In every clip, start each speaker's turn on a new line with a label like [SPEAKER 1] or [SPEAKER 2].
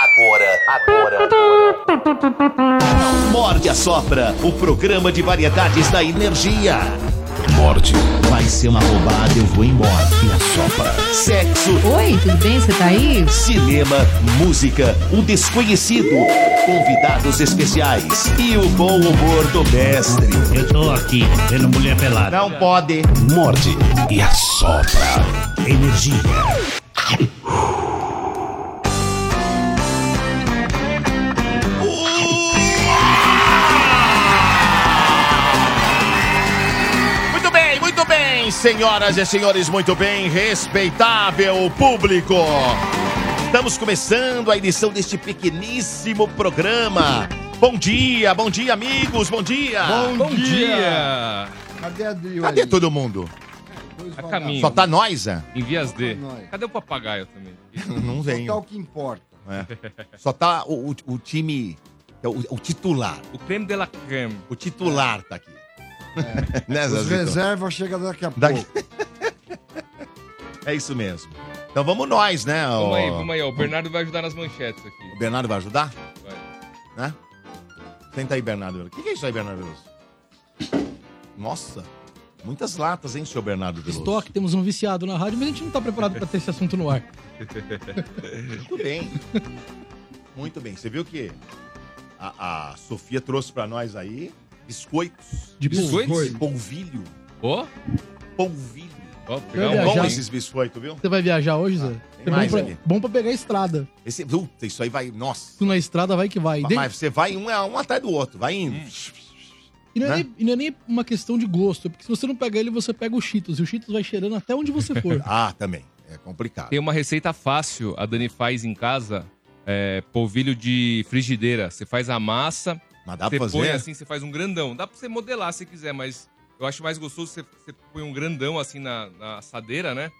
[SPEAKER 1] Agora, agora, agora. Morde a Sopra, o programa de variedades da energia.
[SPEAKER 2] Morde.
[SPEAKER 1] Vai ser uma roubada, eu vou embora.
[SPEAKER 2] E a Sopra.
[SPEAKER 1] Sexo.
[SPEAKER 3] Oi, tudo bem? Você tá aí?
[SPEAKER 1] Cinema, música, um desconhecido, convidados especiais e o bom humor do mestre.
[SPEAKER 4] Eu tô aqui, vendo mulher pelada.
[SPEAKER 1] Não pode.
[SPEAKER 2] Morde e a Sopra. Energia.
[SPEAKER 1] senhoras e senhores, muito bem, respeitável público. Estamos começando a edição deste pequeníssimo programa. Bom dia, bom dia, amigos, bom dia.
[SPEAKER 5] Bom, bom dia. dia.
[SPEAKER 1] Cadê a Drill Cadê ali? todo mundo?
[SPEAKER 5] É, a caminho.
[SPEAKER 1] Só tá nós, é?
[SPEAKER 5] Em vias D. Cadê o papagaio também?
[SPEAKER 1] Não vem.
[SPEAKER 6] Só tá o que importa.
[SPEAKER 1] É. Só tá o, o, o time, é o, o, titular.
[SPEAKER 5] O creme de la creme.
[SPEAKER 1] O titular tá aqui.
[SPEAKER 6] É. né, Os reservas chegam daqui a daqui... pouco.
[SPEAKER 1] é isso mesmo. Então vamos nós, né?
[SPEAKER 5] Vamos aí, vamos aí. O Bernardo vai ajudar nas manchetes aqui.
[SPEAKER 1] O Bernardo vai ajudar? Vai. Né? Senta aí, Bernardo. O que é isso aí, Bernardo Veloso? Nossa, muitas latas, hein, senhor Bernardo Veloso?
[SPEAKER 7] Estoque, temos um viciado na rádio, mas a gente não está preparado para ter esse assunto no ar.
[SPEAKER 1] Muito bem. Muito bem. Você viu que a, a Sofia trouxe para nós aí biscoitos.
[SPEAKER 5] De biscoitos?
[SPEAKER 1] Polvilho.
[SPEAKER 5] Ó. Oh?
[SPEAKER 1] Polvilho.
[SPEAKER 5] Ó, oh, pegar um
[SPEAKER 1] bom esses biscoitos, viu?
[SPEAKER 7] Você vai viajar hoje, Zé? Ah, é bom pra, bom pra, pegar a estrada.
[SPEAKER 1] Esse, puta, isso aí vai. Nossa.
[SPEAKER 7] Tu na estrada vai que vai.
[SPEAKER 1] Mas, Deve... você vai um, um atrás do outro, vai indo. Hum.
[SPEAKER 7] E não, é né? nem, e não é nem uma questão de gosto, é porque se você não pega ele, você pega o Cheetos. E o Cheetos vai cheirando até onde você for.
[SPEAKER 1] ah, também. É complicado.
[SPEAKER 5] Tem uma receita fácil, a Dani faz em casa: é, polvilho de frigideira. Você faz a massa,
[SPEAKER 1] mas dá pra
[SPEAKER 5] você
[SPEAKER 1] fazer?
[SPEAKER 5] põe assim, você faz um grandão. Dá pra você modelar se quiser, mas eu acho mais gostoso você, você põe um grandão assim na, na assadeira, né?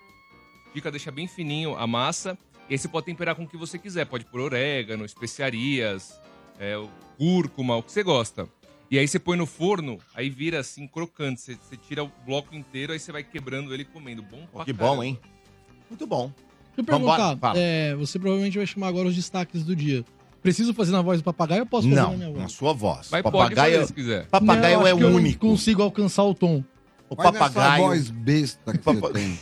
[SPEAKER 5] Fica, deixa bem fininho a massa. E aí você pode temperar com o que você quiser. Pode pôr orégano, especiarias, é, cúrcuma, o que você gosta. E aí você põe no forno, aí vira assim, crocante. Você, você tira o bloco inteiro, aí você vai quebrando ele e comendo. Bom pra
[SPEAKER 1] Que caramba. bom, hein? Muito bom.
[SPEAKER 7] Deixa eu perguntar, Vambora, é, você provavelmente vai chamar agora os destaques do dia. Preciso fazer na voz do papagaio ou posso fazer
[SPEAKER 1] não,
[SPEAKER 7] na
[SPEAKER 6] é
[SPEAKER 7] minha voz?
[SPEAKER 1] Na sua voz. é
[SPEAKER 5] Mas papagaio, se quiser.
[SPEAKER 1] Papagaio não, é o único.
[SPEAKER 7] Eu não consigo alcançar o tom.
[SPEAKER 6] O Mas papagaio. Essa voz besta que Papa... tem.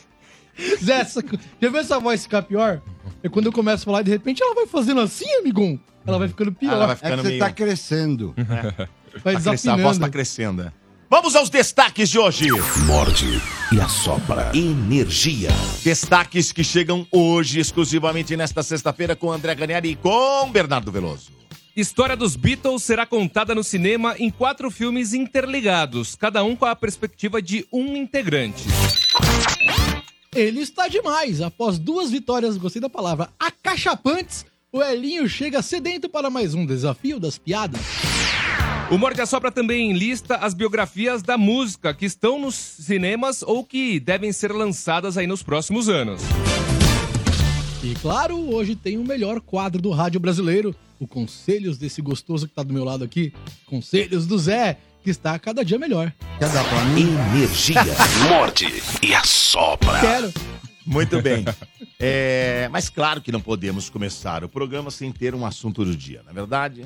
[SPEAKER 7] Zé, essa... já viu essa voz ficar pior? É quando eu começo a falar e de repente ela vai fazendo assim, amigão. Ela vai ficando pior. Ela vai ficando
[SPEAKER 6] é que meio... você tá crescendo.
[SPEAKER 1] É. Vai tá a voz tá crescendo. Vamos aos destaques de hoje.
[SPEAKER 2] Morde e assopra.
[SPEAKER 1] Energia. Destaques que chegam hoje, exclusivamente nesta sexta-feira, com André Ganieri e com Bernardo Veloso.
[SPEAKER 5] História dos Beatles será contada no cinema em quatro filmes interligados, cada um com a perspectiva de um integrante.
[SPEAKER 7] Ele está demais. Após duas vitórias, gostei da palavra, acachapantes, o Elinho chega sedento para mais um desafio das piadas.
[SPEAKER 5] O Morde a Sopra também lista as biografias da música que estão nos cinemas ou que devem ser lançadas aí nos próximos anos.
[SPEAKER 7] E claro, hoje tem o melhor quadro do rádio brasileiro, o Conselhos desse gostoso que tá do meu lado aqui, Conselhos do Zé, que está cada dia melhor.
[SPEAKER 1] Quer dar pra mim? Energia,
[SPEAKER 2] morde e a sopra.
[SPEAKER 7] Quero.
[SPEAKER 1] Muito bem. É, mas claro que não podemos começar o programa sem ter um assunto do dia, não é verdade?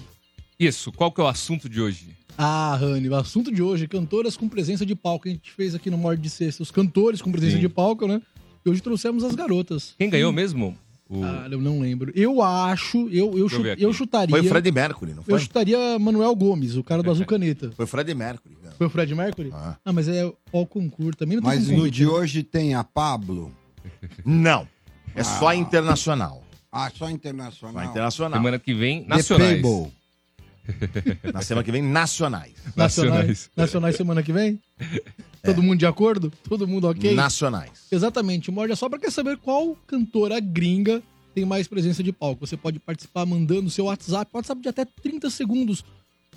[SPEAKER 5] Isso, qual que é o assunto de hoje?
[SPEAKER 7] Ah, Rani, o assunto de hoje é cantoras com presença de palco. A gente fez aqui no Morde de Sexta os cantores com presença Sim. de palco, né? E hoje trouxemos as garotas.
[SPEAKER 5] Quem ganhou mesmo?
[SPEAKER 7] O... Ah, eu não lembro. Eu acho, eu, eu, chut, eu, eu chutaria.
[SPEAKER 1] Foi o Fred Mercury, não foi?
[SPEAKER 7] Eu chutaria Manuel Gomes, o cara do Azul Caneta.
[SPEAKER 1] Foi o Fred Mercury. Não.
[SPEAKER 7] Foi o Fred Mercury? Ah, ah mas é o concurso também. Não
[SPEAKER 6] mas
[SPEAKER 7] no
[SPEAKER 6] convite,
[SPEAKER 1] um.
[SPEAKER 6] de né? hoje tem a Pablo?
[SPEAKER 1] Não. É ah. só internacional.
[SPEAKER 6] Ah, só internacional.
[SPEAKER 1] Só internacional.
[SPEAKER 5] Semana que vem, nacionais.
[SPEAKER 1] Na semana que vem, nacionais.
[SPEAKER 7] Nacionais. Nacionais semana que vem? Todo é. mundo de acordo? Todo mundo ok?
[SPEAKER 1] Nacionais.
[SPEAKER 7] Exatamente. O Morde Só para quer saber qual cantora gringa tem mais presença de palco. Você pode participar mandando seu WhatsApp, WhatsApp de até 30 segundos,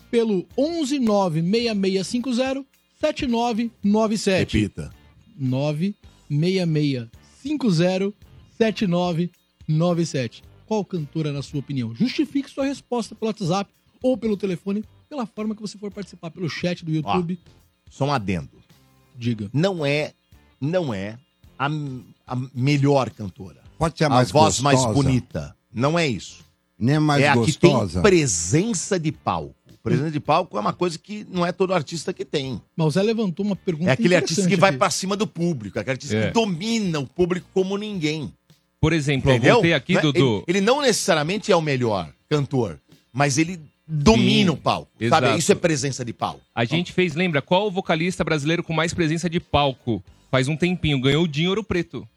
[SPEAKER 7] pelo 11966507997.
[SPEAKER 1] Repita.
[SPEAKER 7] 966507997. Qual cantora, na sua opinião? Justifique sua resposta pelo WhatsApp ou pelo telefone, pela forma que você for participar, pelo chat do YouTube.
[SPEAKER 1] Ó, só um adendo.
[SPEAKER 7] Diga.
[SPEAKER 1] Não é, não é a, a melhor cantora.
[SPEAKER 6] Pode ser a mais
[SPEAKER 1] A voz
[SPEAKER 6] gostosa.
[SPEAKER 1] mais bonita. Não é isso.
[SPEAKER 6] Nem mais
[SPEAKER 1] é a que tem
[SPEAKER 6] gostosa.
[SPEAKER 1] presença de palco. Presença de palco é uma coisa que não é todo artista que tem.
[SPEAKER 7] Mas o Zé levantou uma pergunta
[SPEAKER 1] É aquele
[SPEAKER 7] interessante
[SPEAKER 1] artista que vai
[SPEAKER 7] aqui.
[SPEAKER 1] pra cima do público, aquele artista
[SPEAKER 5] É.
[SPEAKER 1] que domina o público como ninguém.
[SPEAKER 5] Por exemplo, eu
[SPEAKER 1] Entendeu?
[SPEAKER 5] voltei aqui,
[SPEAKER 1] Não é-
[SPEAKER 5] Dudu.
[SPEAKER 1] Ele, ele não necessariamente é o melhor cantor, mas ele domina o
[SPEAKER 5] Sim,
[SPEAKER 1] palco.
[SPEAKER 5] exato.
[SPEAKER 1] Sabe? Isso é presença de palco.
[SPEAKER 5] A gente fez, lembra, qual o vocalista brasileiro com mais presença de palco? Faz um tempinho, ganhou o Dinho Ouro Preto.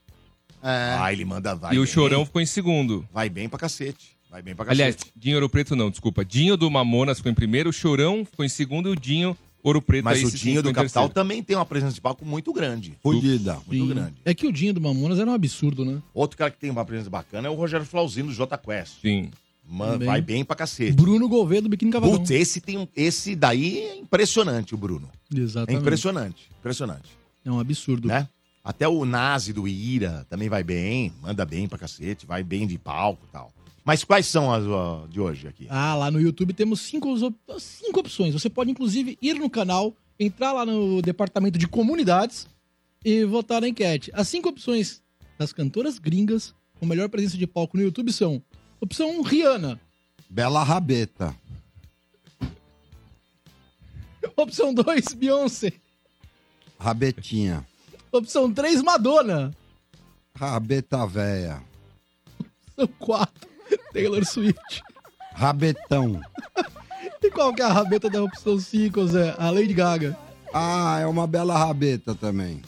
[SPEAKER 1] Ah, ele manda vai.
[SPEAKER 5] e o
[SPEAKER 1] bem.
[SPEAKER 5] Chorão ficou em segundo.
[SPEAKER 1] Vai bem pra cacete. Vai bem pra cacete.
[SPEAKER 5] Aliás, Dinho Ouro Preto não, desculpa. Dinho do Mamonas ficou em primeiro, o Chorão ficou em segundo e o Dinho Ouro Preto
[SPEAKER 1] mas
[SPEAKER 5] tá aí,
[SPEAKER 1] o
[SPEAKER 5] esse sim,
[SPEAKER 1] Dinho
[SPEAKER 5] ficou
[SPEAKER 1] do
[SPEAKER 5] em
[SPEAKER 1] Capital
[SPEAKER 5] terceiro.
[SPEAKER 1] também tem uma presença de palco muito grande.
[SPEAKER 6] Fudida.
[SPEAKER 1] Muito
[SPEAKER 7] Sim.
[SPEAKER 1] grande.
[SPEAKER 7] É que o Dinho do Mamonas era um absurdo, né?
[SPEAKER 1] Outro cara que tem uma presença bacana é o Rogério Flauzino, do Jota Quest.
[SPEAKER 5] Sim.
[SPEAKER 1] Man-
[SPEAKER 7] Também.
[SPEAKER 1] vai bem pra cacete.
[SPEAKER 7] Bruno Gouveia do Biquíni Cavadão.
[SPEAKER 1] Putz, esse, tem, um- esse daí é impressionante, o Bruno. É
[SPEAKER 7] Exatamente.
[SPEAKER 1] impressionante, impressionante,
[SPEAKER 7] É um absurdo.
[SPEAKER 1] né? Até o Nazi do Ira também vai bem, manda bem pra cacete, vai bem de palco e tal. Mas quais são as ó, de hoje aqui?
[SPEAKER 7] Ah, lá no YouTube temos cinco, op- cinco opções. Você pode, inclusive, ir no canal, entrar lá no departamento de comunidades e votar na enquete. As cinco opções das cantoras gringas com melhor presença de palco no YouTube são: opção 1, Rihanna.
[SPEAKER 6] Bela rabeta.
[SPEAKER 7] Opção 2, Beyoncé.
[SPEAKER 6] Rabetinha.
[SPEAKER 7] Opção 3, Madonna.
[SPEAKER 6] Rabeta véia.
[SPEAKER 7] Opção 4, Taylor Swift.
[SPEAKER 6] Rabetão.
[SPEAKER 7] E qual que é a rabeta da opção 5, Zé? A Lady Gaga.
[SPEAKER 6] Ah, é uma bela rabeta também.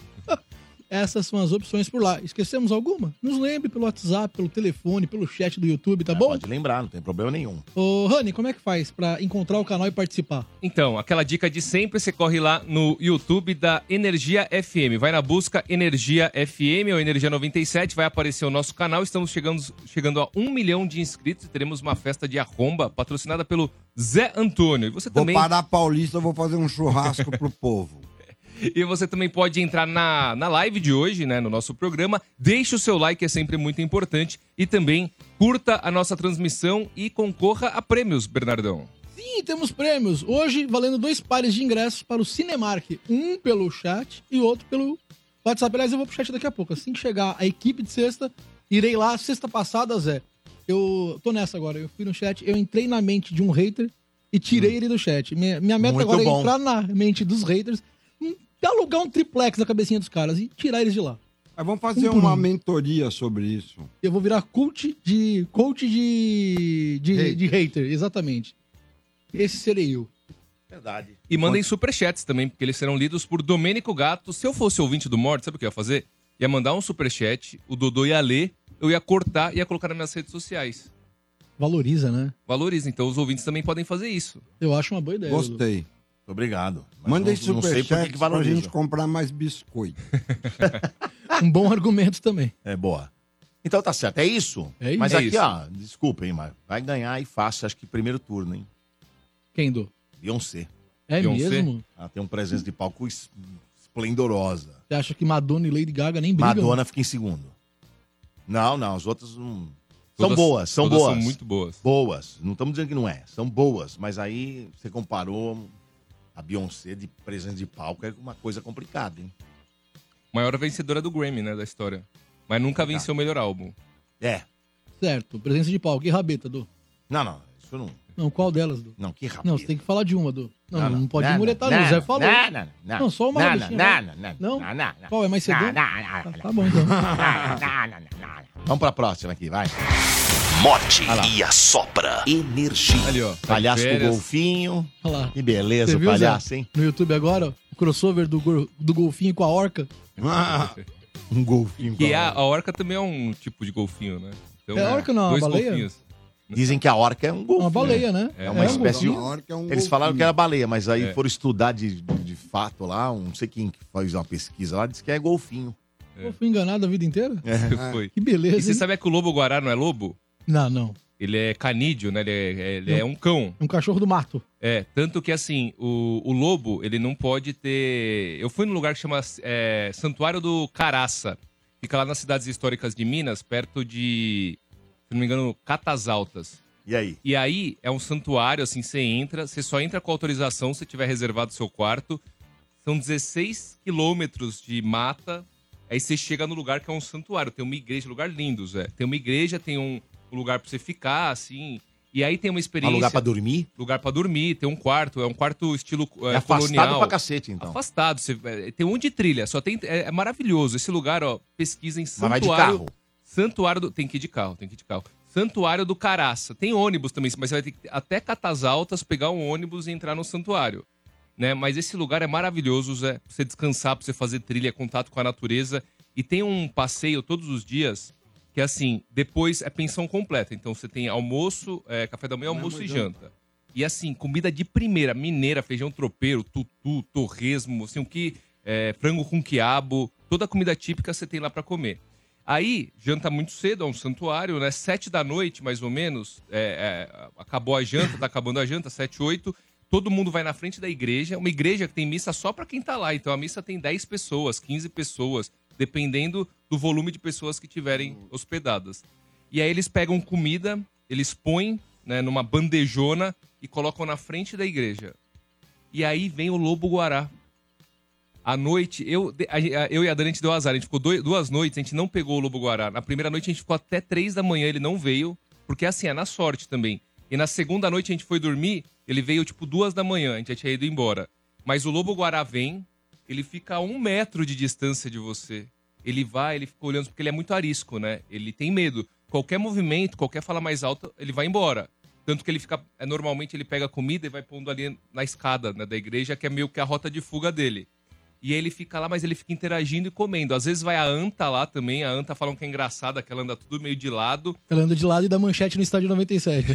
[SPEAKER 7] Essas são as opções por lá. Esquecemos alguma? Nos lembre pelo WhatsApp, pelo telefone, pelo chat do YouTube, tá
[SPEAKER 1] É,
[SPEAKER 7] bom?
[SPEAKER 1] Pode lembrar, não tem problema nenhum.
[SPEAKER 7] Ô, Rani, como é que faz pra encontrar o canal e participar?
[SPEAKER 5] Então, aquela dica de sempre, você corre lá no YouTube da Energia FM. Vai na busca Energia FM ou Energia 97, vai aparecer o nosso canal. Estamos chegando, chegando a um milhão de inscritos e teremos uma festa de arromba patrocinada pelo Zé Antônio. E você
[SPEAKER 6] Vou
[SPEAKER 5] também
[SPEAKER 6] parar Paulista, vou fazer um churrasco pro povo.
[SPEAKER 5] E você também pode entrar na, na live de hoje, né, no nosso programa. Deixe o seu like, é sempre muito importante. E também curta a nossa transmissão e concorra a prêmios, Bernardão.
[SPEAKER 7] Sim, temos prêmios. Hoje, valendo dois pares de ingressos para o Cinemark. Um pelo chat e outro pelo WhatsApp. Aliás, eu vou pro chat daqui a pouco. Assim que chegar a equipe de sexta, irei lá. Sexta passada, Zé, eu tô nessa agora. Eu fui no chat, eu entrei na mente de um hater e tirei ele do chat. Minha, minha
[SPEAKER 1] Hum.
[SPEAKER 7] meta
[SPEAKER 1] Muito
[SPEAKER 7] agora
[SPEAKER 1] bom.
[SPEAKER 7] é entrar na mente dos haters, hum, alugar um triplex na cabecinha dos caras e tirar eles de lá.
[SPEAKER 6] Mas vamos fazer
[SPEAKER 7] Um por
[SPEAKER 6] uma
[SPEAKER 7] um.
[SPEAKER 6] mentoria sobre isso.
[SPEAKER 7] Eu vou virar coach de. coach de. de,
[SPEAKER 6] Hater.
[SPEAKER 7] de hater, exatamente. Esse serei eu.
[SPEAKER 1] Verdade.
[SPEAKER 5] E mandem superchats também, porque eles serão lidos por Domênico Gato. Se eu fosse ouvinte do Morte, sabe o que eu ia fazer? Ia mandar um superchat, o Dodô ia ler, eu ia cortar e ia colocar nas minhas redes sociais.
[SPEAKER 7] Valoriza, né?
[SPEAKER 5] Valoriza, então os ouvintes também podem fazer isso.
[SPEAKER 7] Eu acho uma boa ideia. Dudu.
[SPEAKER 6] Gostei.
[SPEAKER 1] Muito obrigado. Mas
[SPEAKER 6] Mandem
[SPEAKER 1] não, não sei por que
[SPEAKER 6] superchat
[SPEAKER 1] que
[SPEAKER 6] pra
[SPEAKER 1] valoriza.
[SPEAKER 6] gente comprar mais biscoito.
[SPEAKER 7] Um bom argumento também.
[SPEAKER 1] É boa. Então tá certo, é isso?
[SPEAKER 7] É isso.
[SPEAKER 1] Mas
[SPEAKER 5] É
[SPEAKER 1] aqui,
[SPEAKER 5] isso.
[SPEAKER 1] ó, desculpa, hein, mas vai ganhar e fácil, acho que primeiro turno, hein?
[SPEAKER 7] Quem do?
[SPEAKER 1] Beyoncé.
[SPEAKER 7] É
[SPEAKER 5] Beyoncé?
[SPEAKER 7] mesmo?
[SPEAKER 1] Ela tem uma presença de palco es- esplendorosa.
[SPEAKER 7] Você acha que Madonna e Lady Gaga nem brigam?
[SPEAKER 1] Madonna fica em segundo. Não, não, as outras não... são
[SPEAKER 5] Todas-
[SPEAKER 1] boas, são
[SPEAKER 5] todas
[SPEAKER 1] boas.
[SPEAKER 5] São muito boas.
[SPEAKER 1] Boas, não estamos dizendo que não é, são boas, mas aí você comparou a Beyoncé de presença de palco, é uma coisa complicada, hein?
[SPEAKER 5] Maior vencedora do Grammy, né, da história. Mas nunca venceu o melhor álbum.
[SPEAKER 1] É,
[SPEAKER 7] Certo. Presença de palco. Que rabeta, Du?
[SPEAKER 1] não, não, isso não...
[SPEAKER 7] Não, qual delas, Du?
[SPEAKER 1] Não, que rapaz.
[SPEAKER 7] Não, você tem que falar de uma, Du. Não, não, pode muretar, não. O Zé falou.
[SPEAKER 1] Não, não,
[SPEAKER 7] Não, só uma
[SPEAKER 1] Não,
[SPEAKER 7] garotinha,
[SPEAKER 1] não,
[SPEAKER 7] vai.
[SPEAKER 1] não, não,
[SPEAKER 7] Não?
[SPEAKER 1] não, não, não.
[SPEAKER 7] Qual é mais cedo?
[SPEAKER 1] Não, não,
[SPEAKER 7] Tá,
[SPEAKER 1] não, não.
[SPEAKER 7] tá bom, então.
[SPEAKER 1] Vamos pra próxima aqui, vai.
[SPEAKER 2] Morte e a sopra. Energia.
[SPEAKER 5] Ali, ó. tá de
[SPEAKER 1] Palhaço com
[SPEAKER 5] férias.
[SPEAKER 1] golfinho.
[SPEAKER 7] Olha lá.
[SPEAKER 1] Que beleza,
[SPEAKER 7] Você
[SPEAKER 1] o
[SPEAKER 7] viu,
[SPEAKER 1] palhaço,
[SPEAKER 7] Zé?
[SPEAKER 1] hein?
[SPEAKER 7] No YouTube agora, ó, o crossover do, gor- do golfinho com a orca.
[SPEAKER 6] Ah,
[SPEAKER 1] Um golfinho.
[SPEAKER 5] Que a,
[SPEAKER 1] com-
[SPEAKER 5] a orca também é um tipo de golfinho, né? Então,
[SPEAKER 7] É a orca não, a
[SPEAKER 5] dois
[SPEAKER 7] baleia?
[SPEAKER 5] golfinhos.
[SPEAKER 1] Dizem que a orca é um golfinho.
[SPEAKER 7] Uma baleia, né?
[SPEAKER 5] É
[SPEAKER 1] uma
[SPEAKER 7] um
[SPEAKER 1] espécie de-
[SPEAKER 7] golfinho.
[SPEAKER 6] uma orca é um
[SPEAKER 1] Eles falaram que era baleia, mas aí
[SPEAKER 5] É.
[SPEAKER 1] foram estudar de, de fato lá, um, não sei quem que faz uma pesquisa lá, diz que é golfinho.
[SPEAKER 7] Eu fui enganado a vida inteira?
[SPEAKER 6] É.
[SPEAKER 5] Foi.
[SPEAKER 7] Ah, Que
[SPEAKER 5] E
[SPEAKER 7] beleza.
[SPEAKER 5] você
[SPEAKER 7] hein?
[SPEAKER 5] sabe é que o lobo guará não é lobo?
[SPEAKER 7] Não, não.
[SPEAKER 5] Ele é canídeo, né? Ele é, ele é um cão.
[SPEAKER 7] É um cachorro do mato.
[SPEAKER 5] É, tanto que assim, o, o lobo, ele não pode ter. Eu fui num lugar que chama é, Santuário do Caraça. Fica lá nas cidades históricas de Minas, perto de, se não me engano, Catas Altas.
[SPEAKER 1] E aí?
[SPEAKER 5] E aí é um santuário, assim, você entra, você só entra com autorização se tiver reservado seu quarto. São 16 quilômetros de mata. Aí você chega no lugar que é um santuário. Tem uma igreja, lugar lindo, Zé. Tem uma igreja, tem um, o lugar pra você ficar, assim. E aí tem uma experiência.
[SPEAKER 1] Alugar um pra dormir?
[SPEAKER 5] Lugar pra dormir, tem um quarto, é um quarto estilo
[SPEAKER 1] É,
[SPEAKER 5] é,
[SPEAKER 1] afastado
[SPEAKER 5] colonial.
[SPEAKER 1] pra cacete, então.
[SPEAKER 5] Afastado, você- é, tem um de trilha, só tem é, é maravilhoso esse lugar, ó. Pesquisa em
[SPEAKER 1] Mas vai de
[SPEAKER 5] Santuário.
[SPEAKER 1] carro.
[SPEAKER 5] Santuário do tem que ir de carro, tem que ir de carro. Santuário do Caraça. Tem ônibus também, mas você vai ter que até Catas Altas pegar um ônibus e entrar no santuário, né? Mas esse lugar é maravilhoso, Zé, pra você descansar, pra você fazer trilha, contato com a natureza e tem um passeio todos os dias que é assim, depois é pensão completa. Então você tem almoço, é, café da manhã, almoço e janta. E assim, comida de primeira, mineira, feijão tropeiro, tutu, torresmo, assim, o que é, frango com quiabo, toda a comida típica você tem lá pra comer. Aí, janta muito cedo, é um santuário, né? Sete da noite, mais ou menos, é, é, acabou a janta, tá acabando a janta, sete, oito. Todo mundo vai na frente da igreja, uma igreja que tem missa só pra quem tá lá. Então a missa tem 10 pessoas, 15 pessoas, dependendo do volume de pessoas que tiverem hospedadas. E aí eles pegam comida, eles põem né, numa bandejona e colocam na frente da igreja. E aí vem o lobo guará. À noite, eu, de- a- a- eu e a Dani, a gente deu azar. A gente ficou doi- duas noites, a gente não pegou o Lobo Guará. Na primeira noite, a gente ficou até três da manhã, ele não veio. Porque assim, é na sorte também. E na segunda noite, a gente foi dormir, ele veio tipo duas da manhã, a gente já tinha ido embora. Mas o Lobo Guará vem, ele fica a um metro de distância de você. Ele vai, ele fica olhando, porque ele é muito arisco, né? Ele tem medo. Qualquer movimento, qualquer fala mais alta, ele vai embora. Tanto que ele fica. é, Normalmente ele pega a comida e vai pondo ali na escada né, da igreja, que é meio que a rota de fuga dele. E ele fica lá, mas ele fica interagindo e comendo. Às vezes vai a Anta lá também. A Anta falam que é engraçada, que ela anda tudo meio de lado.
[SPEAKER 7] Ela anda de lado e dá manchete no estádio 97.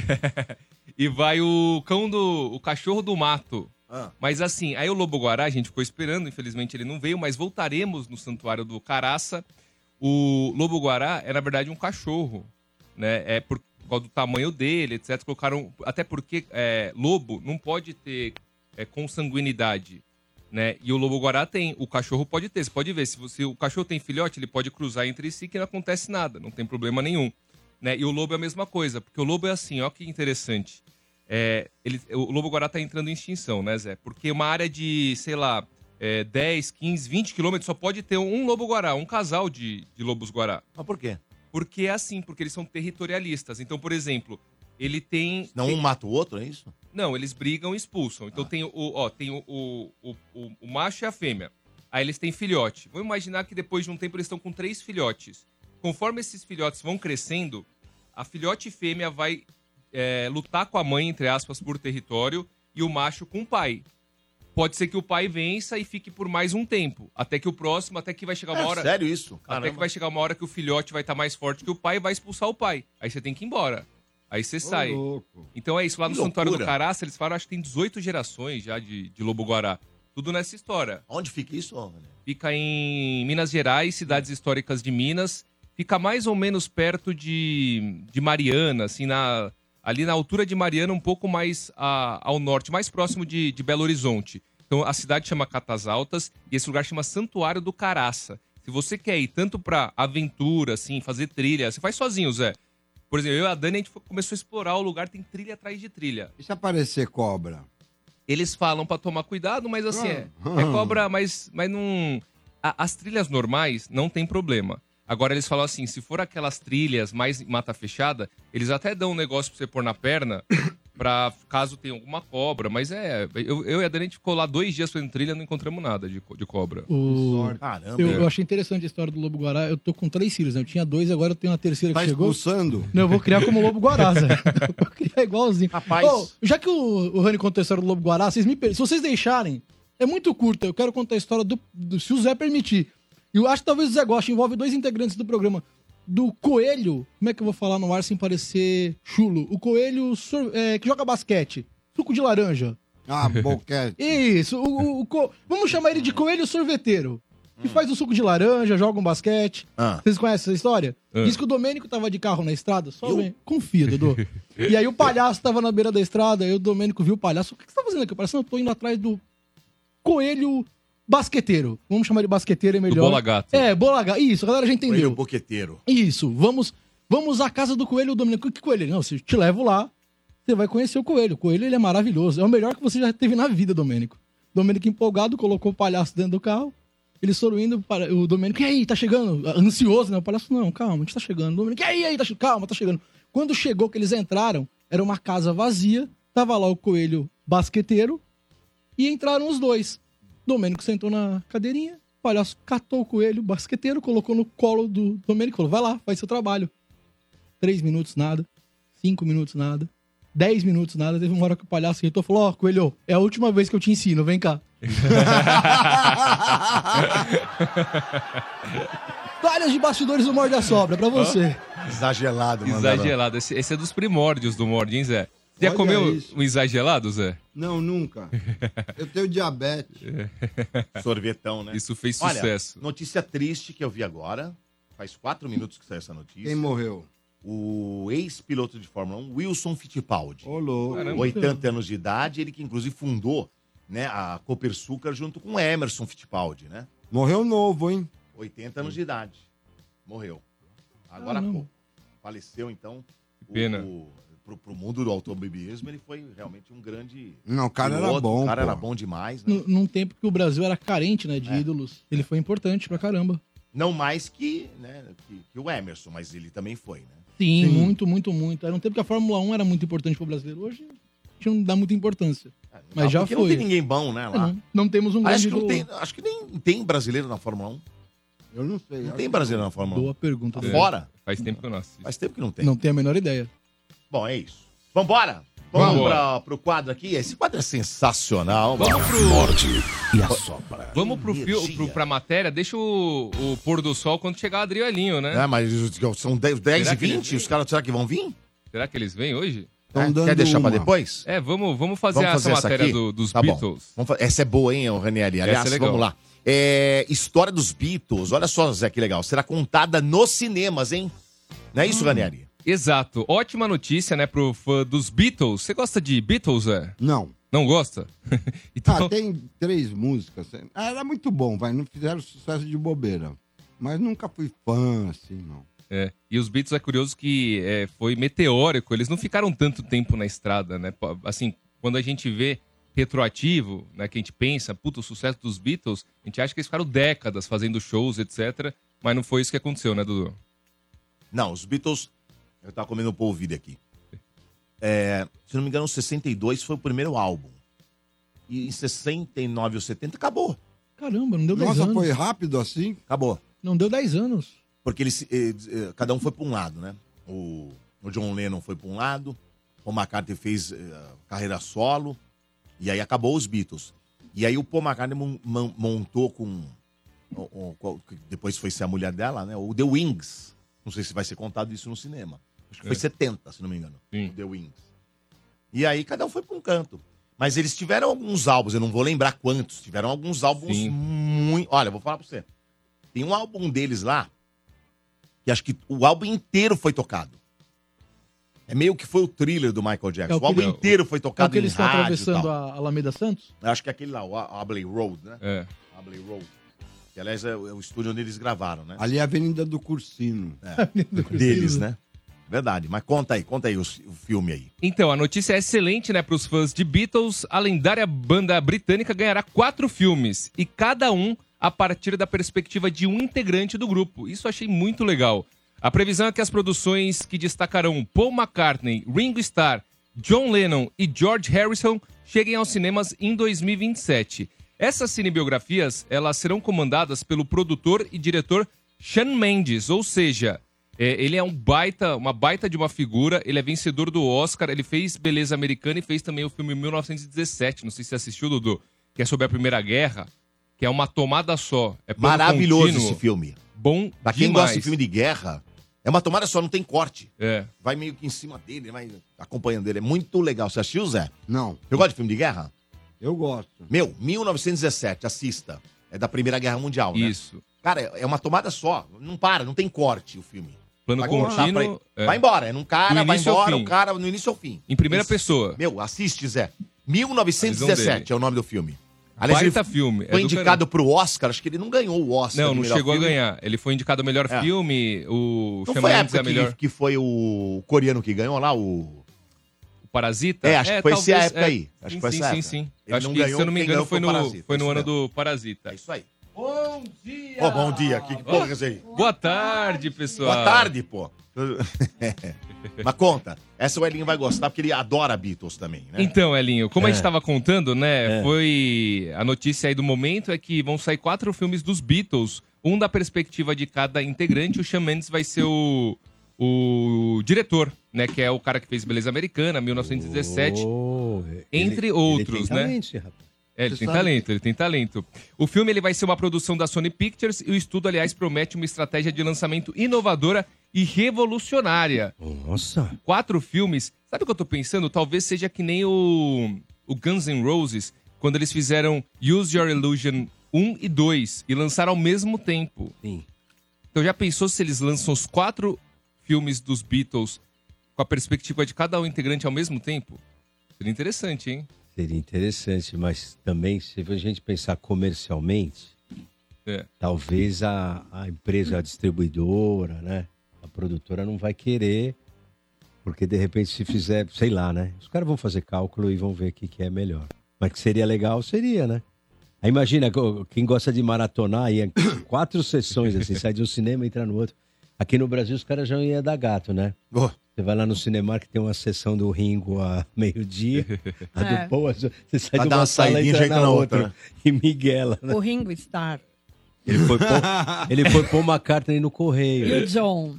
[SPEAKER 5] E vai o cão do. o cachorro do mato. Mas assim, aí o Lobo Guará, a gente ficou esperando, infelizmente ele não veio, mas voltaremos no santuário do Caraça. O Lobo Guará é, na verdade, um cachorro, né? É por causa do tamanho dele, etc. Colocaram. Até porque é, lobo não pode ter é, consanguinidade. Né? E o lobo guará tem, o cachorro pode ter. Você pode ver, se, você, o cachorro tem filhote, ele pode cruzar entre si que não acontece nada, não tem problema nenhum. Né? E o lobo é a mesma coisa, porque o lobo é assim, ó que interessante. É, ele, o lobo guará tá entrando em extinção, né, Zé? Porque uma área de, sei lá, é, 10, 15, 20 quilômetros só pode ter um lobo guará, um casal de, de lobos guará.
[SPEAKER 1] Mas por quê?
[SPEAKER 5] Porque é assim, porque eles são territorialistas. Então, por exemplo, ele tem.
[SPEAKER 1] Não um mata o outro, é isso?
[SPEAKER 5] Não, eles brigam e expulsam.
[SPEAKER 1] Ah.
[SPEAKER 5] Então tem o, ó, tem o, o, o, o- o macho e a fêmea. Aí eles têm filhote. Vamos imaginar que depois de um tempo eles estão com três filhotes. Conforme esses filhotes vão crescendo, a filhote fêmea vai é, lutar com a mãe, entre aspas, por território, e o macho com o pai. Pode ser que o pai vença e fique por mais um tempo. Até que o próximo, até que vai chegar uma
[SPEAKER 1] É
[SPEAKER 5] hora.
[SPEAKER 1] sério isso?
[SPEAKER 5] Até que vai chegar uma hora que o filhote vai estar mais forte que o pai e vai expulsar o pai. Aí você tem que ir embora. Aí você sai.
[SPEAKER 6] louco.
[SPEAKER 5] Então é isso. Lá no
[SPEAKER 1] Que
[SPEAKER 5] Santuário do
[SPEAKER 1] loucura.
[SPEAKER 5] Caraça, eles falam, acho que tem 18 gerações já de, de Lobo Guará. Tudo nessa história.
[SPEAKER 1] Onde fica isso? ô, Mané?
[SPEAKER 5] Fica em Minas Gerais, cidades históricas de Minas. Fica mais ou menos perto de, de Mariana, assim, na, ali na altura de Mariana, um pouco mais a- ao norte, mais próximo de, de Belo Horizonte. Então a cidade chama Catas Altas e esse lugar chama Santuário do Caraça. Se você quer ir tanto pra aventura, assim, fazer trilha, você faz sozinho, Zé. Por exemplo, eu e a Dani, a gente foi- começou a explorar o lugar, tem trilha atrás de trilha.
[SPEAKER 6] E se aparecer cobra?
[SPEAKER 5] Eles falam pra tomar cuidado, mas assim, é,
[SPEAKER 6] Ah.
[SPEAKER 5] é cobra, mas, mas não. a- as trilhas normais não tem problema. Agora eles falam assim: se for aquelas trilhas mais mata fechada, eles até dão um negócio pra você pôr na perna, pra caso tenha alguma cobra. Mas é. Eu, eu e a Dani a gente ficou lá dois dias fazendo trilha não encontramos nada de, co- de cobra.
[SPEAKER 7] O...
[SPEAKER 1] Caramba.
[SPEAKER 7] Eu, eu achei interessante a história do Lobo Guará. Eu tô com três filhos, né? Eu tinha dois, agora eu tenho uma terceira que
[SPEAKER 6] Tá
[SPEAKER 7] chegou.
[SPEAKER 6] expulsando?
[SPEAKER 7] Não, eu vou criar como Lobo Guará, Zé. Eu vou criar igualzinho.
[SPEAKER 1] Rapaz.
[SPEAKER 7] Ô, já que o, o Rani contou a história do Lobo Guará, vocês me per- se vocês deixarem, é muito curta. Eu quero contar a história do, do- se o Zé permitir. E eu acho que talvez o Zé goste, envolve dois integrantes do programa. Do Coelho, como é que eu vou falar no ar sem parecer chulo? O Coelho sor- é, que joga basquete, suco de laranja.
[SPEAKER 6] Ah, boquete.
[SPEAKER 7] Isso, o, o- o co- vamos chamar ele de Coelho Sorveteiro.
[SPEAKER 5] Hum.
[SPEAKER 7] Que faz o suco de laranja, joga um basquete.
[SPEAKER 1] Ah.
[SPEAKER 7] Vocês conhecem essa história?
[SPEAKER 5] Ah.
[SPEAKER 7] Diz que o Domênico tava de carro na estrada, só vem. Confia, Dudu. e aí o palhaço tava na beira da estrada, aí o Domênico viu o palhaço. O que que você tá fazendo aqui? Parece que eu tô indo atrás do coelho basqueteiro. Vamos chamar de basqueteiro, é
[SPEAKER 5] Do
[SPEAKER 7] melhor.
[SPEAKER 5] bola gato.
[SPEAKER 7] É, bola gato. Isso, a galera já
[SPEAKER 1] Ele é o
[SPEAKER 6] um
[SPEAKER 7] entendeu.
[SPEAKER 1] boqueteiro.
[SPEAKER 7] Isso, vamos vamos à casa do coelho, Domênico. Que coelho? Não, se eu te levo lá, você vai conhecer o coelho. O coelho, ele é maravilhoso. É o melhor que você já teve na vida, Domênico. Domênico empolgado, colocou o palhaço dentro do carro. Eles foram indo para o Domênico. E aí, tá chegando? Ansioso, né? O palhaço, não, calma, a gente tá chegando. O Domênico, e aí, aí, tá che- calma, tá chegando. Quando chegou que eles entraram, era uma casa vazia, tava lá o coelho basqueteiro e entraram os dois. Domênico sentou na cadeirinha, o palhaço catou o coelho basqueteiro, colocou no colo do Domênico e falou: vai lá, faz seu trabalho. Três minutos, nada. Cinco minutos, nada. Dez minutos, nada. Teve uma hora que o palhaço gritou e falou: Ó, coelho, é a última vez que eu te ensino, vem cá. Várias de bastidores do Morde a Sobra, pra você.
[SPEAKER 1] né?
[SPEAKER 6] Exagerado, mano.
[SPEAKER 5] Exagelado. Esse, esse é dos primórdios do Mord, hein, Zé? Você já
[SPEAKER 6] Olha
[SPEAKER 5] comeu
[SPEAKER 6] isso.
[SPEAKER 5] um exagelado, Zé?
[SPEAKER 6] Não, nunca. Eu tenho diabetes.
[SPEAKER 1] Sorvetão, né?
[SPEAKER 5] Isso fez
[SPEAKER 1] Olha,
[SPEAKER 5] sucesso.
[SPEAKER 1] notícia triste que eu vi agora. Faz quatro minutos que saiu essa notícia.
[SPEAKER 6] Quem morreu?
[SPEAKER 1] O ex-piloto de Fórmula 1, Wilson Fittipaldi.
[SPEAKER 6] Ô, louco.
[SPEAKER 5] Caramba.
[SPEAKER 1] 80 anos de idade, ele que inclusive fundou né, a Copersucar junto com Emerson Fittipaldi, né?
[SPEAKER 6] Morreu novo, hein?
[SPEAKER 1] 80 anos de idade. Morreu. Agora há
[SPEAKER 7] Caramba.
[SPEAKER 1] pouco. Faleceu, então. o-
[SPEAKER 5] pena.
[SPEAKER 1] O, pro, pro mundo do automobilismo, ele foi realmente um grande.
[SPEAKER 6] Não, o cara era
[SPEAKER 1] piloto,
[SPEAKER 6] bom.
[SPEAKER 1] O cara
[SPEAKER 6] pô.
[SPEAKER 1] era bom demais, né?
[SPEAKER 7] N- Num tempo que o Brasil era carente, né, de
[SPEAKER 1] É.
[SPEAKER 7] ídolos. Ele foi importante pra caramba.
[SPEAKER 1] Não mais que, né, que, que o Emerson, mas ele também foi, né?
[SPEAKER 7] Sim,
[SPEAKER 6] Sim.
[SPEAKER 7] muito, muito, muito. Era um tempo que a Fórmula 1 era muito importante pro brasileiro. Hoje a gente não dá muita importância.
[SPEAKER 1] É, não
[SPEAKER 7] Mas
[SPEAKER 1] dá,
[SPEAKER 7] já
[SPEAKER 1] porque Não
[SPEAKER 7] foi.
[SPEAKER 1] tem ninguém bom, né? Lá.
[SPEAKER 7] Não, não temos um grande
[SPEAKER 1] Acho que, não
[SPEAKER 7] do-
[SPEAKER 1] tem, acho que nem tem brasileiro na Fórmula 1.
[SPEAKER 6] Eu não sei.
[SPEAKER 1] Não tem brasileiro na Fórmula 1.
[SPEAKER 7] Boa pergunta.
[SPEAKER 1] Tá
[SPEAKER 7] Zé.
[SPEAKER 1] fora?
[SPEAKER 5] Faz tempo que eu não assisto.
[SPEAKER 1] Faz tempo que não tem.
[SPEAKER 7] Não tenho a menor ideia.
[SPEAKER 1] Bom, é isso. Vambora? Vamos
[SPEAKER 5] Vambora.
[SPEAKER 1] pra, pro quadro aqui. Esse quadro é sensacional.
[SPEAKER 5] Vamos pro, vamos pro,
[SPEAKER 1] Energia.
[SPEAKER 5] fio, pro, pra matéria. Deixa o, o pôr do sol quando chegar o Adrielinho, né?
[SPEAKER 1] É, mas os- são 10, 10 e
[SPEAKER 5] Será que ele
[SPEAKER 1] 20?
[SPEAKER 5] vem?
[SPEAKER 1] Os caras, será que vão vir?
[SPEAKER 5] Será que eles vêm hoje?
[SPEAKER 6] Tão
[SPEAKER 1] É, Quer
[SPEAKER 6] dando
[SPEAKER 1] deixar pra
[SPEAKER 6] uma.
[SPEAKER 1] depois?
[SPEAKER 5] É, vamos, vamos fazer,
[SPEAKER 1] Vamos fazer
[SPEAKER 5] essa
[SPEAKER 1] essa
[SPEAKER 5] matéria
[SPEAKER 1] aqui?
[SPEAKER 5] do- dos
[SPEAKER 1] Tá bom.
[SPEAKER 5] Beatles.
[SPEAKER 1] Vamos fa- Essa é boa, hein, ô, Ranieri? Aliás,
[SPEAKER 5] Essa é legal.
[SPEAKER 1] vamos lá. É, história dos Beatles. Olha só, Zé, que legal. Será contada nos cinemas, hein? Não é isso, Ranieri?
[SPEAKER 5] Hum, Exato. Ótima notícia, né, pro fã dos Beatles. Você gosta de Beatles, é?
[SPEAKER 6] Não.
[SPEAKER 5] Não gosta? então,
[SPEAKER 6] Ah, tem três músicas. Ah, Era muito bom, vai. Não fizeram sucesso de bobeira. Mas nunca fui fã, assim, não.
[SPEAKER 5] é. E os Beatles é curioso que é, foi meteórico. Eles não ficaram tanto tempo na estrada, né? Pa- Assim, quando a gente vê retroativo, né, que a gente pensa, puta, o sucesso dos Beatles, a gente acha que eles ficaram décadas fazendo shows, etc. Mas não foi isso que aconteceu, né, Dudu?
[SPEAKER 1] Não, os Beatles. Eu tava comendo um polvilho aqui. É, se não me engano, 62 foi o primeiro álbum. E em 69 ou 70 acabou.
[SPEAKER 7] Caramba, não deu 10
[SPEAKER 6] Nossa,
[SPEAKER 7] anos.
[SPEAKER 6] foi rápido assim?
[SPEAKER 1] Acabou.
[SPEAKER 7] Não deu 10 anos.
[SPEAKER 1] Porque eles, eh, eh, cada um foi pra um lado, né? O, o John Lennon foi pra um lado, Paul McCartney fez eh, carreira solo, e aí acabou os Beatles. E aí o Paul McCartney mon- mon- montou com, o- o- qual- que depois foi ser a mulher dela, né? O The Wings. Não sei se vai ser contado isso no cinema. Acho que foi
[SPEAKER 5] É.
[SPEAKER 1] 70, se não me engano.
[SPEAKER 5] Sim.
[SPEAKER 1] o The Wings. E aí cada um foi pra um canto. Mas eles tiveram alguns álbuns, eu não vou lembrar quantos, tiveram alguns álbuns
[SPEAKER 5] Sim.
[SPEAKER 1] muito. Olha, eu vou falar pra você. Tem um álbum deles lá, que acho que o álbum inteiro foi tocado. É meio que foi o thriller do Michael Jackson.
[SPEAKER 7] É o
[SPEAKER 1] o álbum
[SPEAKER 5] que-
[SPEAKER 1] inteiro foi
[SPEAKER 7] É o
[SPEAKER 1] tocado
[SPEAKER 7] que eles
[SPEAKER 1] em
[SPEAKER 7] estão
[SPEAKER 1] rádio. e
[SPEAKER 7] atravessando
[SPEAKER 1] tal.
[SPEAKER 7] a Alameda Santos?
[SPEAKER 1] Eu Acho que é aquele lá, o A- Abbey Road, né?
[SPEAKER 5] É.
[SPEAKER 1] Abbey Road. Que, aliás, é o é o estúdio onde eles gravaram, né?
[SPEAKER 6] Ali é a Avenida do Cursino.
[SPEAKER 1] Deles, né? Verdade. Mas conta aí, conta aí o, o filme aí.
[SPEAKER 5] Então, a notícia é excelente, né, para os fãs de Beatles. A lendária banda britânica ganhará quatro filmes, e cada um a partir da perspectiva de um integrante do grupo. Isso eu achei muito legal. A previsão é que as produções que destacarão Paul McCartney, Ringo Starr, John Lennon e George Harrison cheguem aos cinemas em 2027. Essas cinebiografias, elas serão comandadas pelo produtor e diretor Sean Mendes, ou seja, é, ele é um baita, uma baita de uma figura, ele é vencedor do Oscar, ele fez Beleza Americana e fez também o filme 1917, não sei se você assistiu, Dudu, que é sobre a Primeira Guerra, que é uma tomada só. É plano
[SPEAKER 1] Maravilhoso
[SPEAKER 5] contínuo,
[SPEAKER 1] esse filme.
[SPEAKER 5] Bom
[SPEAKER 1] Pra quem gosta de filme de guerra, é uma tomada só, não tem corte.
[SPEAKER 5] É.
[SPEAKER 1] Vai meio que em cima dele, vai acompanhando ele. É muito legal. Você assistiu, Zé?
[SPEAKER 6] Não,
[SPEAKER 1] Eu gosto de filme de guerra?
[SPEAKER 6] eu gosto.
[SPEAKER 1] Meu, 1917, assista. É da Primeira Guerra Mundial, né?
[SPEAKER 5] Isso.
[SPEAKER 1] Cara, é uma tomada só. Não para, não tem corte o filme.
[SPEAKER 5] Plano
[SPEAKER 1] Vai continuar
[SPEAKER 5] contínuo. é,
[SPEAKER 1] Vai embora, é num cara,
[SPEAKER 5] Do
[SPEAKER 1] vai
[SPEAKER 5] início ao
[SPEAKER 1] embora,
[SPEAKER 5] fim.
[SPEAKER 1] o cara no início ao fim.
[SPEAKER 5] Em primeira
[SPEAKER 1] Isso.
[SPEAKER 5] pessoa.
[SPEAKER 1] Meu, assiste, Zé.
[SPEAKER 5] A visão
[SPEAKER 1] 1917
[SPEAKER 5] dele.
[SPEAKER 1] é o nome do filme. Aliás, ele
[SPEAKER 5] baita filme. é
[SPEAKER 1] foi
[SPEAKER 5] do
[SPEAKER 1] indicado pro Oscar, acho que ele não ganhou é o Oscar.
[SPEAKER 5] caramba. Não,
[SPEAKER 1] de
[SPEAKER 5] não
[SPEAKER 1] melhor
[SPEAKER 5] chegou
[SPEAKER 1] filme.
[SPEAKER 5] a ganhar. Ele foi indicado ao melhor
[SPEAKER 1] É.
[SPEAKER 5] filme, o
[SPEAKER 1] Não
[SPEAKER 5] Shawn
[SPEAKER 1] foi a
[SPEAKER 5] Mendes é
[SPEAKER 1] época
[SPEAKER 5] a
[SPEAKER 1] que,
[SPEAKER 5] melhor
[SPEAKER 1] que foi o coreano que ganhou lá, o...
[SPEAKER 5] o Parasita.
[SPEAKER 1] É, acho que foi essa
[SPEAKER 5] Tá. talvez,
[SPEAKER 1] época aí. Acho que
[SPEAKER 5] sim,
[SPEAKER 1] foi
[SPEAKER 5] sim,
[SPEAKER 1] essa
[SPEAKER 5] sim,
[SPEAKER 1] época.
[SPEAKER 5] sim.
[SPEAKER 1] Ele
[SPEAKER 5] Acho
[SPEAKER 1] não
[SPEAKER 5] que,
[SPEAKER 1] ganhou,
[SPEAKER 5] se eu não me
[SPEAKER 1] quem
[SPEAKER 5] engano,
[SPEAKER 1] ganhou foi
[SPEAKER 5] foi
[SPEAKER 1] o
[SPEAKER 5] no,
[SPEAKER 1] Parasita,
[SPEAKER 5] foi no
[SPEAKER 1] isso
[SPEAKER 5] ano
[SPEAKER 1] mesmo.
[SPEAKER 5] do Parasita.
[SPEAKER 1] É isso aí.
[SPEAKER 5] Bom dia!
[SPEAKER 1] Ah. Ô, bom dia, que porra é isso aí?
[SPEAKER 5] Boa tarde, pessoal.
[SPEAKER 1] Boa tarde, pô. Mas conta, essa o Elinho vai gostar, porque ele adora Beatles também, né?
[SPEAKER 5] Então, Elinho, como a gente
[SPEAKER 1] É.
[SPEAKER 5] estava contando, né?
[SPEAKER 1] É.
[SPEAKER 5] Foi. A notícia aí do momento é que vão sair quatro filmes dos Beatles. Um da perspectiva de cada integrante. O Sean Mendes vai ser o, o diretor, né? Que é o cara que fez Beleza Americana, 1917.
[SPEAKER 1] Oh,
[SPEAKER 5] entre outros, né? É, ele
[SPEAKER 6] Você
[SPEAKER 5] tem
[SPEAKER 6] sabe-
[SPEAKER 5] talento, ele tem talento. O filme ele vai ser uma produção da Sony Pictures e o estudo, aliás, promete uma estratégia de lançamento inovadora e revolucionária.
[SPEAKER 8] Nossa.
[SPEAKER 5] Quatro filmes. Sabe o que eu tô pensando? Talvez seja que nem o, o Guns N' Roses, quando eles fizeram Use Your Illusion 1 e 2 e lançaram ao mesmo tempo.
[SPEAKER 8] Sim.
[SPEAKER 5] Então já pensou se eles lançam os quatro filmes dos Beatles com a perspectiva de cada um integrante ao mesmo tempo? Seria interessante, hein?
[SPEAKER 8] Seria interessante, mas também, se a gente pensar comercialmente,
[SPEAKER 5] É.
[SPEAKER 8] talvez a, a empresa, a distribuidora, né? A produtora não vai querer, porque de repente se fizer, sei lá, né? Os caras vão fazer cálculo e vão ver o que, que é melhor. Mas que seria legal, seria, né? Aí imagina, co- quem gosta de maratonar, ia em quatro sessões, assim, sai de um cinema e entra no outro. Aqui no Brasil os caras já iam dar gato, né?
[SPEAKER 1] Oh.
[SPEAKER 8] Você vai lá no cinema que tem uma sessão do Ringo a meio-dia, a do
[SPEAKER 3] É.
[SPEAKER 8] Paul, às- você sai
[SPEAKER 1] Vai
[SPEAKER 8] de
[SPEAKER 1] dar uma
[SPEAKER 8] uma sala e
[SPEAKER 1] saidinha,
[SPEAKER 8] entra
[SPEAKER 1] já entra
[SPEAKER 8] na
[SPEAKER 1] na
[SPEAKER 8] outra.
[SPEAKER 1] outra, né?
[SPEAKER 8] E Miguela, né?
[SPEAKER 9] O Ringo Starr,
[SPEAKER 8] Ele foi pôr, ele foi pôr uma carta aí no correio.
[SPEAKER 9] o John.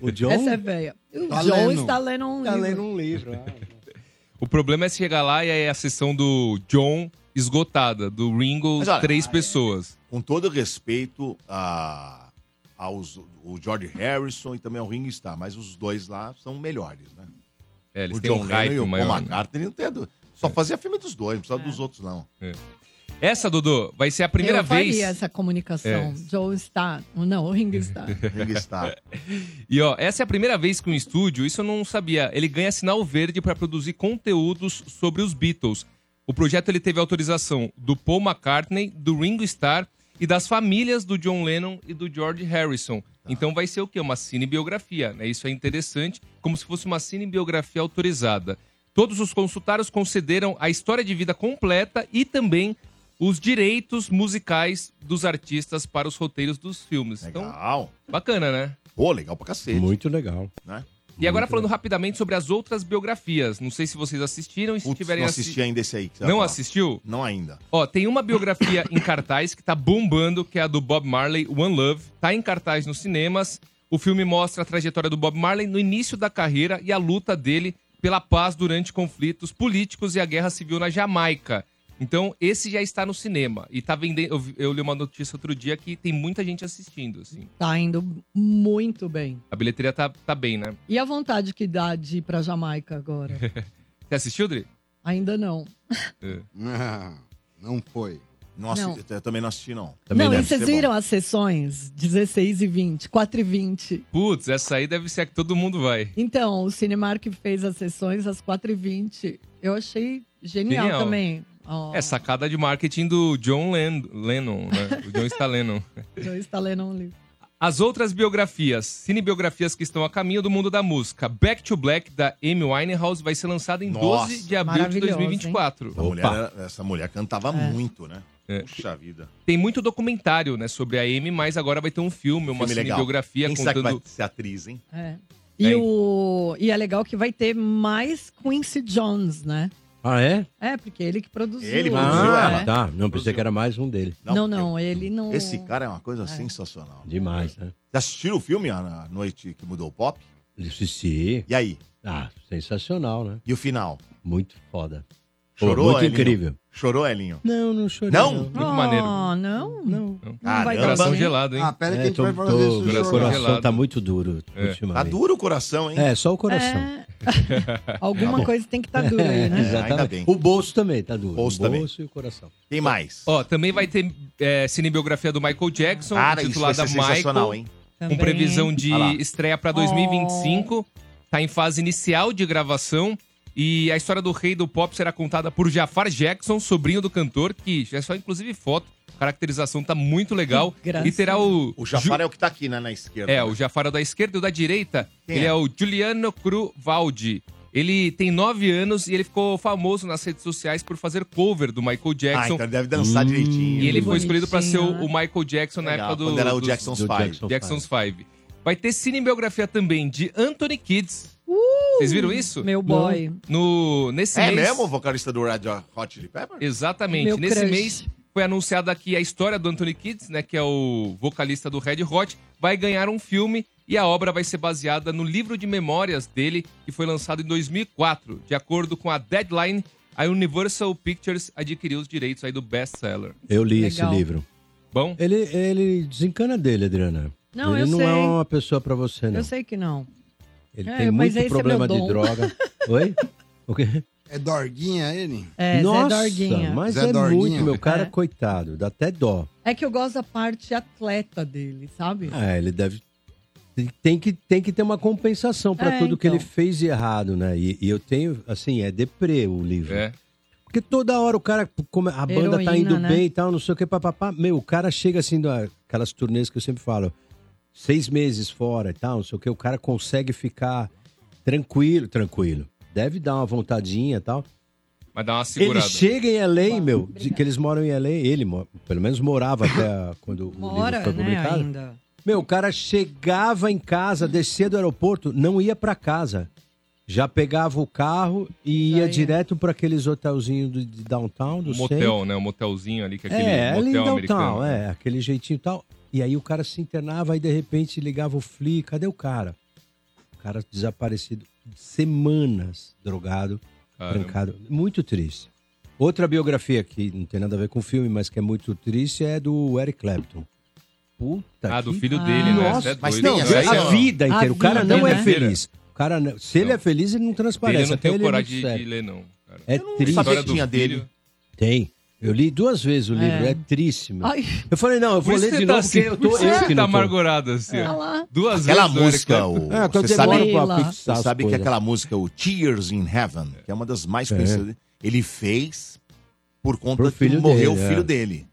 [SPEAKER 8] O John
[SPEAKER 9] Essa é velha. O
[SPEAKER 6] Tá
[SPEAKER 9] John
[SPEAKER 6] lendo.
[SPEAKER 9] está lendo um
[SPEAKER 8] tá
[SPEAKER 9] livro.
[SPEAKER 8] lendo um livro. ah.
[SPEAKER 5] O problema é se chegar lá e aí a sessão do John esgotada, do Ringo,
[SPEAKER 1] Mas olha,
[SPEAKER 5] três pessoas.
[SPEAKER 1] Com todo respeito a, aos o George Harrison e também ao Ringo Starr, mas os dois lá são melhores, né?
[SPEAKER 5] É, eles
[SPEAKER 1] o
[SPEAKER 5] têm um
[SPEAKER 1] John Lennon
[SPEAKER 5] hype
[SPEAKER 1] e o Paul
[SPEAKER 5] maior. né? É.
[SPEAKER 1] McCartney não tem... do- Só fazia filme dos dois, não precisava dos outros, não.
[SPEAKER 5] Essa, Dodô, vai ser a primeira
[SPEAKER 9] Eu
[SPEAKER 5] vez.
[SPEAKER 9] faria essa comunicação.
[SPEAKER 5] É.
[SPEAKER 9] John Starr. Não, o Ringo Starr.
[SPEAKER 1] Ringo Starr.
[SPEAKER 5] E ó, essa é a primeira vez que um estúdio, isso eu não sabia, ele ganha sinal verde para produzir conteúdos sobre os Beatles. O projeto ele teve autorização do Paul McCartney, do Ringo Starr e das famílias do John Lennon e do George Harrison. Então vai ser o quê? Uma cinebiografia, né? Isso é interessante, como se fosse uma cinebiografia autorizada. Todos os consultários concederam a história de vida completa e também os direitos musicais dos artistas para os roteiros dos filmes. Então,
[SPEAKER 1] Legal.
[SPEAKER 5] bacana, né?
[SPEAKER 1] Pô, legal pra cacete.
[SPEAKER 8] Muito legal.
[SPEAKER 1] Né?
[SPEAKER 5] E agora falando rapidamente sobre as outras biografias. Não sei se vocês assistiram e se
[SPEAKER 1] Putz,
[SPEAKER 5] tiverem
[SPEAKER 1] não
[SPEAKER 5] assi-
[SPEAKER 1] assisti ainda esse aí. que você tá vai
[SPEAKER 5] Não
[SPEAKER 1] falar.
[SPEAKER 5] assistiu?
[SPEAKER 1] Não ainda.
[SPEAKER 5] Ó, tem uma biografia em cartaz que tá bombando, que é a do Bob Marley, One Love. Tá em cartaz nos cinemas. O filme mostra a trajetória do Bob Marley no início da carreira e a luta dele pela paz durante conflitos políticos e a guerra civil na Jamaica. Então, esse já está no cinema. E tá vendendo. Eu, vi- eu li uma notícia outro dia que tem muita gente assistindo, assim.
[SPEAKER 9] Tá indo muito bem.
[SPEAKER 5] A bilheteria tá, tá bem, né?
[SPEAKER 9] E a vontade que dá de ir pra Jamaica agora?
[SPEAKER 5] Você assistiu, Dri?
[SPEAKER 9] Ainda não.
[SPEAKER 5] É.
[SPEAKER 6] Ah, Não foi.
[SPEAKER 1] Não assi-
[SPEAKER 9] Não.
[SPEAKER 1] Eu também não assisti, não.
[SPEAKER 8] Também
[SPEAKER 9] não,
[SPEAKER 8] deve
[SPEAKER 9] e vocês
[SPEAKER 5] é
[SPEAKER 1] ser
[SPEAKER 9] viram as sessões? 16 e 20, 4 e 20.
[SPEAKER 5] Putz, essa aí deve ser a que todo mundo vai.
[SPEAKER 9] Então, o Cinemark fez as sessões às 4 e 20. Eu achei genial,
[SPEAKER 5] Genial.
[SPEAKER 9] também. Ó,
[SPEAKER 5] É sacada de marketing do John Len- Lennon, né? O John está Lennon.
[SPEAKER 9] Joe está lendo um livro.
[SPEAKER 5] As outras biografias, cinebiografias que estão a caminho do mundo da música. Back to Black, da Amy Winehouse, vai ser lançada em
[SPEAKER 1] Nossa.
[SPEAKER 5] 12 de abril de
[SPEAKER 9] Maravilhosa,
[SPEAKER 5] 2024.
[SPEAKER 1] Essa mulher, era- essa mulher cantava muito, né?
[SPEAKER 5] É.
[SPEAKER 1] Puxa vida.
[SPEAKER 5] Tem muito documentário, né, sobre a Amy, mas agora vai ter um filme, uma
[SPEAKER 1] Filme legal.
[SPEAKER 5] cinebiografia
[SPEAKER 1] Quem sabe que
[SPEAKER 5] contando...
[SPEAKER 1] vai ser atriz, hein?
[SPEAKER 9] É. E,
[SPEAKER 5] É.
[SPEAKER 9] o... e é legal que vai ter mais Quincy Jones, né?
[SPEAKER 8] Ah, é?
[SPEAKER 9] É, porque ele que produziu.
[SPEAKER 1] Ele produziu
[SPEAKER 8] Ah,
[SPEAKER 1] ela.
[SPEAKER 9] né?
[SPEAKER 8] tá. Não, pensei que era mais um dele.
[SPEAKER 9] Não, não, ele não.
[SPEAKER 1] é. Esse cara é uma coisa sensacional.
[SPEAKER 8] Demais, né?
[SPEAKER 1] Já assistiram o filme, a noite que mudou o pop?
[SPEAKER 8] Ele Sissi.
[SPEAKER 1] E aí?
[SPEAKER 8] Ah, sensacional, né?
[SPEAKER 1] E o final?
[SPEAKER 8] Muito foda. Pô,
[SPEAKER 1] Chorou,
[SPEAKER 8] muito
[SPEAKER 1] Elinho?
[SPEAKER 8] incrível.
[SPEAKER 1] Chorou, Elinho?
[SPEAKER 8] Não, não chorei.
[SPEAKER 1] Não?
[SPEAKER 8] não.
[SPEAKER 5] Muito maneiro.
[SPEAKER 9] Oh, não.
[SPEAKER 8] Não.
[SPEAKER 9] Não vai
[SPEAKER 1] Caramba,
[SPEAKER 9] dar
[SPEAKER 5] Coração
[SPEAKER 9] bem.
[SPEAKER 5] gelado, hein?
[SPEAKER 6] Ah, pera que a
[SPEAKER 8] É,
[SPEAKER 6] gente
[SPEAKER 8] tô,
[SPEAKER 6] vai falar
[SPEAKER 8] tô-
[SPEAKER 6] disso.
[SPEAKER 8] o
[SPEAKER 5] coração
[SPEAKER 6] chorando.
[SPEAKER 5] gelado.
[SPEAKER 8] coração tá muito duro
[SPEAKER 5] É.
[SPEAKER 1] Tá
[SPEAKER 8] ultimamente.
[SPEAKER 1] duro o coração, hein?
[SPEAKER 8] É, só o coração.
[SPEAKER 9] É. Alguma
[SPEAKER 1] Tá bom.
[SPEAKER 9] coisa tem que estar dura aí, né?
[SPEAKER 1] É, ainda bem.
[SPEAKER 8] O bolso também tá duro.
[SPEAKER 1] Bolso
[SPEAKER 8] o
[SPEAKER 1] também.
[SPEAKER 8] bolso e o coração.
[SPEAKER 1] Tem mais.
[SPEAKER 5] Ó, também vai ter é, cinebiografia do Michael Jackson,
[SPEAKER 1] Cara, isso vai
[SPEAKER 5] intitulada
[SPEAKER 1] ser sensacional, hein?
[SPEAKER 5] com
[SPEAKER 9] Também.
[SPEAKER 5] previsão de
[SPEAKER 1] Ah lá.
[SPEAKER 5] estreia para 2025. Tá em fase inicial de gravação. E a história do rei do pop será contada por Jafar Jackson, sobrinho do cantor, que já é só inclusive foto. A caracterização tá muito legal.
[SPEAKER 9] Que graça.
[SPEAKER 5] E terá o.
[SPEAKER 1] O Jafar é o que tá aqui, né? Na esquerda.
[SPEAKER 5] É, o Jafar é da esquerda e o da direita.
[SPEAKER 1] Quem
[SPEAKER 5] ele
[SPEAKER 1] é?
[SPEAKER 5] é? o Giuliano Cruvaldi. Ele tem nove anos e ele ficou famoso nas redes sociais por fazer cover do Michael
[SPEAKER 1] Ah,
[SPEAKER 5] Jackson.
[SPEAKER 1] então ele deve dançar
[SPEAKER 8] Hum.
[SPEAKER 1] direitinho.
[SPEAKER 5] E ele
[SPEAKER 9] Que
[SPEAKER 5] foi escolhido para ser
[SPEAKER 9] bonitinho,
[SPEAKER 5] o o Michael Jackson na
[SPEAKER 1] Legal,
[SPEAKER 5] época do.
[SPEAKER 1] Quando era o
[SPEAKER 5] dos-
[SPEAKER 1] Jackson's
[SPEAKER 8] do
[SPEAKER 1] Five.
[SPEAKER 8] Jackson.
[SPEAKER 5] Jackson's Five. Vai ter cinebiografia também de Anthony Kids. Vocês viram isso?
[SPEAKER 9] Uh! Meu boy.
[SPEAKER 5] No, nesse
[SPEAKER 1] É
[SPEAKER 5] mês.
[SPEAKER 1] mesmo o vocalista do Red Hot Chili Peppers?
[SPEAKER 5] Exatamente.
[SPEAKER 9] Meu
[SPEAKER 5] Nesse
[SPEAKER 9] crush.
[SPEAKER 5] mês foi anunciada aqui a história do Anthony Kids, né, que é o vocalista do Red Hot, vai ganhar um filme e a obra vai ser baseada no livro de memórias dele, que foi lançado em 2004. De acordo com a Deadline, a Universal Pictures adquiriu os direitos aí do best-seller.
[SPEAKER 8] Eu li
[SPEAKER 9] Legal.
[SPEAKER 8] esse livro.
[SPEAKER 5] Bom,
[SPEAKER 8] Ele, ele desencana dele, Adriana.
[SPEAKER 9] Não,
[SPEAKER 8] ele
[SPEAKER 9] eu
[SPEAKER 8] não
[SPEAKER 9] sei.
[SPEAKER 8] é uma pessoa pra você, não.
[SPEAKER 9] Eu sei que não.
[SPEAKER 8] Ele
[SPEAKER 9] É,
[SPEAKER 8] tem
[SPEAKER 9] mas
[SPEAKER 8] muito
[SPEAKER 9] esse é
[SPEAKER 8] problema
[SPEAKER 9] meu
[SPEAKER 8] de
[SPEAKER 9] dom.
[SPEAKER 8] droga. Oi? O quê?
[SPEAKER 6] É dorguinha ele?
[SPEAKER 9] É,
[SPEAKER 8] Nossa,
[SPEAKER 9] Zé Dorguinha.
[SPEAKER 8] mas
[SPEAKER 6] Zé
[SPEAKER 8] é
[SPEAKER 6] Dorguinha.
[SPEAKER 8] muito, meu cara,
[SPEAKER 9] É.
[SPEAKER 8] coitado. Dá até dó.
[SPEAKER 9] É que eu gosto da parte atleta dele, sabe?
[SPEAKER 8] É, ele deve. Tem que, tem que ter uma compensação pra
[SPEAKER 9] É,
[SPEAKER 8] tudo que
[SPEAKER 9] então.
[SPEAKER 8] ele fez de errado, né? E, e eu tenho, assim, é deprê o livro.
[SPEAKER 5] é.
[SPEAKER 8] Porque toda hora o cara, como a banda tá
[SPEAKER 9] Heroína,
[SPEAKER 8] indo
[SPEAKER 9] né?
[SPEAKER 8] bem e tal, não sei o que, papapá. Meu, o cara chega assim, da- aquelas turnês que eu sempre falo, seis meses fora e tal, não sei o que, o cara consegue ficar tranquilo, tranquilo. Deve dar uma vontadinha e tal.
[SPEAKER 5] Vai dar uma
[SPEAKER 8] Ele
[SPEAKER 5] segurada.
[SPEAKER 8] chega em LA,
[SPEAKER 9] Uau,
[SPEAKER 8] meu, de,
[SPEAKER 9] obrigada.
[SPEAKER 8] que eles moram em LA, ele mo- pelo menos morava até a- quando o livro
[SPEAKER 9] Mora,
[SPEAKER 8] foi
[SPEAKER 9] né,
[SPEAKER 8] publicado.
[SPEAKER 9] ainda.
[SPEAKER 8] Meu, o cara chegava em casa, descia do aeroporto, não ia pra casa. Já pegava o carro e
[SPEAKER 9] Já
[SPEAKER 8] ia
[SPEAKER 9] ia.
[SPEAKER 8] direto pra aqueles hotelzinhos do- de downtown, do
[SPEAKER 5] Um
[SPEAKER 8] centro.
[SPEAKER 5] motel, né? Um motelzinho ali, que é aquele
[SPEAKER 8] É, ali em
[SPEAKER 5] motel
[SPEAKER 8] downtown,
[SPEAKER 5] americano. né?
[SPEAKER 8] é, aquele jeitinho e tal. E aí o cara se internava, aí de repente ligava o Flea, cadê o cara? O cara desaparecido, semanas drogado,
[SPEAKER 5] Caramba.
[SPEAKER 8] trancado. Muito triste. Outra biografia que não tem nada a ver com o filme, mas que é muito triste, é do Eric Clapton. Puta
[SPEAKER 5] Ah, do
[SPEAKER 8] que
[SPEAKER 5] filho dele, né?
[SPEAKER 8] Nossa,
[SPEAKER 5] Você é
[SPEAKER 1] mas
[SPEAKER 5] doido.
[SPEAKER 1] tem
[SPEAKER 5] Isso aí
[SPEAKER 1] essa-
[SPEAKER 5] é
[SPEAKER 8] a
[SPEAKER 5] uma-
[SPEAKER 8] vida inteira. o cara
[SPEAKER 9] vida
[SPEAKER 8] não é
[SPEAKER 5] inteira.
[SPEAKER 8] feliz. O cara não- se ele é feliz, ele não transparece.
[SPEAKER 5] Ele não
[SPEAKER 8] até
[SPEAKER 5] tem
[SPEAKER 8] ele é
[SPEAKER 5] coragem
[SPEAKER 8] muito
[SPEAKER 5] de- de
[SPEAKER 8] sério.
[SPEAKER 5] ler, não. Cara.
[SPEAKER 8] É triste.
[SPEAKER 1] Sabe
[SPEAKER 5] História
[SPEAKER 1] que tinha
[SPEAKER 5] do
[SPEAKER 1] dele.
[SPEAKER 5] filho.
[SPEAKER 8] Tem. Eu li duas vezes o livro,
[SPEAKER 9] É.
[SPEAKER 8] é, triste, meu.
[SPEAKER 9] Ai,
[SPEAKER 8] Eu falei, não, eu
[SPEAKER 5] Por
[SPEAKER 8] vou
[SPEAKER 5] isso
[SPEAKER 8] ler
[SPEAKER 5] que
[SPEAKER 8] de
[SPEAKER 5] você tá
[SPEAKER 8] novo,
[SPEAKER 5] assim,
[SPEAKER 8] porque eu tô...
[SPEAKER 5] por isso
[SPEAKER 8] eu
[SPEAKER 5] que
[SPEAKER 8] que
[SPEAKER 5] tá
[SPEAKER 8] não tô.
[SPEAKER 5] amargurado, assim.
[SPEAKER 9] olha
[SPEAKER 5] ó.
[SPEAKER 9] lá.
[SPEAKER 5] Duas
[SPEAKER 1] Aquela
[SPEAKER 5] vezes né? o Eric
[SPEAKER 1] música,
[SPEAKER 5] Clapton.
[SPEAKER 1] o...
[SPEAKER 8] É, quando
[SPEAKER 1] você
[SPEAKER 8] demora
[SPEAKER 1] sabe,
[SPEAKER 9] Sei
[SPEAKER 8] pra
[SPEAKER 9] lá.
[SPEAKER 8] fixar
[SPEAKER 1] você
[SPEAKER 8] as
[SPEAKER 1] sabe que
[SPEAKER 8] coisas.
[SPEAKER 1] aquela música, o Tears in Heaven, que é uma das mais
[SPEAKER 8] É.
[SPEAKER 1] conhecidas, ele fez por conta
[SPEAKER 8] Pro
[SPEAKER 1] que
[SPEAKER 8] filho
[SPEAKER 1] morreu
[SPEAKER 8] dele,
[SPEAKER 1] o
[SPEAKER 8] é.
[SPEAKER 1] filho dele.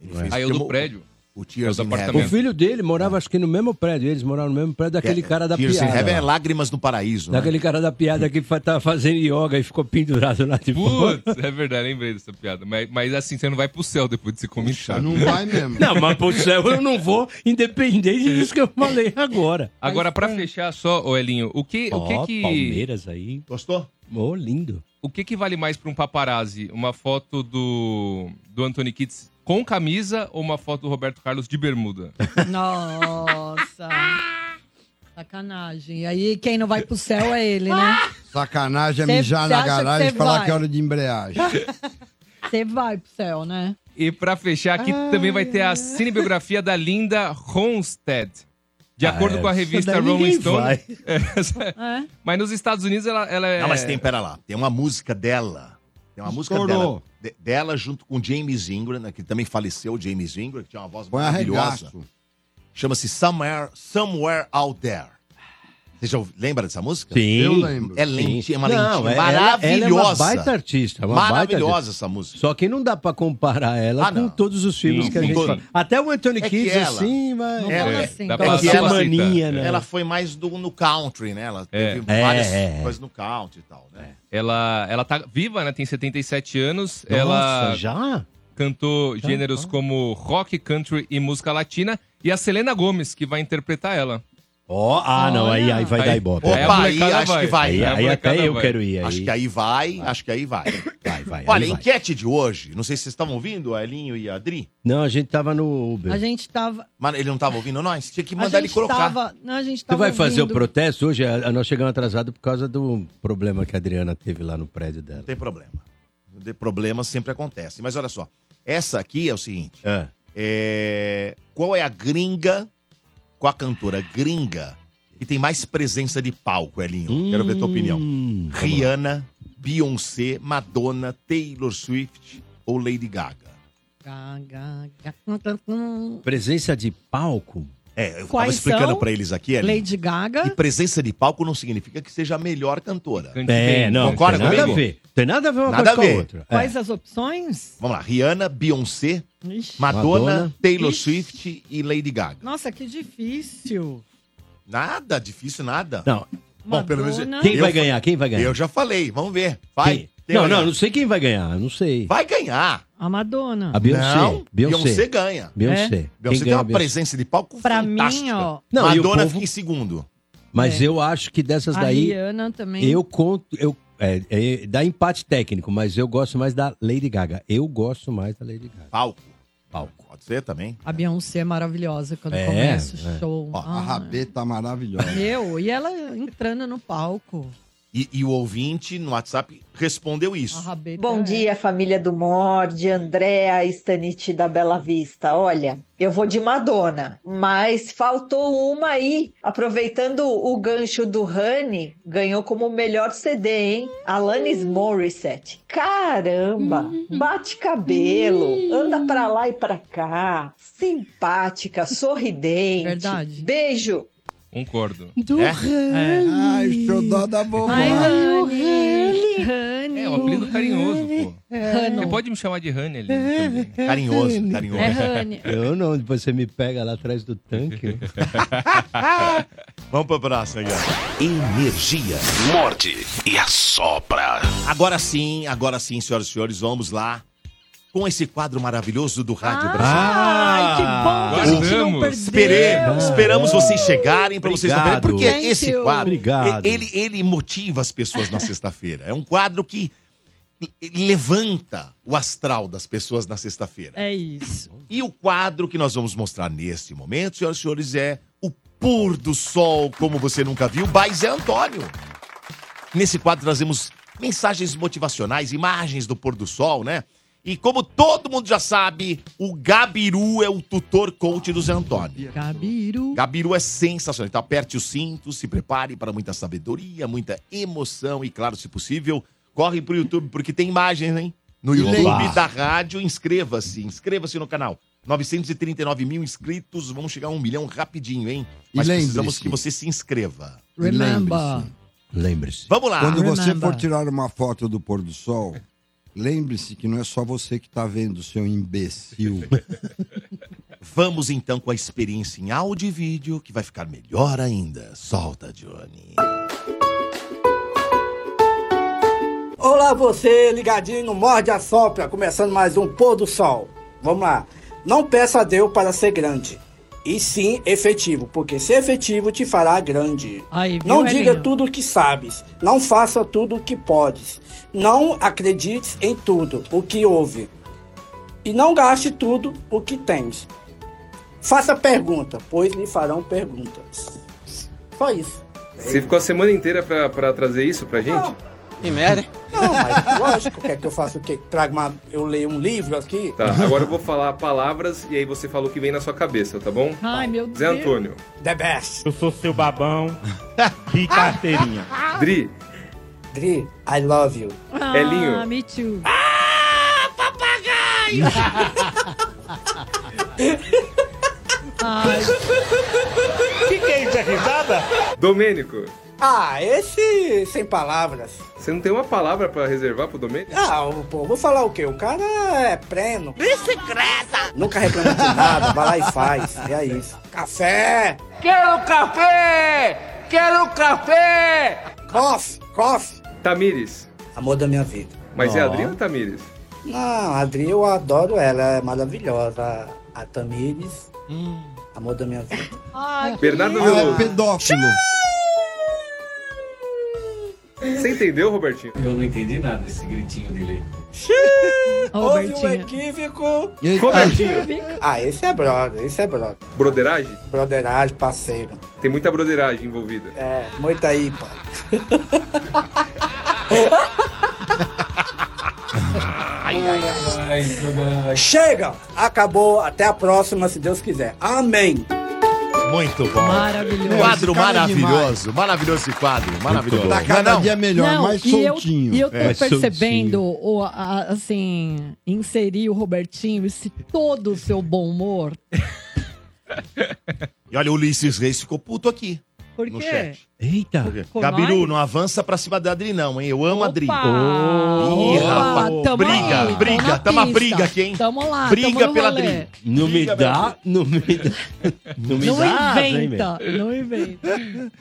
[SPEAKER 1] Ele
[SPEAKER 8] É.
[SPEAKER 1] fez
[SPEAKER 5] Aí eu
[SPEAKER 1] porque
[SPEAKER 5] Ah, do
[SPEAKER 1] o-
[SPEAKER 5] prédio.
[SPEAKER 1] O Tears
[SPEAKER 5] É o do
[SPEAKER 1] in Heaven.
[SPEAKER 5] apartamento.
[SPEAKER 8] O filho dele morava, acho que no mesmo prédio. Eles moravam no mesmo prédio daquele cara da
[SPEAKER 1] Tears in Heaven é
[SPEAKER 8] piada. lá.
[SPEAKER 1] Lágrimas no Paraíso. né?
[SPEAKER 8] Daquele cara da piada que fa- tava fazendo yoga e ficou pendurado lá de fora.
[SPEAKER 5] Putz, é verdade, lembrei dessa piada. Mas, mas assim, você não vai pro céu depois de se comer chato.
[SPEAKER 6] Não vai mesmo.
[SPEAKER 8] Não, mas pro céu eu não vou, independente disso que eu falei agora.
[SPEAKER 5] Agora, pra fechar só, ô Elinho, o que,
[SPEAKER 8] Ó,
[SPEAKER 5] o que que,
[SPEAKER 8] Palmeiras aí.
[SPEAKER 1] Gostou?
[SPEAKER 8] Ô, lindo.
[SPEAKER 5] o que que vale mais pra um paparazzi? Uma foto do, do Anthony Kitts com camisa ou uma foto do Roberto Carlos de bermuda?
[SPEAKER 8] é.
[SPEAKER 9] Nossa. Sacanagem. E aí, quem não vai pro céu é ele, né?
[SPEAKER 6] Sacanagem é
[SPEAKER 9] Cê-
[SPEAKER 6] mijar
[SPEAKER 9] cê
[SPEAKER 6] na
[SPEAKER 9] acha que
[SPEAKER 6] garagem e
[SPEAKER 9] cê
[SPEAKER 6] falar
[SPEAKER 9] vai?
[SPEAKER 6] que é hora de embreagem.
[SPEAKER 9] Você vai pro céu, né?
[SPEAKER 5] E pra fechar aqui, também vai ter a cinebiografia da Linda Ronstadt. De
[SPEAKER 8] Ah,
[SPEAKER 5] acordo
[SPEAKER 8] é.
[SPEAKER 5] com a
[SPEAKER 8] Isso
[SPEAKER 5] revista
[SPEAKER 8] daí ninguém
[SPEAKER 5] Rolling Stone.
[SPEAKER 8] vai.
[SPEAKER 5] É,
[SPEAKER 9] É.
[SPEAKER 5] mas nos Estados Unidos ela, ela é.
[SPEAKER 1] Não, mas tem, pera lá, tem uma música dela. Tem uma música dela,
[SPEAKER 6] Estourou.
[SPEAKER 1] de- dela junto com James Ingram, né, que também faleceu, o James Ingram, que tinha uma voz
[SPEAKER 6] Põe
[SPEAKER 1] maravilhosa.
[SPEAKER 6] um arregaço.
[SPEAKER 1] Chama-se Somewhere, Somewhere Out There. Você já ouvi- lembra dessa música?
[SPEAKER 6] Eu
[SPEAKER 8] Sim.
[SPEAKER 6] lembro.
[SPEAKER 1] É lente, é uma
[SPEAKER 8] Não,
[SPEAKER 1] lentinha
[SPEAKER 8] ela-
[SPEAKER 1] maravilhosa.
[SPEAKER 8] Ela, é uma baita artista. uma baita artista.
[SPEAKER 1] maravilhosa essa música.
[SPEAKER 8] Só que não dá pra comparar ela
[SPEAKER 1] Ah,
[SPEAKER 8] com
[SPEAKER 1] não.
[SPEAKER 8] todos os filmes
[SPEAKER 5] Não,
[SPEAKER 8] que a
[SPEAKER 5] com
[SPEAKER 8] gente
[SPEAKER 1] todo-
[SPEAKER 8] fala. Até o Anthony
[SPEAKER 1] É que
[SPEAKER 8] Kidd,
[SPEAKER 1] ela-
[SPEAKER 8] assim, mas...
[SPEAKER 9] Não
[SPEAKER 1] É,
[SPEAKER 9] fala
[SPEAKER 1] é,
[SPEAKER 9] assim.
[SPEAKER 5] dá
[SPEAKER 8] É
[SPEAKER 5] pra-
[SPEAKER 8] que é
[SPEAKER 5] Capacita.
[SPEAKER 8] mania, né?
[SPEAKER 1] assim, Ela foi mais do, no country, né? Ela
[SPEAKER 5] É.
[SPEAKER 1] teve
[SPEAKER 8] É,
[SPEAKER 1] várias
[SPEAKER 8] é, é.
[SPEAKER 1] coisas no country e tal, né?
[SPEAKER 5] Ela, ela tá viva, né? Tem 77 anos.
[SPEAKER 8] Nossa,
[SPEAKER 5] ela
[SPEAKER 8] já? Ah.
[SPEAKER 5] cantou gêneros como rock, country e música latina. E a Selena Gomes, que vai interpretar ela.
[SPEAKER 8] Ó, ah, não, aí,
[SPEAKER 9] Olha.
[SPEAKER 8] aí vai
[SPEAKER 5] Aí-
[SPEAKER 8] dar ibope.
[SPEAKER 5] Aí a
[SPEAKER 1] Opa, aí
[SPEAKER 5] molecada
[SPEAKER 1] acho que vai.
[SPEAKER 8] Aí,
[SPEAKER 5] a
[SPEAKER 8] aí
[SPEAKER 5] molecada
[SPEAKER 8] até eu
[SPEAKER 5] vai.
[SPEAKER 8] quero ir aí.
[SPEAKER 1] Acho que aí vai, acho que aí vai.
[SPEAKER 8] Vai, vai,
[SPEAKER 1] Olha,
[SPEAKER 8] aí vai.
[SPEAKER 1] enquete de hoje, não sei se vocês estavam ouvindo, a Elinho e a Adri,
[SPEAKER 8] Não, a gente tava no Uber.
[SPEAKER 9] A gente tava.
[SPEAKER 1] mas ele não estava ouvindo nós? Tinha que
[SPEAKER 9] A
[SPEAKER 1] mandar ele
[SPEAKER 9] gente
[SPEAKER 1] colocar.
[SPEAKER 9] tava. Não, a gente
[SPEAKER 8] Tu
[SPEAKER 9] tava.
[SPEAKER 8] vai fazer o
[SPEAKER 9] ouvindo.
[SPEAKER 8] protesto hoje? A- a- Nós chegamos atrasados por causa do problema que a Adriana teve lá no prédio dela.
[SPEAKER 1] Não tem problema. De problema sempre acontece. Mas olha só, essa aqui é o seguinte:
[SPEAKER 8] Ah,
[SPEAKER 1] é, qual é a gringa, qual a cantora gringa que tem mais presença de palco, Elinho? Quero ver tua opinião.
[SPEAKER 8] Hum, vamos lá.
[SPEAKER 1] Rihanna, Beyoncé, Madonna, Taylor Swift ou Lady Gaga?
[SPEAKER 9] Gá, gá, gá, hum, hum, hum.
[SPEAKER 8] Presença de palco?
[SPEAKER 1] É, eu tava
[SPEAKER 9] Quais
[SPEAKER 1] explicando
[SPEAKER 9] são?
[SPEAKER 1] pra eles aqui, Elinho.
[SPEAKER 9] Lady
[SPEAKER 1] é E
[SPEAKER 9] Gaga.
[SPEAKER 1] presença de palco não significa que seja a melhor cantora.
[SPEAKER 5] Cante
[SPEAKER 8] É,
[SPEAKER 5] bem.
[SPEAKER 8] não,
[SPEAKER 1] Concorda
[SPEAKER 8] tem nada
[SPEAKER 1] comigo?
[SPEAKER 8] a ver. Tem nada a ver uma
[SPEAKER 1] Nada
[SPEAKER 8] coisa
[SPEAKER 1] a
[SPEAKER 8] com
[SPEAKER 1] ver.
[SPEAKER 8] a outra.
[SPEAKER 9] Quais
[SPEAKER 8] É.
[SPEAKER 9] as opções?
[SPEAKER 1] Vamos lá, Rihanna, Beyoncé,
[SPEAKER 9] Ixi.
[SPEAKER 1] Madonna,
[SPEAKER 8] Madonna.
[SPEAKER 1] Taylor
[SPEAKER 9] Ixi.
[SPEAKER 1] Swift e Lady Gaga.
[SPEAKER 9] Nossa, que difícil.
[SPEAKER 1] Nada, difícil nada.
[SPEAKER 8] Não,
[SPEAKER 1] Bom, pelo menos-
[SPEAKER 9] Madonna.
[SPEAKER 8] quem
[SPEAKER 1] Eu
[SPEAKER 8] vai
[SPEAKER 1] fa-
[SPEAKER 8] ganhar? Quem vai ganhar?
[SPEAKER 1] Eu já falei, vamos ver. Vai. um
[SPEAKER 8] Quem? Não, não, não sei quem vai ganhar, não sei.
[SPEAKER 1] Vai ganhar.
[SPEAKER 9] A Madonna.
[SPEAKER 8] A Beyoncé.
[SPEAKER 1] Não,
[SPEAKER 8] Beyoncé.
[SPEAKER 1] Beyoncé ganha.
[SPEAKER 8] Beyoncé.
[SPEAKER 9] É?
[SPEAKER 8] Quem
[SPEAKER 1] Beyoncé tem
[SPEAKER 8] ganha,
[SPEAKER 1] uma presença de palco
[SPEAKER 9] Pra
[SPEAKER 1] fantástica.
[SPEAKER 9] mim, ó.
[SPEAKER 8] Não, e o
[SPEAKER 1] Madonna
[SPEAKER 8] povo-
[SPEAKER 1] fica em segundo.
[SPEAKER 8] Mas
[SPEAKER 9] É.
[SPEAKER 8] eu acho que dessas
[SPEAKER 9] A
[SPEAKER 8] daí,
[SPEAKER 9] Rihanna também.
[SPEAKER 8] eu conto. Eu, é, é, dá empate técnico, mas eu gosto mais da Lady Gaga. Eu gosto mais da Lady Gaga.
[SPEAKER 1] Palco.
[SPEAKER 8] Palco.
[SPEAKER 1] Pode ser também.
[SPEAKER 9] A Beyoncé é maravilhosa quando
[SPEAKER 8] É,
[SPEAKER 9] começa o
[SPEAKER 8] é.
[SPEAKER 9] show.
[SPEAKER 6] Ó, a
[SPEAKER 9] Ah,
[SPEAKER 6] Rabê tá maravilhosa.
[SPEAKER 9] Meu, e ela entrando no palco.
[SPEAKER 1] E, e o ouvinte no WhatsApp respondeu
[SPEAKER 9] A
[SPEAKER 1] isso.
[SPEAKER 9] Rabeta
[SPEAKER 10] Bom
[SPEAKER 9] é-
[SPEAKER 10] dia, família do Morde, Andréa Stanite da Bela Vista. Olha, eu vou de Madonna, mas faltou uma aí. Aproveitando o gancho do Honey, ganhou como melhor CD, hein? Alanis
[SPEAKER 9] Hum.
[SPEAKER 10] Morissette. Caramba! Bate
[SPEAKER 9] Hum.
[SPEAKER 10] cabelo, anda pra lá e pra cá, simpática, sorridente.
[SPEAKER 9] Verdade.
[SPEAKER 10] Beijo!
[SPEAKER 5] Concordo.
[SPEAKER 9] Do
[SPEAKER 1] É?
[SPEAKER 9] Honey.
[SPEAKER 6] Ai, xodó da
[SPEAKER 9] Ai,
[SPEAKER 6] vovó.
[SPEAKER 9] Honey. Honey.
[SPEAKER 5] É, um apelido carinhoso, pô. É. Você pode me chamar de Honey ali também.
[SPEAKER 1] Carinhoso, carinhoso.
[SPEAKER 9] É Honey.
[SPEAKER 8] Eu não, depois você me pega lá atrás do tanque.
[SPEAKER 1] Vamos pra próxima aqui, ó.
[SPEAKER 2] Energia. Morde e assopra.
[SPEAKER 1] Agora sim, agora sim, senhoras e senhores, vamos lá com esse quadro maravilhoso do Rádio Brasil.
[SPEAKER 9] Ah,
[SPEAKER 1] Ah,
[SPEAKER 9] Ai, que bom que a gente não
[SPEAKER 5] Guardamos.
[SPEAKER 9] perdeu.
[SPEAKER 1] Esperemos, esperamos vocês chegarem para vocês saberem,
[SPEAKER 8] Obrigado.
[SPEAKER 1] porque
[SPEAKER 9] Thank
[SPEAKER 1] esse
[SPEAKER 9] you.
[SPEAKER 1] quadro,
[SPEAKER 8] Obrigado.
[SPEAKER 1] Ele, ele motiva as pessoas na sexta-feira. É um quadro que levanta o astral das pessoas na sexta-feira.
[SPEAKER 9] É isso.
[SPEAKER 1] E o quadro que nós vamos mostrar neste momento, senhoras e senhores, é o pôr do sol, como você nunca viu, by Zé Antônio. Nesse quadro trazemos mensagens motivacionais, imagens do pôr do sol, né? E como todo mundo já sabe, o Gabiru é o tutor coach do Zé Antônio.
[SPEAKER 9] Gabiru.
[SPEAKER 1] Gabiru é sensacional. Então aperte os cintos, se prepare para muita sabedoria, muita emoção e, claro, se possível, corre pro YouTube, porque tem imagens, hein? No YouTube
[SPEAKER 8] legal.
[SPEAKER 1] da rádio, inscreva-se, inscreva-se no canal. 939 mil inscritos, vamos chegar a um milhão rapidinho, hein?
[SPEAKER 6] E
[SPEAKER 1] Mas precisamos
[SPEAKER 6] lembre-se.
[SPEAKER 1] que você se inscreva.
[SPEAKER 9] Remember.
[SPEAKER 6] Lembre-se,
[SPEAKER 8] Lembre-se.
[SPEAKER 1] Vamos lá!
[SPEAKER 6] Quando você
[SPEAKER 9] remember.
[SPEAKER 6] for tirar uma foto do pôr do sol, lembre-se que não é só você que tá vendo, seu imbecil.
[SPEAKER 1] Vamos então com a experiência em áudio e vídeo, que vai ficar melhor ainda. Solta, Johnny.
[SPEAKER 11] Olá você, ligadinho no Morde a Sopra, começando mais um Pôr do Sol. Vamos lá. Não peça a Deus para ser grande, e sim efetivo, porque ser efetivo te fará grande.
[SPEAKER 9] Aí, viu,
[SPEAKER 11] Não diga
[SPEAKER 9] Elinho?
[SPEAKER 11] tudo o que sabes, não faça tudo o que podes, não acredites em tudo o que ouve, e não gaste tudo o que tens. Faça pergunta, pois lhe farão perguntas. Só isso.
[SPEAKER 5] Você ficou a semana inteira pra, trazer isso pra gente?
[SPEAKER 11] Não, mas lógico, quer que eu faça o quê? Traga uma, eu leio um livro aqui?
[SPEAKER 5] Tá, agora eu vou falar palavras e aí você fala o que vem na sua cabeça, tá bom?
[SPEAKER 9] Ai, meu Deus.
[SPEAKER 11] The best.
[SPEAKER 4] Eu sou seu babão de carteirinha.
[SPEAKER 5] Dri,
[SPEAKER 11] Dri, I love you.
[SPEAKER 9] Ah,
[SPEAKER 5] Elinho.
[SPEAKER 9] me too.
[SPEAKER 4] é
[SPEAKER 5] Domênico.
[SPEAKER 11] Ah, esse sem palavras.
[SPEAKER 5] Você não tem uma palavra pra reservar pro Domênico?
[SPEAKER 11] Ah, o- pô, vou falar o quê? O cara é preno. Bicicleta! Nunca reclama de nada, vai lá e faz. E é isso. Café! Quero café! Quero café! Coffee, coffee.
[SPEAKER 5] Tamires.
[SPEAKER 11] Amor da minha vida.
[SPEAKER 5] Mas é Adriano ou Tamires?
[SPEAKER 11] Não, Ah, a Adri, eu adoro ela, é maravilhosa. A Tamires, amor da minha vida. Ah,
[SPEAKER 5] Bernardo
[SPEAKER 6] Hum. Ela é
[SPEAKER 5] Veloso.
[SPEAKER 6] pedófilo.
[SPEAKER 5] Você entendeu, Robertinho?
[SPEAKER 9] Ô, Bertinha.
[SPEAKER 11] equívoco.
[SPEAKER 6] Eita,
[SPEAKER 5] Robertinho.
[SPEAKER 11] Ah, esse é brother, esse é brother.
[SPEAKER 5] Broderagem?
[SPEAKER 11] Brotheragem, parceiro.
[SPEAKER 5] Tem muita broderagem envolvida.
[SPEAKER 11] É, muita IPA. Chega! Acabou, até a próxima, se Deus quiser. Amém!
[SPEAKER 1] Muito bom. Um
[SPEAKER 9] Maravilhoso.
[SPEAKER 1] Quadro
[SPEAKER 6] Esse cara é demais.
[SPEAKER 1] maravilhoso, maravilhoso esse quadro, maravilhoso.
[SPEAKER 8] bom.
[SPEAKER 6] tá cada dia melhor,
[SPEAKER 9] Não,
[SPEAKER 6] mais
[SPEAKER 9] e eu-
[SPEAKER 6] soltinho.
[SPEAKER 9] E eu, tô
[SPEAKER 8] É,
[SPEAKER 9] percebendo, o, a- a- assim, inserir o Robertinho, esse todo o seu bom humor.
[SPEAKER 1] E olha, o Ulisses Reis ficou puto aqui
[SPEAKER 9] Por
[SPEAKER 1] no
[SPEAKER 9] quê?
[SPEAKER 1] chat.
[SPEAKER 8] Eita!
[SPEAKER 9] Com
[SPEAKER 1] Gabiru,
[SPEAKER 9] nós?
[SPEAKER 1] não avança pra cima da Adri, não, hein? Eu amo a Adri.
[SPEAKER 9] Opa!
[SPEAKER 1] Ih, rapaz,
[SPEAKER 9] Opa, tamo
[SPEAKER 1] briga,
[SPEAKER 9] aí,
[SPEAKER 1] briga,
[SPEAKER 9] tamo na
[SPEAKER 1] tamo a
[SPEAKER 9] pista.
[SPEAKER 1] briga aqui, hein?
[SPEAKER 9] Tamo lá,
[SPEAKER 1] Briga
[SPEAKER 9] tamo no
[SPEAKER 1] pela
[SPEAKER 9] rolê.
[SPEAKER 1] Adri.
[SPEAKER 8] Não me
[SPEAKER 1] Diga,
[SPEAKER 8] dá, não me dá. Não me
[SPEAKER 9] Não
[SPEAKER 8] dá. hein, meu?
[SPEAKER 9] inventa, não inventa.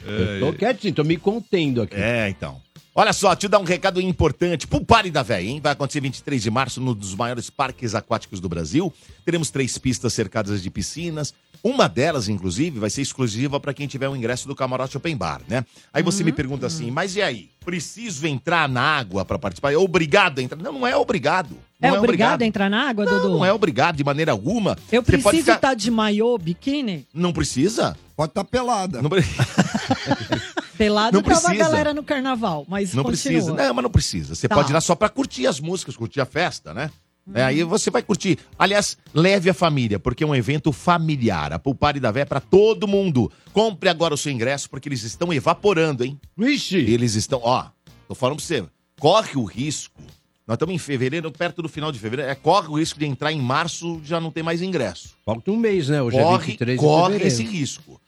[SPEAKER 8] Eu tô quietinho, tô me contendo aqui.
[SPEAKER 1] É, então. Olha só, te dar um recado importante. Pro Pare da Véia, hein? Vai acontecer 23 de março num dos maiores parques aquáticos do Brasil. Teremos três pistas cercadas de piscinas. Uma delas, inclusive, vai ser exclusiva para quem tiver o ingresso do Camarote Open Bar, né? Aí você me pergunta
[SPEAKER 9] Hum.
[SPEAKER 1] assim, mas e aí? Preciso entrar na água para participar? É obrigado a entrar? Não, não é obrigado.
[SPEAKER 9] É
[SPEAKER 1] Não
[SPEAKER 9] obrigado, a entrar na água,
[SPEAKER 1] Não,
[SPEAKER 9] Dudu?
[SPEAKER 1] não é obrigado de maneira alguma. Você
[SPEAKER 9] Eu
[SPEAKER 1] pode
[SPEAKER 9] preciso estar
[SPEAKER 1] ficar-
[SPEAKER 9] de maiô, biquíni?
[SPEAKER 1] Não precisa?
[SPEAKER 6] Pode estar pelada.
[SPEAKER 1] Não, pre-
[SPEAKER 9] Pelado
[SPEAKER 1] Não
[SPEAKER 9] tava a
[SPEAKER 1] precisa.
[SPEAKER 9] galera no carnaval, mas
[SPEAKER 1] não
[SPEAKER 9] continua.
[SPEAKER 1] precisa. Não, mas não precisa. Você
[SPEAKER 9] Tá. Uhum.
[SPEAKER 1] pode ir lá só pra curtir as músicas, curtir a festa, né? É, aí você vai curtir. Aliás, leve a família, porque é um evento familiar. A Pulpare da Vé é pra todo mundo. Compre agora o seu ingresso, porque eles estão evaporando, hein?
[SPEAKER 6] Vixe!
[SPEAKER 1] Eles estão, ó, tô falando pra você, corre o risco. Nós estamos em fevereiro, perto do final de fevereiro. É, corre o risco de entrar em março, já não tem mais ingresso
[SPEAKER 8] Falta um mês, né? Hoje é
[SPEAKER 1] corre,
[SPEAKER 8] 23 de
[SPEAKER 1] corre
[SPEAKER 8] fevereiro.
[SPEAKER 1] esse risco.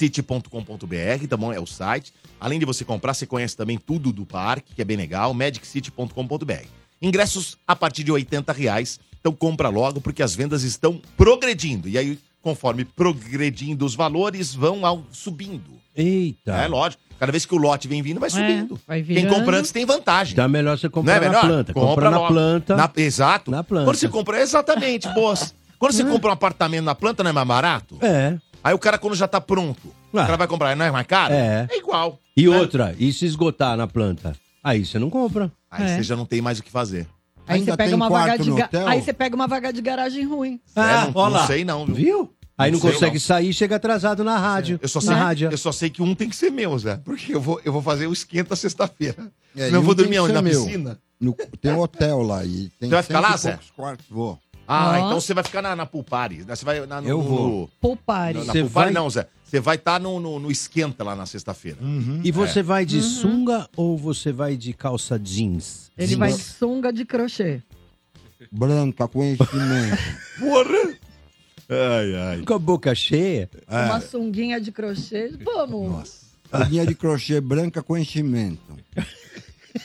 [SPEAKER 1] MagicCity.com.br, tá bom? É o site. Além de você comprar, você conhece também tudo do parque, que é bem legal. MagicCity.com.br. Ingressos a partir de R$ 80 reais. Então compra logo, porque as vendas estão progredindo. E aí, conforme progredindo os valores, vão ao- subindo.
[SPEAKER 8] Eita!
[SPEAKER 1] É lógico. Cada vez que o lote vem vindo, vai subindo.
[SPEAKER 9] É, vai
[SPEAKER 1] Quem
[SPEAKER 9] virando.
[SPEAKER 1] compra antes tem vantagem.
[SPEAKER 8] Então é melhor você
[SPEAKER 1] Não
[SPEAKER 8] comprar
[SPEAKER 1] é
[SPEAKER 8] na
[SPEAKER 1] melhor?
[SPEAKER 8] planta. Compra, na
[SPEAKER 1] logo.
[SPEAKER 8] planta.
[SPEAKER 1] Na- exato.
[SPEAKER 8] Na planta.
[SPEAKER 1] Quando você compra, é exatamente, boas. Quando
[SPEAKER 9] Hum.
[SPEAKER 1] você compra um apartamento na planta, não é mais barato?
[SPEAKER 8] É. Ah.
[SPEAKER 1] Aí o cara, quando já tá pronto, o cara vai comprar, não é mais caro?
[SPEAKER 8] É.
[SPEAKER 1] igual.
[SPEAKER 8] E outra, e se esgotar na planta? Aí você não compra.
[SPEAKER 1] Aí você já não tem mais o que fazer. É,
[SPEAKER 9] Aí
[SPEAKER 8] Ainda
[SPEAKER 9] você, pega
[SPEAKER 8] tem
[SPEAKER 9] uma
[SPEAKER 8] quarto
[SPEAKER 9] vaga de
[SPEAKER 8] no
[SPEAKER 9] ga-
[SPEAKER 8] hotel?
[SPEAKER 9] aí você pega uma vaga de garagem ruim.
[SPEAKER 8] Ah,
[SPEAKER 1] não,
[SPEAKER 8] ó lá.
[SPEAKER 1] não sei não, viu?
[SPEAKER 8] Viu? Aí não,
[SPEAKER 1] Não sei,
[SPEAKER 8] consegue
[SPEAKER 1] não.
[SPEAKER 8] sair e chega atrasado na rádio.
[SPEAKER 1] Eu só,
[SPEAKER 8] na
[SPEAKER 1] sei,
[SPEAKER 8] rádio.
[SPEAKER 1] eu só sei que um tem que ser meu, Zé. Porque eu vou, eu vou fazer o esquenta sexta-feira.
[SPEAKER 6] É,
[SPEAKER 1] Senão eu
[SPEAKER 6] e
[SPEAKER 1] vou
[SPEAKER 6] um tem
[SPEAKER 1] dormir
[SPEAKER 6] que
[SPEAKER 1] onde?
[SPEAKER 6] ser
[SPEAKER 1] Na
[SPEAKER 6] meu.
[SPEAKER 1] piscina?
[SPEAKER 6] No- tem um hotel lá e tem
[SPEAKER 1] Você vai ficar
[SPEAKER 6] cento
[SPEAKER 1] lá,
[SPEAKER 6] e
[SPEAKER 1] Zé?
[SPEAKER 6] poucos quartos, vou.
[SPEAKER 1] Ah,
[SPEAKER 6] Ó.
[SPEAKER 1] então você vai ficar na, na Pulpari. né? Você vai na, no,
[SPEAKER 6] Eu vou.
[SPEAKER 9] Poupare.
[SPEAKER 1] no- na
[SPEAKER 8] Você
[SPEAKER 1] Pulpari
[SPEAKER 8] vai-
[SPEAKER 1] não, Zé. Você vai estar no, no, no esquenta lá na sexta-feira.
[SPEAKER 8] E você
[SPEAKER 1] É.
[SPEAKER 8] vai de
[SPEAKER 9] Uhum.
[SPEAKER 8] sunga ou você vai de calça jeans?
[SPEAKER 9] Ele vai de sunga de crochê.
[SPEAKER 6] Branca com enchimento.
[SPEAKER 1] Porra! Ai, ai. É.
[SPEAKER 8] Com a boca cheia?
[SPEAKER 6] É.
[SPEAKER 9] Uma sunguinha de crochê. Vamos. Nossa.
[SPEAKER 6] Linha de crochê branca com enchimento.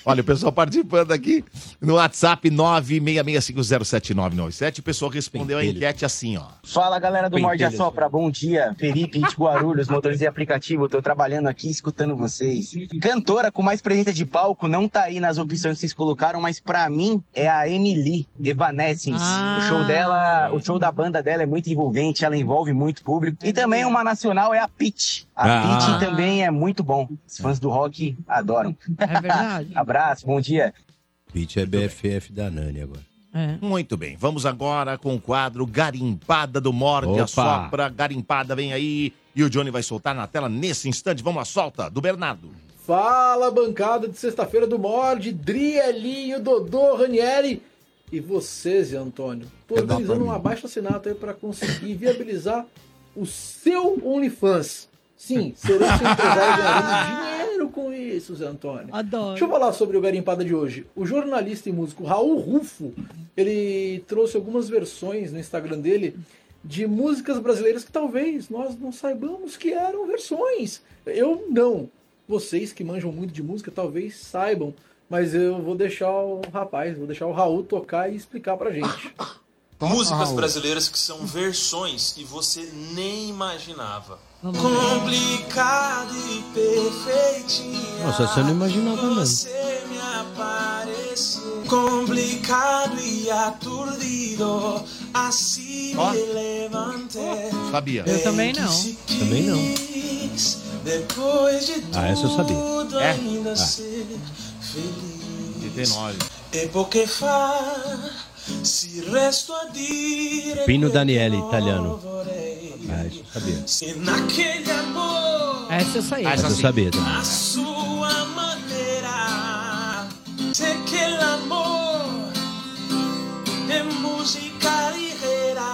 [SPEAKER 1] Olha, o pessoal participando aqui no WhatsApp 966507997. O pessoal respondeu a enquete assim, ó.
[SPEAKER 12] Fala galera do
[SPEAKER 1] Pentelho.
[SPEAKER 12] Morde a Sopra, bom dia. Felipe de Guarulhos, motorista de aplicativo, tô trabalhando aqui escutando vocês. Cantora com mais presença de palco não tá aí nas opções que vocês colocaram, mas pra mim é a Emily Evanescence. O show
[SPEAKER 9] Ah.
[SPEAKER 12] dela, o show da banda dela é muito envolvente, ela envolve muito público. E também uma nacional é a Pitty. A
[SPEAKER 13] Ah.
[SPEAKER 12] Pitty também é muito bom. Os fãs do rock adoram.
[SPEAKER 9] É verdade.
[SPEAKER 12] Abraço, bom dia.
[SPEAKER 8] Pitch é BFF da Nani agora.
[SPEAKER 1] Muito bem, vamos agora com o quadro Garimpada do Morte,
[SPEAKER 8] Opa.
[SPEAKER 1] a sopra, garimpada, vem aí. E o Johnny vai soltar na tela nesse instante. Vamos lá, solta, do Bernardo.
[SPEAKER 14] Fala, bancada de sexta-feira do Mord, Drielinho, Dodô, Ranieri e você, Zé Antônio. Tô
[SPEAKER 15] Quer dar pra
[SPEAKER 14] organizando
[SPEAKER 15] mim?
[SPEAKER 14] um abaixo assinato aí para conseguir viabilizar o seu OnlyFans. Sim, serei seu empresário ganhando dinheiro com isso, Zé Antônio.
[SPEAKER 9] Adoro.
[SPEAKER 14] Deixa eu falar sobre o Garimpada de hoje. O jornalista e músico Raul Rufo, ele trouxe algumas versões no Instagram dele de músicas brasileiras que talvez nós não saibamos que eram versões. Eu não. Vocês que manjam muito de música talvez saibam, mas eu vou deixar o rapaz, vou deixar o Raul tocar e explicar pra gente.
[SPEAKER 16] Músicas
[SPEAKER 14] Raul.
[SPEAKER 16] brasileiras que são versões e você nem imaginava.
[SPEAKER 8] Vamos ver.
[SPEAKER 16] Complicado e perfeitinha.
[SPEAKER 8] Nossa, você não imaginava mesmo.
[SPEAKER 16] Você me apareceu. Complicado e aturdido. Assim
[SPEAKER 1] Ó.
[SPEAKER 16] me levantei.
[SPEAKER 1] Sabia.
[SPEAKER 16] Eu também
[SPEAKER 9] não.
[SPEAKER 8] Também não.
[SPEAKER 16] Depois de
[SPEAKER 8] Ah, essa eu sabia.
[SPEAKER 16] tudo
[SPEAKER 8] É?
[SPEAKER 16] ainda
[SPEAKER 8] Ah.
[SPEAKER 16] ser feliz.
[SPEAKER 1] 89.
[SPEAKER 16] E porque fa se resto a dire
[SPEAKER 8] Pino
[SPEAKER 16] quel
[SPEAKER 8] Daniele,
[SPEAKER 16] che
[SPEAKER 8] italiano.
[SPEAKER 16] vorrei.
[SPEAKER 8] Ah, isso eu sabia.
[SPEAKER 16] Se naquele amor
[SPEAKER 9] Essa eu saí.
[SPEAKER 8] Essa eu sabia também.
[SPEAKER 16] assim, a sua maneira se che l'amor è musica leggera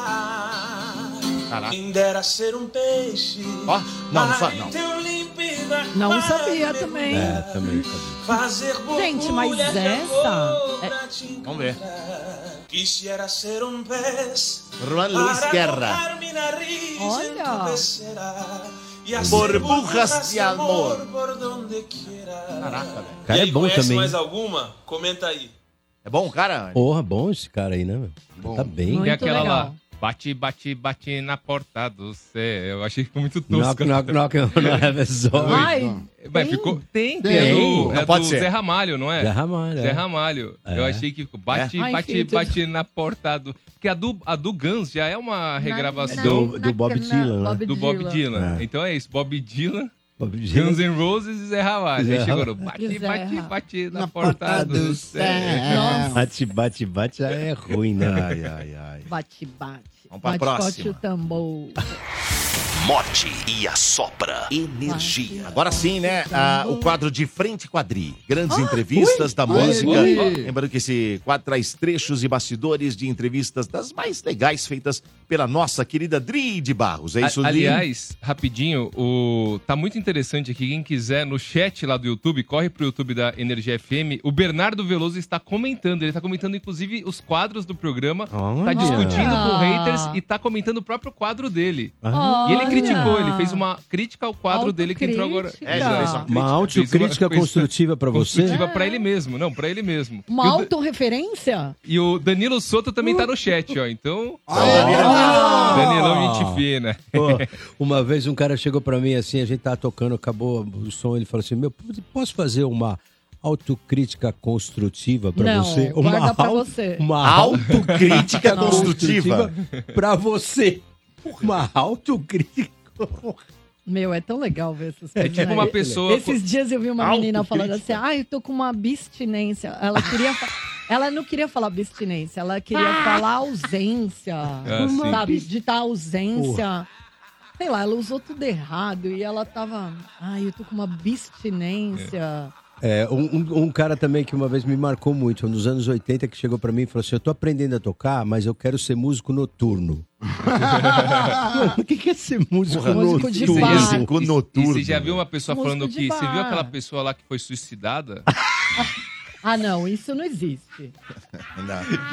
[SPEAKER 1] Caraca.
[SPEAKER 16] quem dera ser um peixe
[SPEAKER 1] Ó, não, não, sa-
[SPEAKER 16] mas
[SPEAKER 1] não.
[SPEAKER 16] teu límpida
[SPEAKER 9] Não
[SPEAKER 16] mar
[SPEAKER 9] sabia também.
[SPEAKER 8] É, também sabia.
[SPEAKER 16] fazer
[SPEAKER 9] Gente, mas
[SPEAKER 16] borbulhas de
[SPEAKER 9] essa é-
[SPEAKER 16] amor pra te
[SPEAKER 1] Vamos ver.
[SPEAKER 16] Quisiera ser um pez
[SPEAKER 1] Juan Luis
[SPEAKER 16] para
[SPEAKER 1] Guerra.
[SPEAKER 16] mojar-me na risa assim em tu
[SPEAKER 9] Olha.
[SPEAKER 16] pecera y hacer
[SPEAKER 1] Burbujas de amor.
[SPEAKER 16] por donde quiera.
[SPEAKER 1] Caraca, velho.
[SPEAKER 8] O cara é bom
[SPEAKER 16] Conhece
[SPEAKER 8] também.
[SPEAKER 16] mais alguma? Comenta aí.
[SPEAKER 1] É bom, cara?
[SPEAKER 8] Porra, bom esse cara aí, né? meu? Tá bem.
[SPEAKER 5] Tem aquela lá. Bate, bate, bate na porta do céu. Eu achei que ficou muito
[SPEAKER 8] Knock,
[SPEAKER 5] tosco.
[SPEAKER 8] knock, knock on heaven's door.
[SPEAKER 5] Ai, Vai, ficou... Tem, tem. É
[SPEAKER 8] é Tem.
[SPEAKER 5] do,
[SPEAKER 8] Não
[SPEAKER 5] é
[SPEAKER 8] pode
[SPEAKER 5] do
[SPEAKER 8] ser.
[SPEAKER 5] Zé Ramalho, não é?
[SPEAKER 8] Zé Ramalho,
[SPEAKER 5] Zé
[SPEAKER 8] é.
[SPEAKER 5] Ramalho.
[SPEAKER 8] É.
[SPEAKER 5] Eu achei que ficou. Bate,
[SPEAKER 8] É. Ai,
[SPEAKER 5] bate,
[SPEAKER 8] filho,
[SPEAKER 5] bate na porta do. Porque a do, a do Guns já é uma regravação
[SPEAKER 8] do, do Bob Dylan, né?
[SPEAKER 5] do Bob Dylan.
[SPEAKER 8] É.
[SPEAKER 5] Então é isso, Bob Dylan.
[SPEAKER 8] Bob Dylan.
[SPEAKER 5] Guns N' Roses e Zé Ramalho.
[SPEAKER 8] Zé
[SPEAKER 5] Aí chegou
[SPEAKER 8] Ramalho.
[SPEAKER 5] no bate, bate, bate na porta do céu.
[SPEAKER 8] Bate, bate, bate, já é ruim, né?
[SPEAKER 1] Ai, ai, ai.
[SPEAKER 9] Bate, bate.
[SPEAKER 1] Vamos pra
[SPEAKER 9] bate,
[SPEAKER 1] próxima.
[SPEAKER 9] Bate o tambor.
[SPEAKER 1] Morte e a sopra energia. Agora sim, né? Ah, o quadro de frente quadri. Grandes entrevistas da
[SPEAKER 2] olha
[SPEAKER 1] música.
[SPEAKER 2] ele.
[SPEAKER 1] Lembrando que esse quadro traz trechos e bastidores de entrevistas das mais legais feitas pela nossa querida Dri de Barros. É isso,
[SPEAKER 5] A-
[SPEAKER 1] Dri?
[SPEAKER 5] Aliás, rapidinho, o... tá muito interessante aqui. Quem quiser, no chat lá do YouTube, corre pro YouTube da Energia FM. O Bernardo Veloso está comentando. Ele tá comentando, inclusive, os quadros do programa. Tá
[SPEAKER 8] Olha.
[SPEAKER 5] discutindo com haters
[SPEAKER 9] Ah.
[SPEAKER 5] e tá comentando o próprio quadro dele.
[SPEAKER 8] Ah.
[SPEAKER 5] E ele criticou,
[SPEAKER 9] Olha.
[SPEAKER 5] ele fez uma crítica ao quadro dele que entrou agora.
[SPEAKER 9] Autocrítica. É, ele fez uma
[SPEAKER 8] Uma autocrítica
[SPEAKER 5] fez uma-
[SPEAKER 8] construtiva pra você?
[SPEAKER 5] Construtiva pra ele mesmo, não, pra ele mesmo.
[SPEAKER 9] Uma
[SPEAKER 5] E o Da-
[SPEAKER 9] autorreferência?
[SPEAKER 5] e o Danilo Soto também tá no chat, ó. Então.
[SPEAKER 8] Ah!
[SPEAKER 5] Danilão, gente fina.
[SPEAKER 8] Pô, uma vez um cara chegou pra mim assim, a gente tava tocando, acabou o som, ele falou assim: "Meu, posso fazer uma autocrítica construtiva pra
[SPEAKER 9] Não,
[SPEAKER 8] você?
[SPEAKER 9] guarda
[SPEAKER 8] uma
[SPEAKER 9] pra
[SPEAKER 8] au-
[SPEAKER 9] você."
[SPEAKER 8] Uma
[SPEAKER 1] autocrítica
[SPEAKER 8] Não.
[SPEAKER 1] construtiva.
[SPEAKER 8] pra você. Uma autocrítica.
[SPEAKER 9] Meu, é tão legal ver essas coisas.
[SPEAKER 8] É tipo
[SPEAKER 9] né?
[SPEAKER 8] uma pessoa
[SPEAKER 9] Esses
[SPEAKER 8] com-
[SPEAKER 9] dias eu vi uma menina falando assim:
[SPEAKER 8] Autocrítica.
[SPEAKER 9] ah, eu tô com uma abstinência. Ela queria. fa- Ela não queria falar abstinência, ela queria falar ausência.
[SPEAKER 8] Ah, sim.
[SPEAKER 9] sabe? De estar ausência. Sei lá, ela usou tudo errado e ela tava. Ai, eu tô com uma abstinência.
[SPEAKER 8] É, um, um- um cara também que uma vez me marcou muito, nos anos 80, que chegou pra mim e falou assim: Eu tô aprendendo a tocar, mas eu quero ser músico noturno. Mano, o que, que é ser músico
[SPEAKER 5] Músico de
[SPEAKER 8] noturno?
[SPEAKER 5] bar. E- E você já viu uma pessoa
[SPEAKER 9] Músico
[SPEAKER 5] falando
[SPEAKER 9] de
[SPEAKER 5] que. Você viu
[SPEAKER 9] bar.
[SPEAKER 5] aquela pessoa lá que foi suicidada?
[SPEAKER 9] Ah, não, isso não existe.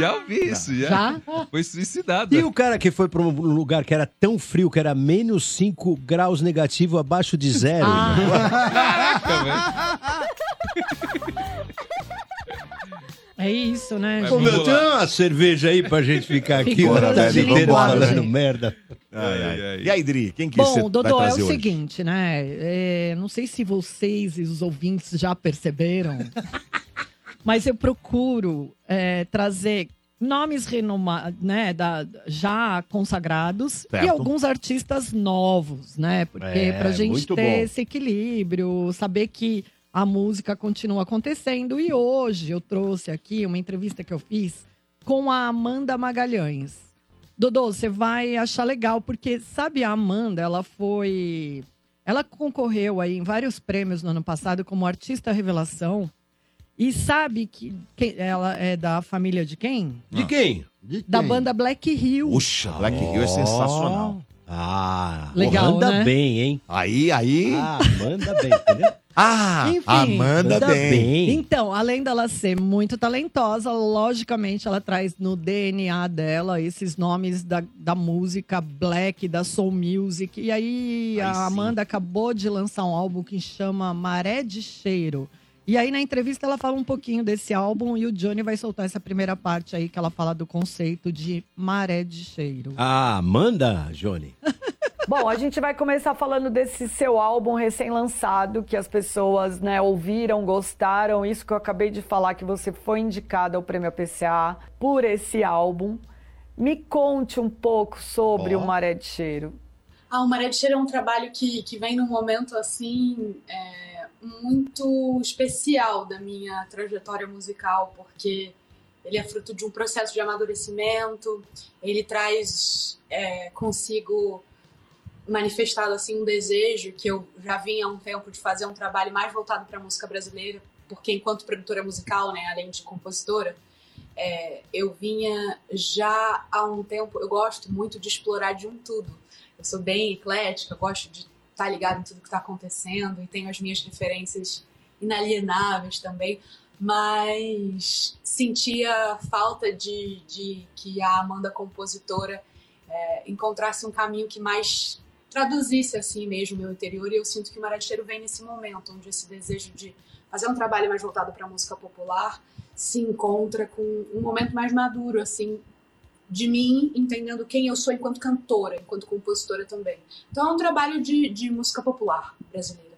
[SPEAKER 5] já ouvi isso,
[SPEAKER 8] é?
[SPEAKER 5] já.
[SPEAKER 9] Já?
[SPEAKER 8] Ah,
[SPEAKER 5] Foi suicidada.
[SPEAKER 8] E o cara que foi pra um lugar que era tão frio, que era menos 5 graus negativo abaixo de zero.
[SPEAKER 9] Ah.
[SPEAKER 5] Caraca, velho.
[SPEAKER 9] É isso, né?
[SPEAKER 8] Ô, meu,
[SPEAKER 9] gente?
[SPEAKER 8] tem uma cerveja aí pra gente ficar aqui tá o
[SPEAKER 9] Figura
[SPEAKER 8] tarde
[SPEAKER 9] de
[SPEAKER 8] inteiro
[SPEAKER 9] linguagem.
[SPEAKER 8] falando merda.
[SPEAKER 1] Ai, ai, ai. E aí, Dri, quem que você
[SPEAKER 9] Bom,
[SPEAKER 1] vai
[SPEAKER 9] Dodô, é o
[SPEAKER 1] trazer hoje?
[SPEAKER 9] seguinte, né? É, não sei se vocês e os ouvintes já perceberam, mas eu procuro é, trazer nomes renomados, né, da, já consagrados e
[SPEAKER 13] Certo.
[SPEAKER 9] alguns artistas novos, né? Porque
[SPEAKER 13] É,
[SPEAKER 9] pra gente
[SPEAKER 13] muito
[SPEAKER 9] ter
[SPEAKER 13] bom.
[SPEAKER 9] esse equilíbrio, saber que a música continua acontecendo. E hoje eu trouxe aqui uma entrevista que eu fiz com a Amanda Magalhães. Dodô, você vai achar legal, porque sabe a Amanda, ela foi. Ela concorreu aí em vários prêmios no ano passado como artista revelação. E sabe que, que ela é da família de quem?
[SPEAKER 8] De quem?
[SPEAKER 9] Da banda Black Hill.
[SPEAKER 1] Puxa, Black Hill é sensacional.
[SPEAKER 8] Ah,
[SPEAKER 9] Legal,
[SPEAKER 8] manda
[SPEAKER 9] né?
[SPEAKER 8] bem, hein?
[SPEAKER 1] Aí, aí.
[SPEAKER 8] Ah, manda bem, entendeu?
[SPEAKER 1] Ah,
[SPEAKER 9] Enfim,
[SPEAKER 1] Amanda
[SPEAKER 8] manda
[SPEAKER 1] bem.
[SPEAKER 9] Então, além dela ser muito talentosa, logicamente ela traz no DNA dela esses nomes da, da música black, da soul music. E aí,
[SPEAKER 13] Aí sim.
[SPEAKER 9] a Amanda acabou de lançar um álbum que chama Maré de Cheiro. E aí, na entrevista, ela fala um pouquinho desse álbum e o Johnny vai soltar essa primeira parte aí que ela fala do conceito de maré de cheiro.
[SPEAKER 8] Ah, manda, Johnny.
[SPEAKER 15] Bom, a gente vai começar falando desse seu álbum recém-lançado, que as pessoas né, ouviram, gostaram. Isso que eu acabei de falar, que você foi indicada ao Prêmio APCA por esse álbum. Me conte um pouco sobre
[SPEAKER 17] Ó.
[SPEAKER 15] o Maré de Cheiro.
[SPEAKER 17] Ah, o Maré de Cheiro é um trabalho que, que vem num momento assim é, muito especial da minha trajetória musical, porque ele é fruto de um processo de amadurecimento, ele traz é, consigo manifestado assim um desejo que eu já vinha há um tempo de fazer um trabalho mais voltado para a música brasileira, porque enquanto produtora musical, né, além de compositora, é, eu vinha já há um tempo, eu gosto muito de explorar de um tudo. Eu sou bem eclética, eu gosto de estar ligado em tudo que está acontecendo e tenho as minhas referências inalienáveis também, mas sentia falta de, de que a Amanda compositora é, encontrasse um caminho que mais traduzisse assim mesmo o meu interior e eu sinto que o Maracheiro vem nesse momento onde esse desejo de fazer um trabalho mais voltado para a música popular se encontra com um momento mais maduro assim de mim entendendo quem eu sou enquanto cantora, enquanto compositora também. Então é um trabalho de, de música popular brasileira.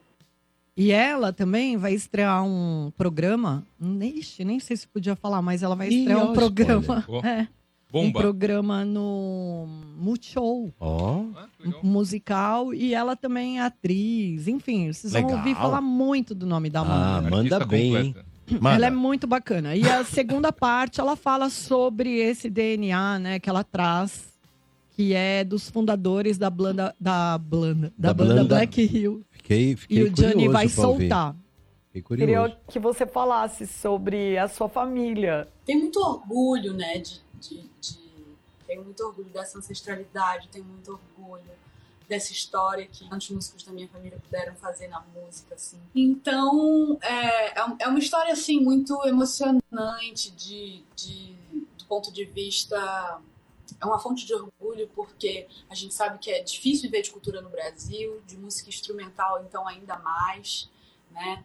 [SPEAKER 9] E ela também vai estrear um programa. Ixi, nem sei se podia falar, mas ela vai
[SPEAKER 7] Ih,
[SPEAKER 9] estrear
[SPEAKER 7] ó,
[SPEAKER 9] um
[SPEAKER 7] spoiler.
[SPEAKER 9] programa.
[SPEAKER 7] Ó.
[SPEAKER 9] É, um
[SPEAKER 7] Bomba.
[SPEAKER 9] programa no Multishow.
[SPEAKER 8] Ó.
[SPEAKER 9] um musical. E ela também é atriz. Enfim, vocês vão
[SPEAKER 8] Legal.
[SPEAKER 9] ouvir falar muito do nome da
[SPEAKER 8] Ah,
[SPEAKER 9] Amanda.
[SPEAKER 8] manda bem, hein?
[SPEAKER 9] Ela é muito bacana. E a segunda parte, ela fala sobre esse DNA, né, que ela traz, que é dos fundadores da blanda da blanda da,
[SPEAKER 8] Da
[SPEAKER 9] banda
[SPEAKER 8] Blanda.
[SPEAKER 9] Black Hill.
[SPEAKER 8] Fiquei, fiquei
[SPEAKER 9] e o Johnny
[SPEAKER 8] curioso
[SPEAKER 9] vai
[SPEAKER 8] pra ouvir.
[SPEAKER 9] soltar. é
[SPEAKER 8] Fiquei
[SPEAKER 15] Queria
[SPEAKER 8] curioso.
[SPEAKER 15] que você falasse sobre a sua família.
[SPEAKER 17] Tem muito orgulho, né? De, de, de- tem muito orgulho dessa ancestralidade, tem muito orgulho dessa história que tantos músicos da minha família puderam fazer na música, assim. Então, é, é um- é uma história, assim, muito emocionante de, de- do ponto de vista... É uma fonte de orgulho porque a gente sabe que é difícil viver de cultura no Brasil, de música instrumental, então, ainda mais, né?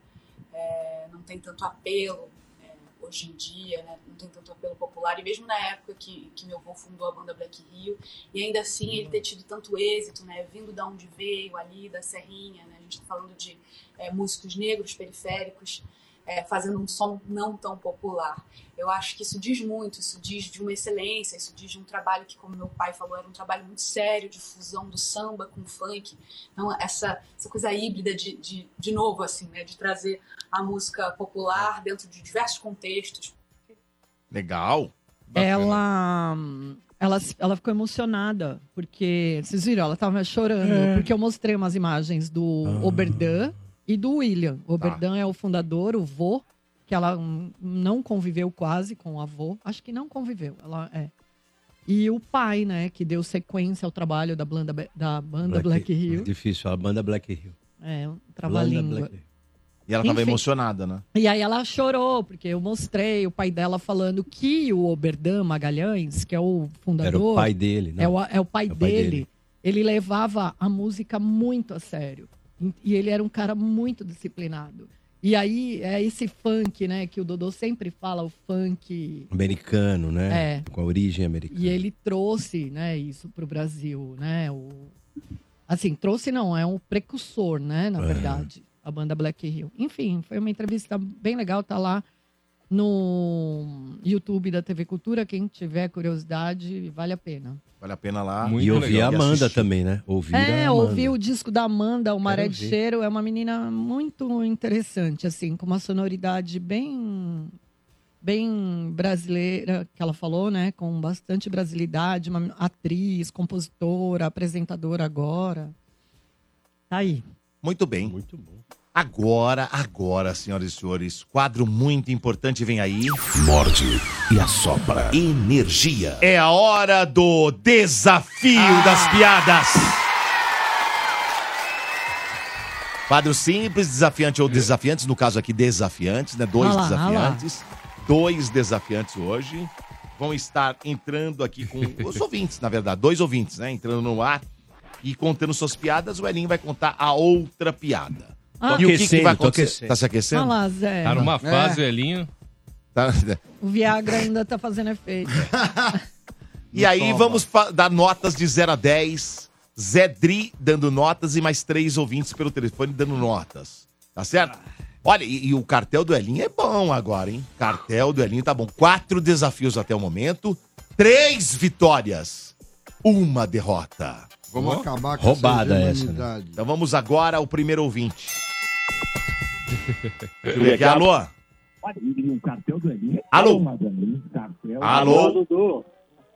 [SPEAKER 17] É, não tem tanto apelo é, hoje em dia, né? Não tem tanto apelo popular. E mesmo na época que, que meu avô fundou a banda Black Rio, e ainda assim ele ter tido tanto êxito, né? Vindo da onde veio, ali da Serrinha, né? A gente tá falando de é, músicos negros, periféricos, é, fazendo um som não tão popular. Eu acho que isso diz muito, isso diz de uma excelência, isso diz de um trabalho que, como meu pai falou, era um trabalho muito sério, de fusão do samba com funk. Então, essa, essa coisa híbrida de, de, de novo, assim, né? De trazer a música popular dentro de diversos contextos,
[SPEAKER 1] Legal.
[SPEAKER 9] Ela, ela ela ficou emocionada porque vocês viram, ela tava chorando
[SPEAKER 3] É.
[SPEAKER 9] porque eu mostrei umas imagens do
[SPEAKER 8] Ah.
[SPEAKER 9] Oberdan e do William. O
[SPEAKER 8] Tá.
[SPEAKER 9] Oberdan é o fundador, o vô, que ela hum, não conviveu quase com o avô, acho que não conviveu. Ela é e o pai, né, que deu sequência ao trabalho da banda da banda Black Hill.
[SPEAKER 8] Difícil, a banda Black Hill.
[SPEAKER 9] É, um
[SPEAKER 8] Blanda
[SPEAKER 9] trava-língua.
[SPEAKER 8] Black Hill.
[SPEAKER 1] E ela tava
[SPEAKER 9] Enfim.
[SPEAKER 1] emocionada, né?
[SPEAKER 9] E aí ela chorou, porque eu mostrei o pai dela falando que o Oberdan Magalhães, que é o fundador...
[SPEAKER 8] Era o pai dele, né?
[SPEAKER 9] É o, é o pai,
[SPEAKER 8] É o pai
[SPEAKER 9] dele,
[SPEAKER 8] dele.
[SPEAKER 9] Ele levava a música muito a sério. E- E ele era um cara muito disciplinado. E aí é esse funk, né? Que o Dodô sempre fala, o funk...
[SPEAKER 8] Americano, né?
[SPEAKER 9] É.
[SPEAKER 8] Com a origem americana.
[SPEAKER 9] E ele trouxe, né, isso pro Brasil, né? O... Assim, trouxe não, é um precursor, né, na
[SPEAKER 8] É.
[SPEAKER 9] verdade, a banda Black Hill. Enfim, foi uma entrevista bem legal, tá lá no YouTube da TV Cultura, quem tiver curiosidade, vale a pena.
[SPEAKER 1] Vale a pena lá.
[SPEAKER 8] e ouvir a Amanda também, né? Ouvir
[SPEAKER 9] é,
[SPEAKER 8] a Amanda.
[SPEAKER 9] ouvi o disco da Amanda, o Maré
[SPEAKER 8] Quero
[SPEAKER 9] de
[SPEAKER 8] ver.
[SPEAKER 9] Cheiro, é uma menina muito interessante, assim, com uma sonoridade bem bem brasileira, que ela falou, né, com bastante brasilidade, uma atriz, compositora, apresentadora agora. Tá aí.
[SPEAKER 1] Muito bem.
[SPEAKER 8] Muito bom.
[SPEAKER 1] Agora, agora, senhoras e senhores, quadro muito importante vem aí.
[SPEAKER 2] Morde e assopra. Energia.
[SPEAKER 1] É a hora do desafio das piadas. Quadro simples, desafiante
[SPEAKER 8] É.
[SPEAKER 1] ou desafiantes, no caso aqui desafiantes, né? Dois
[SPEAKER 2] Ah lá, ah
[SPEAKER 1] desafiantes. Dois desafiantes hoje vão estar entrando aqui com os ouvintes, na verdade, dois ouvintes, né? Entrando no ar e contando suas piadas, o Elinho vai contar a outra piada.
[SPEAKER 9] Ah.
[SPEAKER 1] E o que, que
[SPEAKER 9] Aquecendo,
[SPEAKER 1] vai
[SPEAKER 9] tô
[SPEAKER 1] acontecer?
[SPEAKER 9] aquecendo.
[SPEAKER 1] Tá se aquecendo?
[SPEAKER 9] Olha lá, Zé.
[SPEAKER 5] Tá numa
[SPEAKER 1] É.
[SPEAKER 5] fase, velhinho.
[SPEAKER 1] Tá-
[SPEAKER 9] O Viagra ainda tá fazendo efeito.
[SPEAKER 1] E aí vamos fa- dar notas de 0 a 10. Zedri dando notas e mais três ouvintes pelo telefone dando notas. Tá certo?
[SPEAKER 6] Ah.
[SPEAKER 1] Olha, e, e o cartel do Elinho é bom agora, hein? Cartel do Elinho tá bom. Quatro desafios até o momento. Três vitórias. Uma derrota.
[SPEAKER 6] Vamos Ó, acabar com roubada essa essa, né? unanimidade.
[SPEAKER 1] Então vamos agora ao primeiro ouvinte. Deixa eu ver aqui.
[SPEAKER 13] Legal.
[SPEAKER 1] Alô?
[SPEAKER 16] um
[SPEAKER 1] Alô? Alô?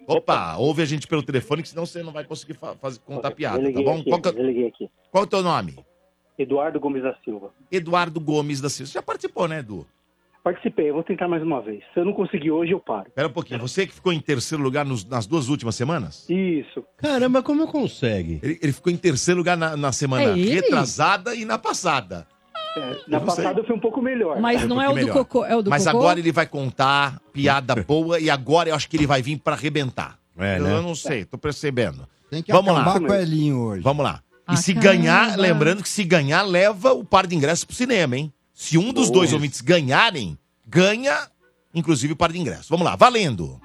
[SPEAKER 1] Opa, ouve a gente pelo telefone, que senão você não vai conseguir fa- fazer, contar piada, tá
[SPEAKER 13] Desliguei
[SPEAKER 1] bom?
[SPEAKER 13] aqui,
[SPEAKER 1] Qual, que-
[SPEAKER 13] desliguei aqui.
[SPEAKER 1] qual é o teu nome?
[SPEAKER 13] Eduardo Gomes da Silva.
[SPEAKER 1] Eduardo Gomes da Silva. Você já participou, né, Edu?
[SPEAKER 13] Participei, eu vou tentar mais uma vez. Se eu não conseguir hoje, eu paro.
[SPEAKER 1] Pera um pouquinho, você que ficou em terceiro lugar nos- nas duas últimas semanas?
[SPEAKER 13] Isso.
[SPEAKER 8] Caramba, como consegue?
[SPEAKER 1] Ele, ele ficou em terceiro lugar na, na
[SPEAKER 13] É
[SPEAKER 1] semana
[SPEAKER 13] ele?
[SPEAKER 1] retrasada e na passada.
[SPEAKER 13] É, na
[SPEAKER 1] Eu não
[SPEAKER 13] passada
[SPEAKER 1] sei.
[SPEAKER 13] eu fui um pouco melhor.
[SPEAKER 1] Foi um pouquinho melhor.
[SPEAKER 13] é
[SPEAKER 1] Mas agora ele vai contar piada boa e agora eu acho que ele vai vir pra arrebentar.
[SPEAKER 8] É,
[SPEAKER 1] eu,
[SPEAKER 8] né?
[SPEAKER 1] não sei, tô percebendo.
[SPEAKER 6] Tem que
[SPEAKER 1] Vamos lá.
[SPEAKER 6] acabar com o Elinho hoje.
[SPEAKER 1] Vamos lá. E se ganhar, lembrando que se ganhar, leva o par de ingressos pro cinema, hein? Se um dos
[SPEAKER 13] Boa.
[SPEAKER 1] dois ouvintes ganharem, ganha, inclusive, o par de ingressos. Vamos lá, valendo.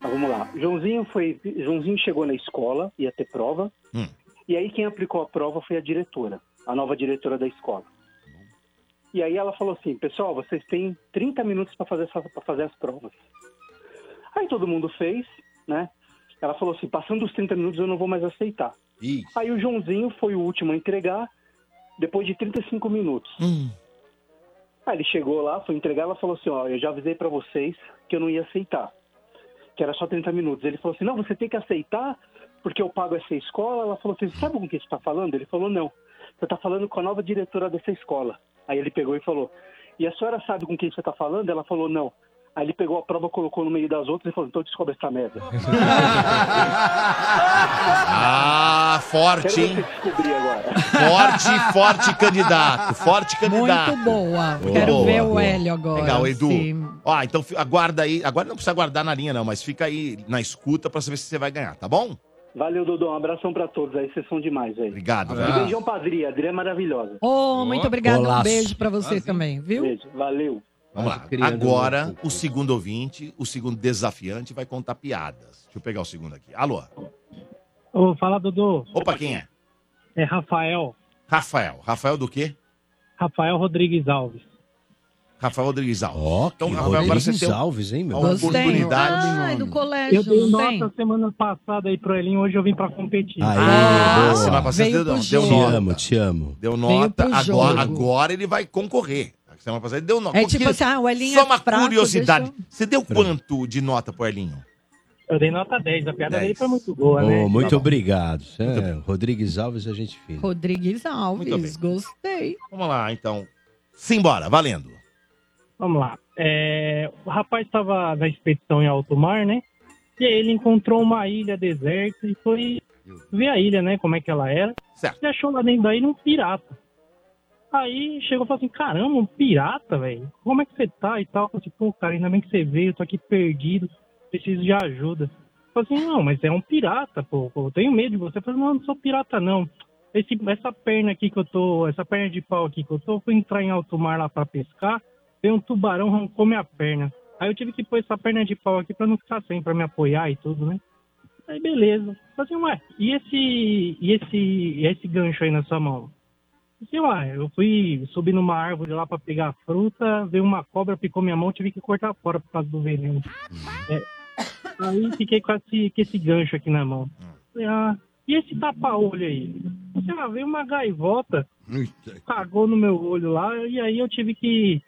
[SPEAKER 13] Tá, Vamos vamos lá. Joãozinho foi, Joãozinho chegou na escola, ia ter prova.
[SPEAKER 1] Hum.
[SPEAKER 13] E aí quem aplicou a prova foi a diretora, a nova diretora da escola. E aí ela falou assim, pessoal, vocês têm 30 minutos para fazer, essa- pra fazer as provas. Aí todo mundo fez, né? Ela falou assim, passando os 30 minutos eu não vou mais aceitar. Aí o Joãozinho foi o último a entregar, depois de 35 minutos. Aí ele chegou lá, foi entregar, ela falou assim, ó, eu já avisei pra vocês que eu não ia aceitar, que era só 30 minutos. Ele falou assim, não, você tem que aceitar, porque eu pago essa escola. Ela falou assim, sabe com quem você tá falando? Ele falou, não, você tá falando com a nova diretora dessa escola. Aí ele pegou e falou, e a senhora sabe com quem você tá falando? Ela falou, não. Aí ele pegou a prova, colocou no meio das outras e falou, então descobre essa merda.
[SPEAKER 1] Ah, forte, hein? Forte, forte candidato. Forte candidato.
[SPEAKER 9] Muito boa.
[SPEAKER 1] Boa,
[SPEAKER 9] Quero
[SPEAKER 1] boa,
[SPEAKER 9] ver o
[SPEAKER 1] boa.
[SPEAKER 9] Hélio agora.
[SPEAKER 1] Legal, Edu.
[SPEAKER 9] Sim.
[SPEAKER 1] Ó, então fi- aguarda aí. Agora não precisa aguardar na linha, não, mas fica aí na escuta pra saber se você vai ganhar, tá bom?
[SPEAKER 13] Valeu, Dodô, um abração pra todos aí, vocês são demais aí.
[SPEAKER 1] Obrigado.
[SPEAKER 13] E beijão pra Adri, a Adri é maravilhosa.
[SPEAKER 9] Oh, muito obrigado. Um
[SPEAKER 1] Golaço.
[SPEAKER 9] beijo pra vocês também, viu?
[SPEAKER 13] Beijo, valeu.
[SPEAKER 1] Vamos lá. Agora, o segundo ouvinte, o segundo desafiante, vai contar piadas. Deixa eu pegar o segundo aqui. Alô?
[SPEAKER 18] Ô, fala, Dudu.
[SPEAKER 1] Opa, quem é?
[SPEAKER 18] É Rafael.
[SPEAKER 1] Rafael. Rafael do quê?
[SPEAKER 18] Rafael Rodrigues Alves.
[SPEAKER 1] Rafael Rodrigues Alves. Ó, então,
[SPEAKER 18] Rodrigues
[SPEAKER 8] Alves, hein,
[SPEAKER 1] meu?
[SPEAKER 18] meu?
[SPEAKER 1] Uma
[SPEAKER 18] Gostei.
[SPEAKER 1] oportunidade.
[SPEAKER 9] Ah, é do
[SPEAKER 18] eu
[SPEAKER 9] colégio,
[SPEAKER 18] dei
[SPEAKER 9] não
[SPEAKER 18] nota
[SPEAKER 9] tem?
[SPEAKER 18] semana passada aí pro Elinho, hoje eu vim pra competir.
[SPEAKER 1] Ah, semana passada deu, deu, um
[SPEAKER 8] Te
[SPEAKER 1] nota.
[SPEAKER 8] amo, te amo.
[SPEAKER 1] Deu
[SPEAKER 8] Veio
[SPEAKER 1] nota.
[SPEAKER 8] pro jogo.
[SPEAKER 1] Agora, agora ele vai concorrer. Semana passada ele deu nota.
[SPEAKER 9] É
[SPEAKER 1] Porque-
[SPEAKER 9] tipo assim, ah, o Elinho
[SPEAKER 1] Só
[SPEAKER 9] é
[SPEAKER 1] uma
[SPEAKER 9] fraco,
[SPEAKER 1] curiosidade.
[SPEAKER 9] deixa
[SPEAKER 1] Você deu quanto de nota pro Elinho?
[SPEAKER 18] Eu dei nota 10, a piada
[SPEAKER 1] 10.
[SPEAKER 18] dele foi muito boa,
[SPEAKER 8] Ô,
[SPEAKER 18] né?
[SPEAKER 8] muito
[SPEAKER 18] Tá bom.
[SPEAKER 8] obrigado. É, Rodrigues Alves, a gente fez.
[SPEAKER 9] Rodrigues
[SPEAKER 1] Muito bem.
[SPEAKER 9] Alves, gostei.
[SPEAKER 1] Vamos lá, então. Simbora, valendo.
[SPEAKER 18] Vamos lá. É, o rapaz estava na expedição em alto mar, né? E aí ele encontrou uma ilha deserta e foi ver a ilha, né? Como é que ela era.
[SPEAKER 1] Certo.
[SPEAKER 18] E achou lá dentro da ilha um pirata. Aí chegou e falou assim, caramba, um pirata, velho? Como é que você tá e tal? Falei assim, pô, cara, ainda bem que você veio, eu tô aqui perdido, preciso de ajuda. Falei assim, não, mas é um pirata, pô, pô, eu tenho medo de você. Eu falei, não, eu não sou pirata, não. Esse, essa perna aqui que eu tô, essa perna de pau aqui que eu tô, eu fui entrar em alto mar lá pra pescar, veio um tubarão, arrancou minha perna. Aí eu tive que pôr essa perna de pau aqui pra não ficar sem, pra me apoiar e tudo, né? Aí beleza. Falei assim, ué, e esse, e esse, e esse gancho aí na sua mão? Sei lá, eu fui subir numa árvore lá pra pegar fruta, veio uma cobra, picou minha mão, tive que cortar fora por causa do veneno. É, aí fiquei com esse, com esse gancho aqui na mão. Falei, ah, e esse tapa-olho aí? Sei lá, veio uma gaivota, cagou no meu olho lá, e aí eu tive que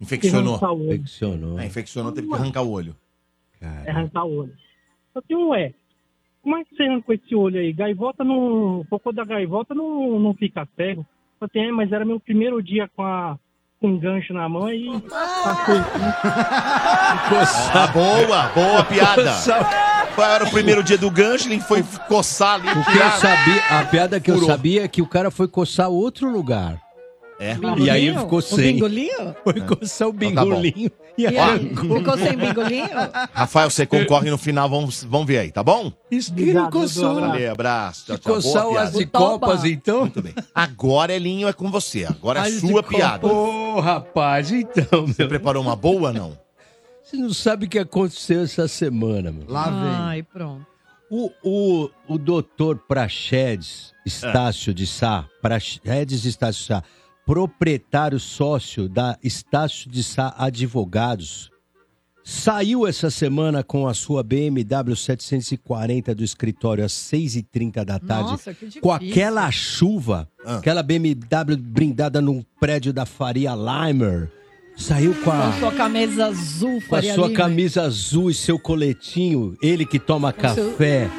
[SPEAKER 1] Infeccionou.
[SPEAKER 18] arrancar o olho.
[SPEAKER 1] Infeccionou. É, infeccionou, teve que arrancar o olho.
[SPEAKER 18] É arrancar o olho. Só que, ué, como é que você arrancou esse olho aí? Gaivota não. O cocô da gaivota não, não fica cego. Eu Falei, assim, é, mas era meu primeiro dia com a. Com um gancho na mão e.
[SPEAKER 1] Ah, boa, boa piada. Qual era o primeiro dia do gancho? Ele foi coçar ali.
[SPEAKER 8] O que eu sabia, a piada que eu sabia é que o cara foi coçar outro lugar.
[SPEAKER 1] É.
[SPEAKER 8] E aí ficou
[SPEAKER 9] O
[SPEAKER 8] sem.
[SPEAKER 9] bingolinho? Ah.
[SPEAKER 8] Foi coçar o
[SPEAKER 1] tá bom.
[SPEAKER 8] bingolinho.
[SPEAKER 9] E
[SPEAKER 8] e
[SPEAKER 9] aí,
[SPEAKER 8] arrancou.
[SPEAKER 9] ficou sem bingolinho?
[SPEAKER 1] Rafael, você concorre no final, vamos, vamos ver aí, tá bom?
[SPEAKER 8] Isso
[SPEAKER 9] que não Obrigado, coçou. Dudu, abraço.
[SPEAKER 1] Valeu, abraço. Tchau,
[SPEAKER 8] Se
[SPEAKER 1] tchau.
[SPEAKER 8] coçar
[SPEAKER 1] Boa
[SPEAKER 8] o as
[SPEAKER 1] piada.
[SPEAKER 8] de copas, então.
[SPEAKER 1] Muito bem. Agora, Elinho, é com você. Agora é a
[SPEAKER 8] As de
[SPEAKER 1] sua
[SPEAKER 8] copas.
[SPEAKER 1] piada.
[SPEAKER 8] Ô, rapaz, então. Você
[SPEAKER 1] preparou uma boa, não?
[SPEAKER 8] Você não sabe o que aconteceu essa semana, meu.
[SPEAKER 9] Ai, pronto.
[SPEAKER 8] O, o, o doutor Praxedes Estácio de Sá, Praxedes Estácio de Sá, proprietário sócio da Estácio de Sá Advogados, saiu essa semana com a sua BMW 740 do escritório às 6h30 da tarde.
[SPEAKER 9] Nossa, que difícil.
[SPEAKER 8] com aquela chuva, aquela BMW brindada num prédio da Faria Limer. Saiu com a
[SPEAKER 9] Com sua camisa azul,
[SPEAKER 8] Ah. com a
[SPEAKER 9] Faria né?
[SPEAKER 8] sua
[SPEAKER 9] Lima.
[SPEAKER 8] camisa azul e seu coletinho, ele que toma
[SPEAKER 9] Com seu-
[SPEAKER 8] café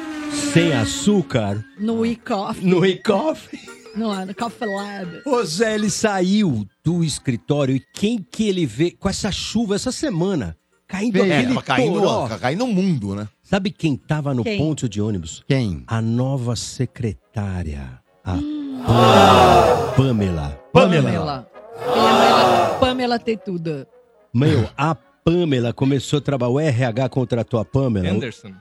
[SPEAKER 8] sem açúcar
[SPEAKER 9] No e-coffee.
[SPEAKER 8] no e-coffee.
[SPEAKER 9] No, no Coffee Lab.
[SPEAKER 8] Ô Zé, ele saiu do escritório e quem que ele vê com essa chuva essa semana? Caindo
[SPEAKER 1] É,
[SPEAKER 8] aquele
[SPEAKER 1] tava caindo-
[SPEAKER 8] toró.
[SPEAKER 1] caindo no mundo, né?
[SPEAKER 8] Sabe quem tava no
[SPEAKER 1] Quem?
[SPEAKER 8] ponto de ônibus?
[SPEAKER 6] Quem?
[SPEAKER 8] A nova secretária. A
[SPEAKER 9] Hum.
[SPEAKER 8] Pamela.
[SPEAKER 9] Pamela. Pamela, Pamela Tetuda.
[SPEAKER 8] Meu, a Pamela começou a trabalhar. O RH contratou a Pamela. O-
[SPEAKER 5] Anderson.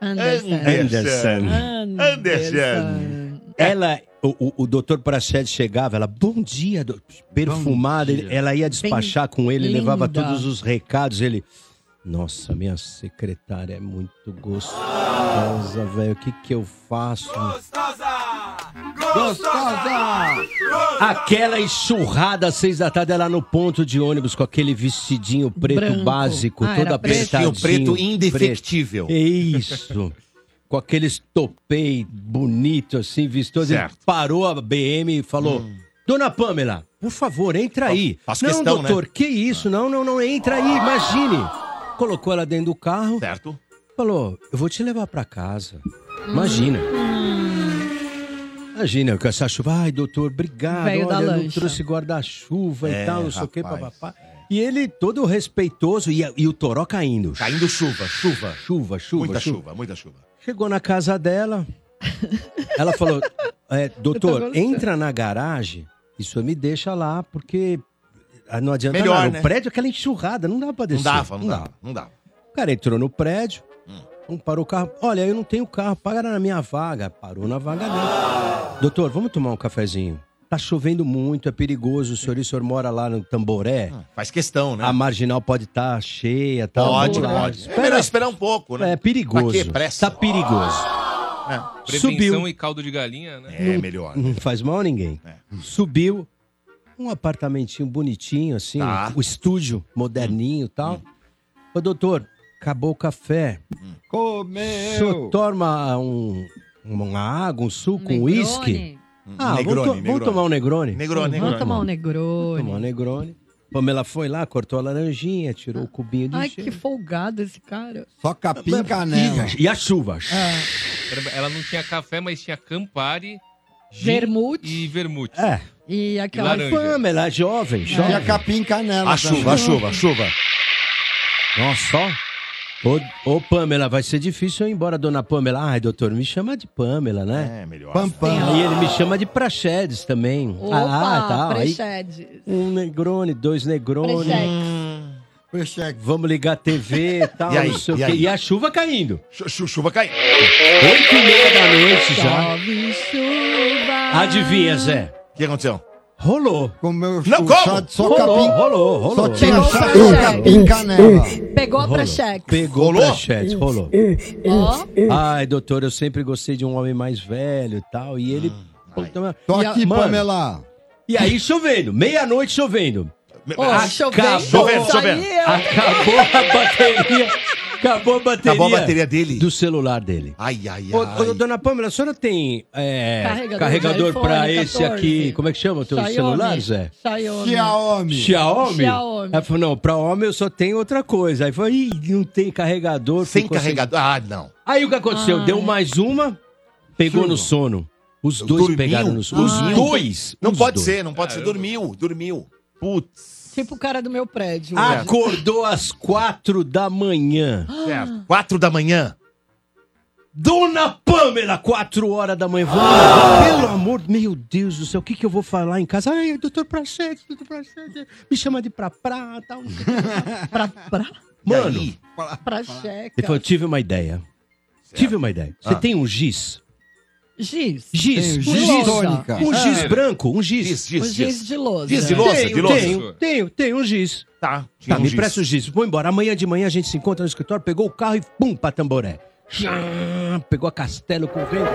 [SPEAKER 9] Anderson.
[SPEAKER 8] Anderson.
[SPEAKER 9] Anderson.
[SPEAKER 8] Ela, o, o, o doutor Praxedes chegava, ela, bom dia, do-" perfumada, ele- ela ia despachar
[SPEAKER 9] Bem
[SPEAKER 8] com ele, levava
[SPEAKER 9] linda.
[SPEAKER 8] todos os recados, ele, Nossa, minha secretária é muito gostosa, velho. O que que eu faço?
[SPEAKER 16] Gostosa!
[SPEAKER 8] Aquela enxurrada às seis da tarde, ela no ponto de ônibus com aquele vestidinho preto
[SPEAKER 16] Branco.
[SPEAKER 8] básico,
[SPEAKER 16] Ah,
[SPEAKER 8] todo
[SPEAKER 16] era preto?
[SPEAKER 8] apertadinho.
[SPEAKER 16] Vestidinho preto indefectível.
[SPEAKER 8] Preto. É Isso. com aqueles topei bonito, assim, vistoso. Ele
[SPEAKER 16] Certo. Hum.
[SPEAKER 8] parou a BM e falou... Dona Pamela, por favor, entra aí.
[SPEAKER 1] Faz
[SPEAKER 8] não,
[SPEAKER 1] questão, né?
[SPEAKER 8] doutor, que isso? Não, não, não, entra aí, imagine. Colocou ela dentro do carro.
[SPEAKER 1] Certo.
[SPEAKER 8] Falou, eu vou te levar pra casa. Imagina.
[SPEAKER 16] Hum.
[SPEAKER 8] Imagina, com essa chuva. Ai, doutor, obrigado.
[SPEAKER 16] Velho da
[SPEAKER 8] Ah, Olha, eu não
[SPEAKER 16] lancha.
[SPEAKER 8] trouxe guarda-chuva
[SPEAKER 16] É,
[SPEAKER 8] e tal, não sei o que,
[SPEAKER 16] rapaz.
[SPEAKER 8] papapá. E ele todo respeitoso e, e o toró caindo.
[SPEAKER 1] Caindo chuva, chuva.
[SPEAKER 8] Chuva, chuva,
[SPEAKER 1] Muita
[SPEAKER 8] chuva.
[SPEAKER 1] chuva, muita chuva.
[SPEAKER 8] Chegou na casa dela, ela falou: é, Doutor,
[SPEAKER 1] gostando.
[SPEAKER 8] entra na garagem e o senhor me deixa lá, porque ah, não adianta
[SPEAKER 1] Melhor,
[SPEAKER 8] nada.
[SPEAKER 1] né?
[SPEAKER 8] O prédio, é aquela enxurrada, não dá pra descer.
[SPEAKER 1] Não dava, não dava, não Hum. dava.
[SPEAKER 8] O cara entrou no prédio, um parou o carro. Olha, eu não tenho carro, paga na minha vaga. Parou na vaga dele. Doutor, vamos tomar um cafezinho. Tá chovendo muito, é perigoso. O senhor e o senhor mora lá no Tamboré.
[SPEAKER 1] Faz questão, né?
[SPEAKER 8] A marginal pode estar cheia, tá tal.
[SPEAKER 1] Pode,
[SPEAKER 8] vamos lá.
[SPEAKER 1] pode. É melhor esperar um pouco, né?
[SPEAKER 8] É perigoso.
[SPEAKER 1] Pra que pressa?
[SPEAKER 8] Tá perigoso.
[SPEAKER 5] Prevenção
[SPEAKER 8] Subiu. É,
[SPEAKER 5] e caldo de galinha, né?
[SPEAKER 1] É
[SPEAKER 8] Não- Não faz mal a ninguém. Subiu um apartamentinho bonitinho, assim,
[SPEAKER 5] Tá.
[SPEAKER 8] o estúdio moderninho e
[SPEAKER 1] Hum.
[SPEAKER 8] tal. Ô, doutor, acabou o café. O senhor
[SPEAKER 6] Comeu!
[SPEAKER 8] toma um, uma água, um suco, um
[SPEAKER 9] Negroni.
[SPEAKER 8] uísque?
[SPEAKER 9] Hum,
[SPEAKER 8] Ah, vamos
[SPEAKER 9] Negroni,
[SPEAKER 8] to-
[SPEAKER 9] Negroni.
[SPEAKER 8] vamos tomar um Negroni?
[SPEAKER 9] Vamos tomar um
[SPEAKER 8] Vamos tomar um
[SPEAKER 9] Negroni.
[SPEAKER 8] Negroni. Pamela foi lá, cortou a laranjinha, tirou o cubinho de
[SPEAKER 9] Ai,
[SPEAKER 8] gelo.
[SPEAKER 9] que folgado esse cara.
[SPEAKER 8] Só capim
[SPEAKER 6] canela.
[SPEAKER 8] E a chuva.
[SPEAKER 5] Caramba, Ela não tinha café, mas tinha Campari, gin
[SPEAKER 9] Vermute.
[SPEAKER 5] e vermute.
[SPEAKER 8] É.
[SPEAKER 9] E aquela. é
[SPEAKER 5] Laranja.
[SPEAKER 8] Pamela, jovem, jovem.
[SPEAKER 5] a
[SPEAKER 8] capim canela.
[SPEAKER 1] A chuva, a chuva, a chuva.
[SPEAKER 8] Nossa, ó. Ô, ô, Pamela, vai ser difícil eu ir embora, dona Pamela. Ai, doutor, me chama de Pamela, né?
[SPEAKER 1] É, melhor.
[SPEAKER 8] Pam, pam. E ele me chama de Praxedes também.
[SPEAKER 9] Opa,
[SPEAKER 1] Ah,
[SPEAKER 8] tá. Aí,
[SPEAKER 9] Prechede.
[SPEAKER 8] um Negrone, dois Negrone.
[SPEAKER 9] Prechede.
[SPEAKER 8] Vamos ligar a TV e tal,
[SPEAKER 1] E aí,
[SPEAKER 8] não sei o
[SPEAKER 1] e
[SPEAKER 8] quê.
[SPEAKER 1] aí?
[SPEAKER 8] E a chuva caindo.
[SPEAKER 1] chuva caindo.
[SPEAKER 8] Oito e meia da noite já.
[SPEAKER 9] Chove chuva.
[SPEAKER 8] Adivinha, Zé?
[SPEAKER 1] O que aconteceu?
[SPEAKER 8] Rolou.
[SPEAKER 1] Não, como?
[SPEAKER 8] Só rolou, rolou, rolou.
[SPEAKER 6] Só tinha
[SPEAKER 8] Rolou.
[SPEAKER 6] chá- um capim canela.
[SPEAKER 9] Pegou a
[SPEAKER 8] Rolou.
[SPEAKER 9] Prechex.
[SPEAKER 8] Pegou
[SPEAKER 9] Rolou?
[SPEAKER 8] rolou? Praxedes, rolou.
[SPEAKER 9] Ó.
[SPEAKER 8] Ai, doutor, eu sempre gostei de um homem mais velho e tal. E ele.
[SPEAKER 1] Ah,
[SPEAKER 8] Puta,
[SPEAKER 6] Tô
[SPEAKER 8] e a-
[SPEAKER 6] aqui,
[SPEAKER 8] mano,
[SPEAKER 6] Pamela.
[SPEAKER 8] E aí chovendo, meia-noite chovendo.
[SPEAKER 6] Ô, chovendo,
[SPEAKER 1] chovendo, é chovendo.
[SPEAKER 8] Acabou a bateria. Acabou a bateria.
[SPEAKER 1] Acabou a bateria dele.
[SPEAKER 8] Do celular dele.
[SPEAKER 1] Ai, ai,
[SPEAKER 8] Ô,
[SPEAKER 1] ai.
[SPEAKER 8] ô, dona Pamela, a senhora tem é,
[SPEAKER 1] Carregador
[SPEAKER 8] carregador,
[SPEAKER 1] de iPhone
[SPEAKER 8] pra esse
[SPEAKER 1] 14?
[SPEAKER 8] aqui? Como é que chama o teu
[SPEAKER 9] Xiaomi.
[SPEAKER 8] celular, Zé?
[SPEAKER 9] Xiaomi.
[SPEAKER 8] Xiaomi?
[SPEAKER 9] Xiaomi.
[SPEAKER 8] Ela falou, não, pra homem eu só tenho outra coisa. Aí falou, ih, não tem carregador.
[SPEAKER 1] Sem
[SPEAKER 8] ficou
[SPEAKER 1] carregador? Ah, não.
[SPEAKER 8] Aí o que aconteceu?
[SPEAKER 1] Ah.
[SPEAKER 8] Deu mais uma, pegou
[SPEAKER 1] Chuva.
[SPEAKER 8] no sono. Os dois
[SPEAKER 1] Dormiu?
[SPEAKER 8] pegaram no sono. Os
[SPEAKER 1] Dormiu?
[SPEAKER 8] dois.
[SPEAKER 1] Não
[SPEAKER 8] os
[SPEAKER 1] pode
[SPEAKER 8] dois.
[SPEAKER 1] ser, não pode ser. Dormiu, dormiu. Putz.
[SPEAKER 9] Tipo o cara do meu prédio.
[SPEAKER 1] né?
[SPEAKER 8] Ah, Acordou às quatro da manhã.
[SPEAKER 1] Certo. É, Quatro da manhã.
[SPEAKER 8] Dona Pamela, quatro horas da manhã. Vamos
[SPEAKER 1] Ah.
[SPEAKER 8] lá. Pelo amor, meu Deus do céu, o que, que eu vou falar em casa? Ai, doutor Prachete, doutor Prachete, me chama de pra pra, tal. não sei o que. pra pra? Mano, ele
[SPEAKER 9] Pra checa.
[SPEAKER 8] falou, eu tive uma ideia. Tive uma ideia. Você
[SPEAKER 9] Ah.
[SPEAKER 8] tem um giz?
[SPEAKER 9] Giz.
[SPEAKER 8] Giz.
[SPEAKER 9] Tem
[SPEAKER 8] Um
[SPEAKER 9] o
[SPEAKER 8] giz,
[SPEAKER 9] tônica.
[SPEAKER 8] um giz
[SPEAKER 9] Ah.
[SPEAKER 8] branco, um giz.
[SPEAKER 9] giz, Um giz giz. de lousa.
[SPEAKER 1] Giz de lousa, de
[SPEAKER 8] Tenho,
[SPEAKER 1] lousa.
[SPEAKER 8] Tenho, tenho, tenho um giz.
[SPEAKER 1] Tá, tinha
[SPEAKER 8] tá
[SPEAKER 1] um
[SPEAKER 8] me
[SPEAKER 1] giz.
[SPEAKER 8] presta o giz. Vou embora. Amanhã de manhã a gente se encontra no escritório, pegou o carro e pum, pra Tamboré. Chá, Pegou a Castelo correndo.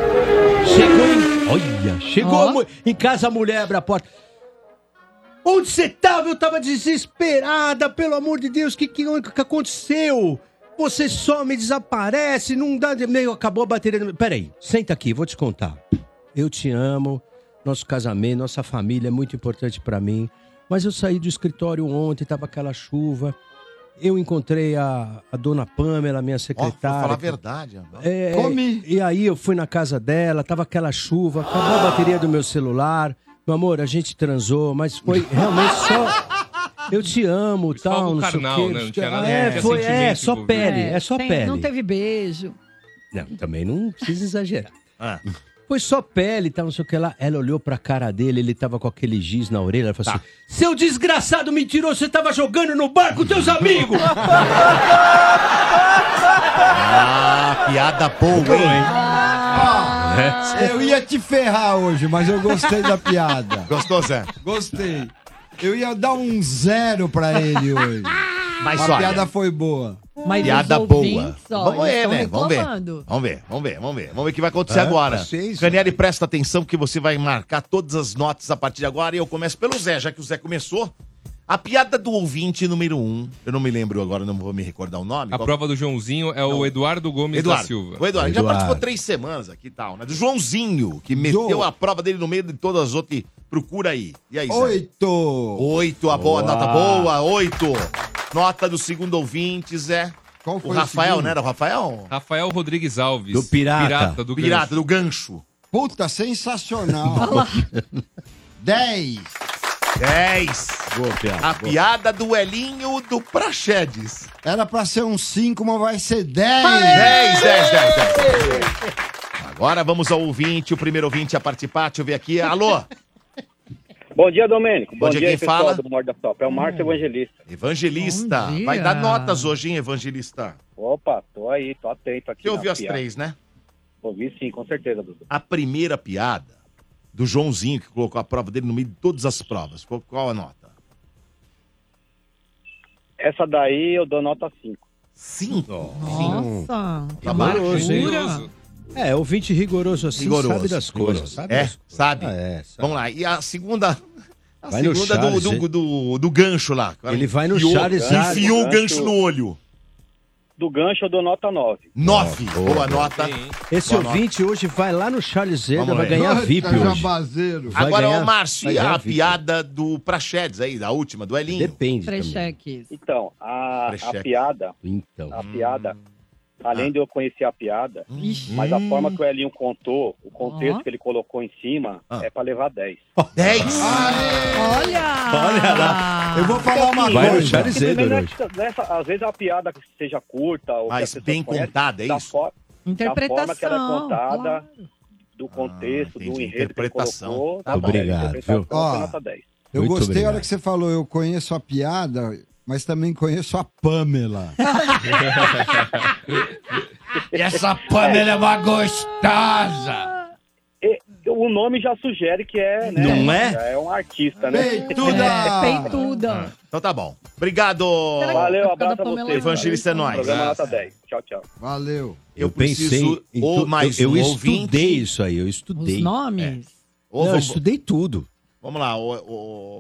[SPEAKER 8] Chegou em... Olha, chegou a mu- em casa a mulher, abre a porta. Onde você tava? Eu tava desesperada, pelo amor de Deus, o que, que, que aconteceu? Você some, desaparece, não dá de meio, acabou a bateria. do- Peraí, senta aqui, vou te contar. Eu te amo, nosso casamento, nossa família é muito importante pra mim. Mas eu saí do escritório ontem, tava aquela chuva. Eu encontrei a, a dona Pamela, minha
[SPEAKER 1] Ó, vou
[SPEAKER 8] secretária.
[SPEAKER 1] falar a verdade. ó.
[SPEAKER 8] É, E aí eu fui na casa dela, tava aquela chuva, acabou a bateria do meu celular. Meu amor, a gente transou, mas foi realmente só. Eu te amo, tal,
[SPEAKER 5] algo
[SPEAKER 8] não
[SPEAKER 5] carnal,
[SPEAKER 8] sei o quê.
[SPEAKER 5] né? Não tinha nada- não
[SPEAKER 8] é,
[SPEAKER 5] tinha
[SPEAKER 8] foi, é,
[SPEAKER 5] sentimento
[SPEAKER 8] só
[SPEAKER 5] envolvido.
[SPEAKER 8] pele, é, só
[SPEAKER 9] tem-
[SPEAKER 8] pele.
[SPEAKER 9] Não teve beijo.
[SPEAKER 8] Não, também não precisa exagerar.
[SPEAKER 5] Ah.
[SPEAKER 8] Foi só pele, tal, não sei o que lá. Ela olhou pra cara dele, ele tava com aquele giz na orelha. Ela falou
[SPEAKER 5] Tá.
[SPEAKER 8] assim: Seu desgraçado mentiroso, você tava jogando no bar com teus amigos!
[SPEAKER 1] Ah, piada boa, hein?
[SPEAKER 6] Ah,
[SPEAKER 1] É.
[SPEAKER 6] Eu ia te ferrar hoje, mas eu gostei da piada.
[SPEAKER 1] Gostou, Zé?
[SPEAKER 6] Gostei. Eu ia dar um zero pra ele hoje.
[SPEAKER 1] Mas
[SPEAKER 6] a
[SPEAKER 1] olha-
[SPEAKER 6] piada foi boa.
[SPEAKER 9] Mas
[SPEAKER 1] Piada
[SPEAKER 9] os
[SPEAKER 1] boa.
[SPEAKER 9] ouvintes, ó,
[SPEAKER 1] Vamos
[SPEAKER 9] eles
[SPEAKER 1] ver,
[SPEAKER 9] tão
[SPEAKER 1] né? Vamos ver.
[SPEAKER 9] reclamando.
[SPEAKER 1] Vamos ver, vamos ver, vamos ver. Vamos ver o que É, vai né? acontecer
[SPEAKER 2] Ah,
[SPEAKER 1] agora.
[SPEAKER 2] vocês,
[SPEAKER 1] Canieri, presta atenção que você vai marcar todas as notas a partir de agora. E eu começo pelo Zé, já que o Zé começou. A piada do ouvinte número um. Eu não me lembro agora, não vou me recordar o nome.
[SPEAKER 5] A
[SPEAKER 1] Qual-
[SPEAKER 5] prova do Joãozinho é o Eduardo Gomes
[SPEAKER 1] Eduardo.
[SPEAKER 5] da Silva.
[SPEAKER 1] O Eduardo, ele já participou três semanas aqui e tal, né? Do Joãozinho, que meteu a prova dele no meio de todas as outras. e Procura aí. E aí, Zé?
[SPEAKER 6] Oito.
[SPEAKER 1] Oito, a boa,
[SPEAKER 6] Boa.
[SPEAKER 1] nota boa, oito. Nota do segundo ouvinte, Zé. Qual
[SPEAKER 5] foi
[SPEAKER 1] o
[SPEAKER 5] o
[SPEAKER 1] Rafael,
[SPEAKER 5] segundo?
[SPEAKER 1] né? Era o Rafael?
[SPEAKER 5] Rafael Rodrigues Alves.
[SPEAKER 1] Do Pirata.
[SPEAKER 5] Pirata do
[SPEAKER 1] Pirata
[SPEAKER 5] Gancho.
[SPEAKER 1] do Gancho.
[SPEAKER 6] Puta, sensacional. Dez.
[SPEAKER 1] Dez.
[SPEAKER 6] Boa piada.
[SPEAKER 1] A piada do Elinho do Praxedes.
[SPEAKER 6] Era pra ser um cinco, mas vai ser dez.
[SPEAKER 1] é Dez, dez, dez, dez. Agora vamos ao ouvinte, o primeiro ouvinte a participar. Deixa eu ver aqui. Alô?
[SPEAKER 19] Bom dia, Domênico.
[SPEAKER 1] Bom dia, quem
[SPEAKER 19] pessoal
[SPEAKER 1] fala? Hum.
[SPEAKER 19] do Morde da Sopra. É o Márcio Evangelista.
[SPEAKER 1] Evangelista.
[SPEAKER 19] Bom dia.
[SPEAKER 1] Vai dar notas hoje, hein, Evangelista?
[SPEAKER 19] Opa, tô aí, tô atento aqui.
[SPEAKER 1] Você
[SPEAKER 19] na
[SPEAKER 1] ouviu as
[SPEAKER 19] piada.
[SPEAKER 1] três, né?
[SPEAKER 19] Ouvi sim, com certeza, Dudu.
[SPEAKER 1] A primeira piada do Joãozinho, que colocou a prova dele no meio de todas as provas. Qual, qual a nota?
[SPEAKER 19] Essa daí eu dou nota 5.
[SPEAKER 1] 5?
[SPEAKER 9] Nossa,
[SPEAKER 1] Tá baixo, hein?
[SPEAKER 8] É, ouvinte rigoroso assim
[SPEAKER 1] Rigoroso,
[SPEAKER 8] sabe das
[SPEAKER 1] rigoroso.
[SPEAKER 8] coisas. Sabe
[SPEAKER 1] É,
[SPEAKER 8] das coisas.
[SPEAKER 1] sabe.
[SPEAKER 8] Ah, é, sabe.
[SPEAKER 1] Vamos lá. E a segunda. A
[SPEAKER 8] Vai no
[SPEAKER 1] segunda do,
[SPEAKER 8] Charles,
[SPEAKER 1] do,
[SPEAKER 8] hein?
[SPEAKER 1] do, do gancho lá.
[SPEAKER 8] Ele vai no
[SPEAKER 1] enfiou,
[SPEAKER 8] Charles Aznavour.
[SPEAKER 1] Enfiou o gancho no olho.
[SPEAKER 19] Do gancho eu dou nota 9.
[SPEAKER 1] Nove.
[SPEAKER 8] Ó,
[SPEAKER 1] Ah, Boa, nota.
[SPEAKER 8] Esse
[SPEAKER 1] Boa
[SPEAKER 8] ouvinte hoje vai lá no Charles Zeda,
[SPEAKER 1] Vamos
[SPEAKER 8] vai
[SPEAKER 1] ver.
[SPEAKER 8] ganhar VIP hoje. Vai
[SPEAKER 1] Agora,
[SPEAKER 8] ganhar-
[SPEAKER 1] ô Márcio,
[SPEAKER 8] vai
[SPEAKER 1] e
[SPEAKER 8] ganhar
[SPEAKER 1] a
[SPEAKER 8] VIP.
[SPEAKER 1] piada do Praxedes aí, da última, do Elinho? Depende.
[SPEAKER 9] Precheques.
[SPEAKER 19] Então, a, a
[SPEAKER 1] Precheque.
[SPEAKER 19] piada,
[SPEAKER 8] Então.
[SPEAKER 19] a piada, além de eu conhecer a piada, mas a forma que o Elinho contou, o contexto
[SPEAKER 9] Ó.
[SPEAKER 19] que ele colocou em cima, é pra levar 10.
[SPEAKER 18] Ah,
[SPEAKER 9] Olha!
[SPEAKER 8] Olha lá. Eu vou falar uma Vai no coisa. Charles
[SPEAKER 19] Porque também
[SPEAKER 8] Zedor
[SPEAKER 19] nessa- nessa- às vezes a piada que seja curta ou
[SPEAKER 1] Mas
[SPEAKER 19] que a pessoa
[SPEAKER 1] Ah, bem
[SPEAKER 19] conhece,
[SPEAKER 1] contada, é
[SPEAKER 19] da
[SPEAKER 1] isso?
[SPEAKER 19] fo-
[SPEAKER 1] Interpretação,
[SPEAKER 19] Da forma que ela é contada, do contexto, do
[SPEAKER 1] Ah, entendi.
[SPEAKER 19] enredo que ele
[SPEAKER 1] Interpretação.
[SPEAKER 19] colocou.
[SPEAKER 1] Tá
[SPEAKER 19] dá
[SPEAKER 1] bom.
[SPEAKER 19] dez.
[SPEAKER 1] Obrigado,
[SPEAKER 19] Interpretação,
[SPEAKER 1] viu?
[SPEAKER 19] foi
[SPEAKER 6] Ó,
[SPEAKER 19] é nota 10.
[SPEAKER 6] Eu
[SPEAKER 1] Muito
[SPEAKER 6] gostei a
[SPEAKER 1] obrigado.
[SPEAKER 6] hora que você falou, eu conheço a piada, mas também conheço a Pamela.
[SPEAKER 19] E
[SPEAKER 6] essa Pamela é uma gostosa.
[SPEAKER 19] o nome já sugere que é, né?
[SPEAKER 1] Não é?
[SPEAKER 19] Já é um artista, né?
[SPEAKER 9] Peituda.
[SPEAKER 1] Então tá bom. Obrigado.
[SPEAKER 19] Valeu, abraço a você.
[SPEAKER 1] Evangelista é nóis.
[SPEAKER 19] Programa nota 10. Tchau, tchau.
[SPEAKER 6] Valeu.
[SPEAKER 1] Eu,
[SPEAKER 8] Eu pensei
[SPEAKER 1] preciso
[SPEAKER 8] em
[SPEAKER 1] ou
[SPEAKER 8] tu-
[SPEAKER 1] mais
[SPEAKER 8] eu,
[SPEAKER 1] um
[SPEAKER 8] eu
[SPEAKER 1] ouvinte. É.
[SPEAKER 8] estudei isso aí, eu estudei.
[SPEAKER 9] Os nomes?
[SPEAKER 1] Ou
[SPEAKER 8] Não, eu
[SPEAKER 1] vamos-
[SPEAKER 8] estudei tudo.
[SPEAKER 1] Vamos lá, o,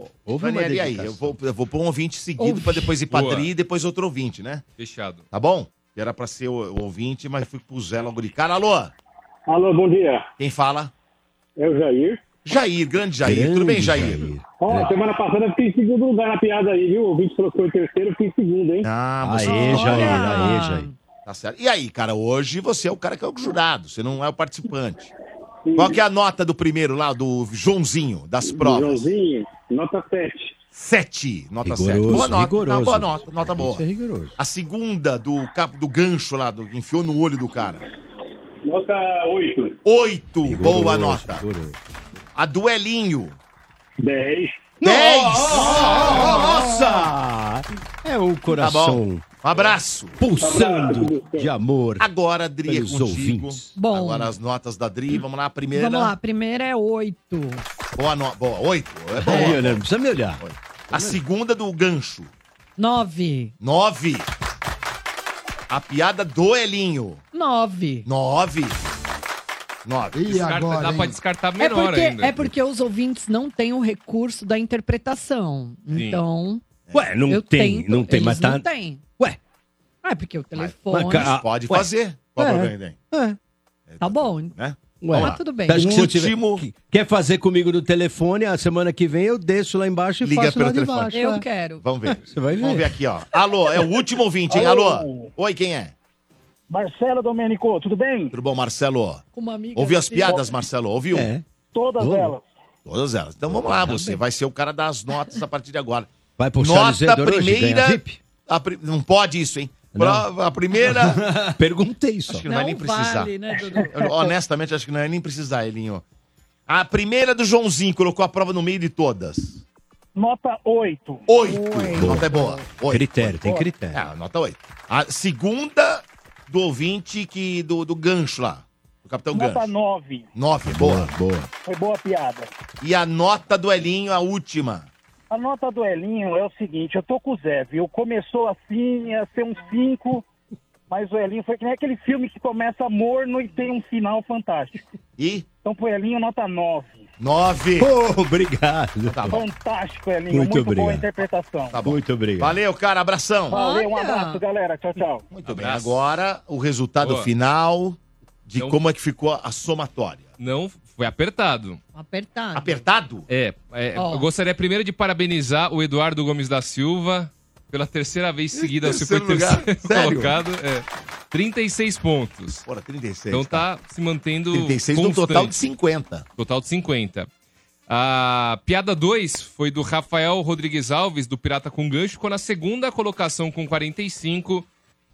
[SPEAKER 1] o...
[SPEAKER 8] Houve uma
[SPEAKER 1] Daniele, aí,
[SPEAKER 8] dedicação.
[SPEAKER 1] eu vou, eu vou pôr um ouvinte seguido pra depois ir pra
[SPEAKER 5] Boa.
[SPEAKER 1] Dri e depois outro ouvinte, né?
[SPEAKER 5] Fechado.
[SPEAKER 1] Tá bom? Que era pra ser o, o ouvinte, mas fui pro Zé logo de cara. Alô?
[SPEAKER 20] Alô, bom dia.
[SPEAKER 1] Quem fala?
[SPEAKER 20] É o Jair.
[SPEAKER 1] Jair, grande Jair. Tudo bem, Jair?
[SPEAKER 20] Ó, semana passada eu fiquei em segundo lugar na piada aí, viu? O ouvinte colocou em terceiro, eu fiquei em segundo, hein?
[SPEAKER 1] Ah,
[SPEAKER 8] Aê, Jair, aê, Jair.
[SPEAKER 1] Tá certo. E aí, cara, hoje você é o cara que é o jurado, você não é o participante. Qual que é a nota do primeiro lá, do Joãozinho, das provas?
[SPEAKER 20] Joãozinho, nota 7.
[SPEAKER 1] 7, nota
[SPEAKER 8] Rigoroso,
[SPEAKER 1] 7. Boa nota,
[SPEAKER 8] rigoroso.
[SPEAKER 1] tá, boa nota, nota boa.
[SPEAKER 8] Isso é rigoroso.
[SPEAKER 1] A segunda do capo do gancho lá, do, que enfiou no olho do cara.
[SPEAKER 20] Nota 8.
[SPEAKER 1] 8,
[SPEAKER 20] Rigoroso,
[SPEAKER 1] boa nota. A duelinho.
[SPEAKER 20] 10.
[SPEAKER 1] 10!
[SPEAKER 8] Nossa! É o coração
[SPEAKER 1] Um abraço.
[SPEAKER 8] pulsando de amor.
[SPEAKER 1] Agora, Dri, é
[SPEAKER 8] Pelos
[SPEAKER 1] contigo.
[SPEAKER 8] ouvintes.
[SPEAKER 9] Bom.
[SPEAKER 1] Agora as notas da Dri, vamos lá, a primeira.
[SPEAKER 9] Vamos lá, a primeira é oito.
[SPEAKER 1] Boa, no... boa, 8. É boa.
[SPEAKER 8] Aí, olha, não precisa me olhar.
[SPEAKER 1] A segunda do gancho.
[SPEAKER 9] Nove.
[SPEAKER 1] 9. A piada do Elinho.
[SPEAKER 9] Nove.
[SPEAKER 1] 9. 9.
[SPEAKER 6] E Descarta- agora, dá hein? pra
[SPEAKER 5] descartar
[SPEAKER 9] É porque, é porque os ouvintes não têm o recurso da interpretação.
[SPEAKER 8] Sim.
[SPEAKER 9] Então.
[SPEAKER 8] Ué, não
[SPEAKER 9] eu
[SPEAKER 8] tem,
[SPEAKER 9] tento,
[SPEAKER 8] não tem,
[SPEAKER 9] eles
[SPEAKER 8] mas tá-
[SPEAKER 9] Não tem. Ué. Ah, é porque o telefone.
[SPEAKER 8] mas ca-
[SPEAKER 1] Pode
[SPEAKER 8] Ué.
[SPEAKER 1] fazer. Qual
[SPEAKER 9] É.
[SPEAKER 1] problema tem?
[SPEAKER 9] É, tá bom.
[SPEAKER 1] Né? Um
[SPEAKER 8] Ué,
[SPEAKER 9] Mas tudo bem.
[SPEAKER 8] tá, acho que se eu tiver- que- quer fazer comigo no telefone, a semana que vem eu desço lá embaixo e
[SPEAKER 1] Liga
[SPEAKER 8] faço
[SPEAKER 1] pelo
[SPEAKER 8] lá de
[SPEAKER 1] telefone.
[SPEAKER 8] baixo.
[SPEAKER 9] Eu
[SPEAKER 8] é.
[SPEAKER 9] quero.
[SPEAKER 1] Vamos ver.
[SPEAKER 8] Você vai ver.
[SPEAKER 1] Vamos ver aqui, ó.
[SPEAKER 8] Ah,
[SPEAKER 1] Alô, é o último ouvinte, hein?
[SPEAKER 20] Alô.
[SPEAKER 1] Alô. Oi, quem é?
[SPEAKER 20] Marcelo Domênico, tudo bem?
[SPEAKER 1] Tudo bom, Marcelo?
[SPEAKER 9] Com uma amiga.
[SPEAKER 1] Ouviu as
[SPEAKER 9] assim.
[SPEAKER 1] piadas, Marcelo? Ouviu?
[SPEAKER 8] É.
[SPEAKER 20] Todas
[SPEAKER 1] Boa.
[SPEAKER 20] elas.
[SPEAKER 1] Todas elas. Então vamos lá, você vai ser o cara das notas a partir de agora.
[SPEAKER 8] Tá Vai pro Charles
[SPEAKER 1] Nota
[SPEAKER 8] Zedor hoje,
[SPEAKER 1] primeira.
[SPEAKER 8] ganha VIP?
[SPEAKER 1] a pri- Não pode isso, hein? Prova, a primeira.
[SPEAKER 8] Perguntei só.
[SPEAKER 1] Acho que não, vai nem precisar.
[SPEAKER 9] vale, né, Dudu?
[SPEAKER 1] Eu, honestamente, acho que não vai nem precisar, Elinho. A primeira do Joãozinho colocou a prova no meio de todas.
[SPEAKER 20] Nota 8.
[SPEAKER 1] 8. Nota é boa. Oito.
[SPEAKER 8] Critério, tem critério.
[SPEAKER 1] É, nota 8. A segunda do ouvinte que, do, do gancho lá. Do Capitão
[SPEAKER 20] Nota
[SPEAKER 1] Gancho.
[SPEAKER 20] 9.
[SPEAKER 1] 9, boa.
[SPEAKER 8] Boa.
[SPEAKER 20] Foi boa a piada.
[SPEAKER 1] E a nota do Elinho, a última.
[SPEAKER 20] A nota do Elinho é o seguinte, eu tô com o Zé, viu? Começou assim, ia ser um 5, mas o Elinho foi que nem aquele filme que começa morno e tem um final fantástico.
[SPEAKER 1] E?
[SPEAKER 20] Então pro Elinho, nota 9.
[SPEAKER 1] Nove.
[SPEAKER 8] obrigado.
[SPEAKER 1] Tá bom.
[SPEAKER 20] Fantástico, Elinho.
[SPEAKER 8] Muito
[SPEAKER 20] Muito, boa a
[SPEAKER 8] obrigado.
[SPEAKER 20] interpretação.
[SPEAKER 1] Tá bom.
[SPEAKER 8] Muito obrigado.
[SPEAKER 1] Valeu, cara. Abração.
[SPEAKER 20] Valeu, um abraço, galera. Tchau, tchau.
[SPEAKER 1] Muito bem. Agora o resultado
[SPEAKER 5] Boa.
[SPEAKER 1] final de
[SPEAKER 5] Então-
[SPEAKER 1] como é que ficou a somatória.
[SPEAKER 5] Não, foi apertado.
[SPEAKER 9] Apertado.
[SPEAKER 1] Apertado?
[SPEAKER 5] É, é,
[SPEAKER 9] Ó.
[SPEAKER 5] eu gostaria primeiro de parabenizar o Eduardo Gomes da Silva pela terceira vez seguida, se foi
[SPEAKER 1] Terceiro lugar?
[SPEAKER 5] terceiro
[SPEAKER 1] Sério?
[SPEAKER 5] colocado. É, 36 pontos.
[SPEAKER 1] Bora, 36.
[SPEAKER 5] Então tá se mantendo
[SPEAKER 1] 36 num total de 50.
[SPEAKER 5] Total de 50. A piada 2 foi do Rafael Rodrigues Alves, do Pirata com Gancho, ficou na segunda colocação com 45.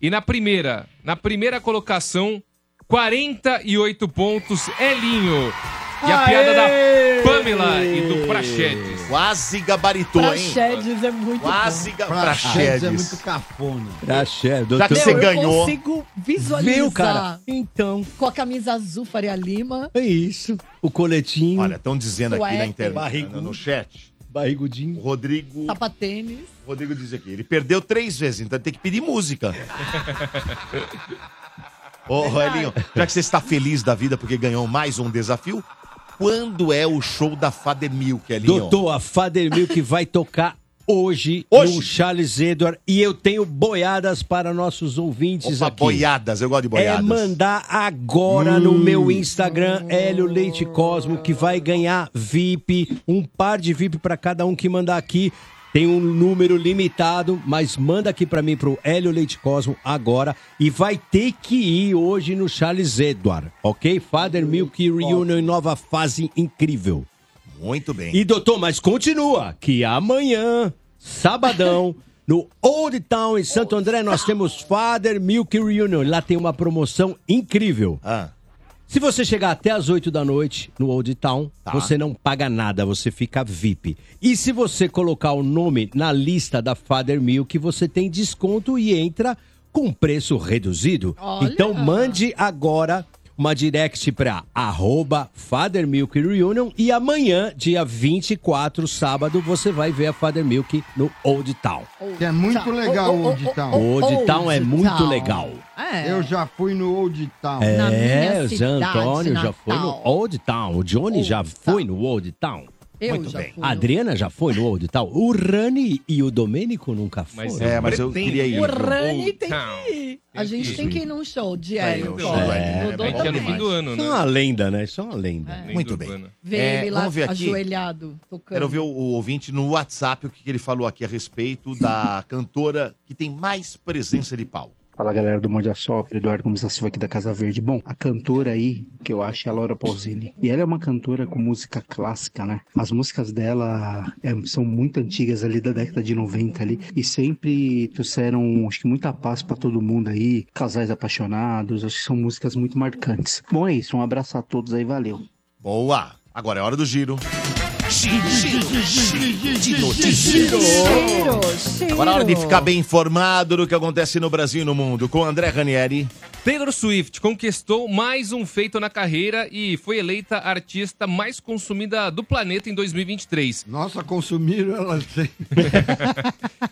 [SPEAKER 5] E na primeira, na primeira colocação, 48 pontos, Elinho. E a
[SPEAKER 9] Aê!
[SPEAKER 5] piada da Pamela e do Prachedes.
[SPEAKER 1] Quase gabaritou, hein?
[SPEAKER 9] Praxedes é muito
[SPEAKER 1] Quase
[SPEAKER 9] bom.
[SPEAKER 1] Praxedes.
[SPEAKER 8] é muito Praxedes, Tá doutor.
[SPEAKER 1] Já que você
[SPEAKER 9] Meu, Eu
[SPEAKER 1] ganhou.
[SPEAKER 9] consigo visualizar.
[SPEAKER 8] Meu, cara, Então.
[SPEAKER 9] Com a camisa azul Faria Lima.
[SPEAKER 8] É isso. O coletinho.
[SPEAKER 1] Olha, estão dizendo aqui na
[SPEAKER 9] Suéter.
[SPEAKER 1] internet, no, no chat.
[SPEAKER 8] Barrigudinho.
[SPEAKER 1] Rodrigo.
[SPEAKER 9] Sapatênis.
[SPEAKER 1] Rodrigo diz aqui, ele perdeu três vezes, então tem que pedir música. Ô, Elinho, já que você está feliz da vida porque ganhou mais um desafio, quando é o show da Fademil, Elinho?
[SPEAKER 8] Doutor, a Fadermil que vai tocar hoje, no Charles Edward. E eu tenho boiadas para nossos ouvintes
[SPEAKER 1] Opa,
[SPEAKER 8] aqui.
[SPEAKER 1] boiadas, eu gosto de boiadas. Hum.
[SPEAKER 8] É mandar agora no meu Instagram, Hélio Leite Cosmo, que vai ganhar VIP, um par de VIP para cada um que mandar aqui. Tem um número limitado, mas manda aqui para mim pro Hélio Leite Cosmo agora e vai ter que ir hoje no Charles Edward, ok? Father Milk Reunion, nova fase incrível.
[SPEAKER 1] Muito bem.
[SPEAKER 8] E doutor, mas continua que amanhã, sabadão, no Old Town em Santo André, nós temos Father Milk Reunion. Lá tem uma promoção incrível. Se você chegar até as 8 da noite no Old Town, você não paga nada, você fica VIP. E se você colocar o nome na lista da Father Milk, você tem desconto e entra com preço reduzido.
[SPEAKER 2] Olha!
[SPEAKER 8] Então mande agora uma direct para arroba Father Milk Reunion e amanhã, dia 24, sábado, você vai ver a Father Milk no Old Town.
[SPEAKER 6] Que é muito legal o Old Town.
[SPEAKER 8] O Old Town é muito legal.
[SPEAKER 6] Eu já fui no Old Town.
[SPEAKER 8] É, o Zé Antônio já foi no Old Town. O Johnny já foi no Old Town.
[SPEAKER 9] Eu Muito já bem. fui.
[SPEAKER 8] A Adriana já foi no Old Town. O Rani e o Domênico nunca foram.
[SPEAKER 1] Mas é, mas eu queria ir.
[SPEAKER 9] O Rani tem
[SPEAKER 8] Town.
[SPEAKER 9] que ir. A gente tem que ir num show de
[SPEAKER 1] Aí,
[SPEAKER 9] Hélio.
[SPEAKER 1] o
[SPEAKER 9] Cosmo.
[SPEAKER 1] um show do
[SPEAKER 8] É.
[SPEAKER 1] Hélio,
[SPEAKER 5] é
[SPEAKER 9] Dodô
[SPEAKER 1] né?
[SPEAKER 9] também.
[SPEAKER 8] Isso é uma lenda, né? Isso é uma lenda.
[SPEAKER 1] Muito bem.
[SPEAKER 9] Vê
[SPEAKER 1] É,
[SPEAKER 9] ele lá
[SPEAKER 1] vamos ver aqui.
[SPEAKER 9] ajoelhado, tocando.
[SPEAKER 1] Quero ver o, o ouvinte no WhatsApp o que, que ele falou aqui a respeito da cantora que tem mais presença de palco.
[SPEAKER 21] Fala galera do Mande a Sopra, Eduardo Gomes da Silva aqui da Casa Verde. Bom, a cantora aí que eu acho é a Laura Pausini. E ela é uma cantora com música clássica, né? As músicas dela é, são muito antigas ali da década de 90 ali e sempre trouxeram, acho que muita paz pra todo mundo aí, casais apaixonados, acho que são músicas muito marcantes. Bom, é isso, um abraço a todos aí, valeu.
[SPEAKER 1] Boa! Agora é hora do giro. Agora é hora de ficar bem informado do que acontece no Brasil e no mundo com André Ranieri.
[SPEAKER 5] Taylor Swift conquistou mais um feito na carreira e foi eleita a artista mais consumida do planeta em 2023.
[SPEAKER 6] Nossa, consumiram ela sem.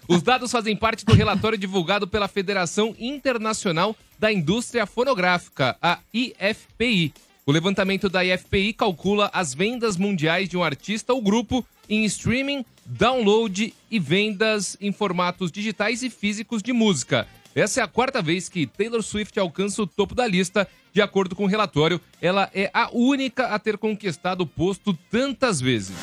[SPEAKER 5] Os dados fazem parte do relatório divulgado pela Federação Internacional da Indústria Fonográfica, a IFPI. O levantamento da IFPI calcula as vendas mundiais de um artista ou grupo em streaming, download e vendas em formatos digitais e físicos de música. Essa é a quarta vez que Taylor Swift alcança o topo da lista. De acordo com o relatório, ela é a única a ter conquistado o posto tantas vezes.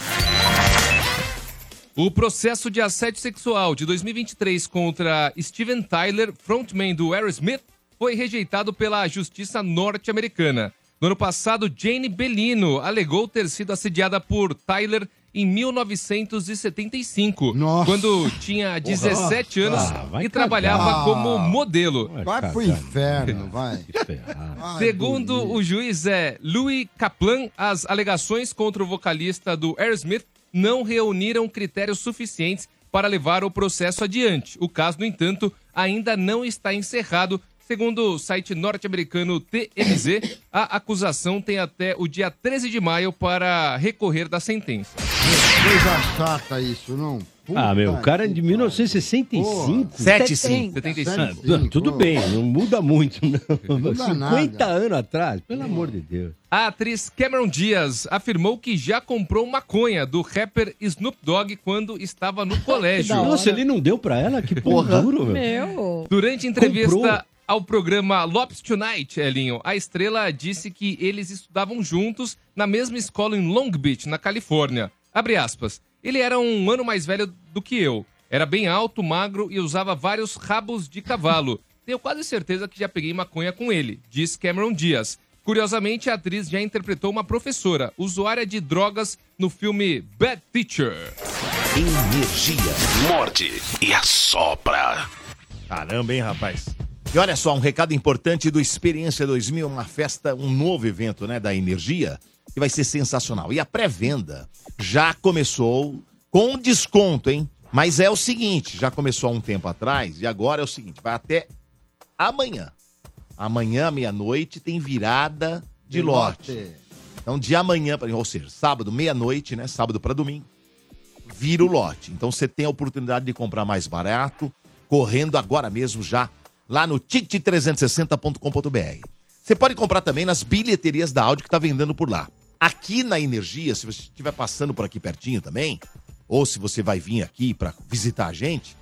[SPEAKER 5] O processo de assédio sexual de 2023 contra Steven Tyler, frontman do Aerosmith, foi rejeitado pela justiça norte-americana. No ano passado, Jane Bellino alegou ter sido assediada por Tyler em 1975, quando tinha 17
[SPEAKER 6] Nossa.
[SPEAKER 5] anos
[SPEAKER 6] Ah, vai
[SPEAKER 5] e trabalhava
[SPEAKER 6] cagar.
[SPEAKER 5] como modelo.
[SPEAKER 6] Vai pro inferno, vai.
[SPEAKER 5] Segundo o juiz é Louis Kaplan, as alegações contra o vocalista do Aerosmith não reuniram critérios suficientes para levar o processo adiante. O caso, no entanto, ainda não está encerrado. Segundo o site norte-americano TMZ, a acusação tem até o dia 13 de maio para recorrer da sentença.
[SPEAKER 6] Coisa chata isso, não?
[SPEAKER 8] Ah, meu, o cara é de 1965.
[SPEAKER 6] Pô. 75.
[SPEAKER 8] 75. Ah, Tudo bem, não muda muito, não.
[SPEAKER 5] muda
[SPEAKER 8] 50
[SPEAKER 5] nada.
[SPEAKER 8] anos atrás, pelo amor de Deus.
[SPEAKER 5] A atriz Cameron Diaz afirmou que já comprou maconha do rapper Snoop Dogg quando estava no colégio.
[SPEAKER 8] Nossa, ele não deu pra ela? Que porra duro, meu.
[SPEAKER 9] Meu.
[SPEAKER 5] Durante entrevista
[SPEAKER 8] Comprou.
[SPEAKER 5] ao programa Lopes Tonight, Elinho, a estrela disse que eles estudavam juntos na mesma escola em Long Beach, na Califórnia. Abre aspas. Ele era um ano mais velho do que eu. Era bem alto, magro e usava vários rabos de cavalo. Tenho quase certeza que já peguei maconha com ele, diz Cameron Diaz. Curiosamente, a atriz já interpretou uma professora, usuária de drogas, no filme Bad Teacher.
[SPEAKER 2] Energia. Morde e assopra.
[SPEAKER 1] Caramba, hein, rapaz? E olha só, um recado importante do Experiência 2000, uma festa, um novo evento, né, da Energia, que vai ser sensacional. E a pré-venda já começou com desconto, hein? Mas é o seguinte, já começou há um tempo atrás e agora é o seguinte, vai até amanhã. Amanhã, meia-noite, tem virada de
[SPEAKER 6] Tem
[SPEAKER 1] lote.
[SPEAKER 6] lote.
[SPEAKER 1] Então, de amanhã, pra, ou seja, sábado, meia-noite, né? Sábado para domingo, vira o lote. Então, você tem a oportunidade de comprar mais barato, correndo agora mesmo já lá no tit360.com.br. Você pode comprar também nas bilheterias da áudio que está vendendo por lá. Aqui na Energia, se você estiver passando por aqui pertinho também, ou se você vai vir aqui para visitar a gente,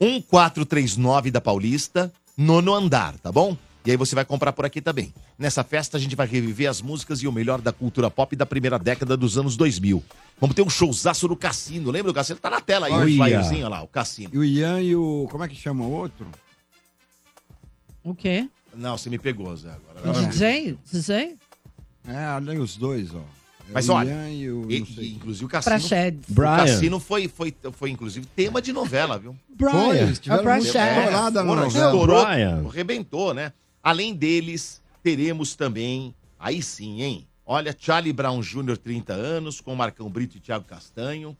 [SPEAKER 1] 1439 da Paulista, nono andar, tá bom? E aí você vai comprar por aqui também. Nessa festa a gente vai reviver as músicas e o melhor da cultura pop da primeira década dos anos 2000. Vamos ter um showzaço no cassino. Lembra do cassino? Tá na tela aí, o
[SPEAKER 6] Olha.
[SPEAKER 1] flyerzinho, olha lá, o cassino.
[SPEAKER 6] E o Ian e o. Como é que chama o outro?
[SPEAKER 9] O quê?
[SPEAKER 1] Não, você me pegou, Zé, agora.
[SPEAKER 9] DJ? DJ?
[SPEAKER 6] É, olha os dois, ó. É
[SPEAKER 1] Mas
[SPEAKER 6] o
[SPEAKER 1] olha,
[SPEAKER 6] Ian e o.
[SPEAKER 1] e- e inclusive o cassino.
[SPEAKER 9] Prachedes.
[SPEAKER 1] O
[SPEAKER 6] Brian.
[SPEAKER 1] cassino foi, foi, foi, inclusive, tema de novela, viu?
[SPEAKER 6] Brian. Foi, eles tiveram
[SPEAKER 1] Tema-
[SPEAKER 6] muito estourada na
[SPEAKER 1] foram,
[SPEAKER 6] novela.
[SPEAKER 1] Estourou,
[SPEAKER 6] né? Brian.
[SPEAKER 1] arrebentou, né? Além deles, teremos também, aí sim, hein? Olha, Charlie Brown Jr., 30 anos, com Marcão Brito e Thiago Castanho.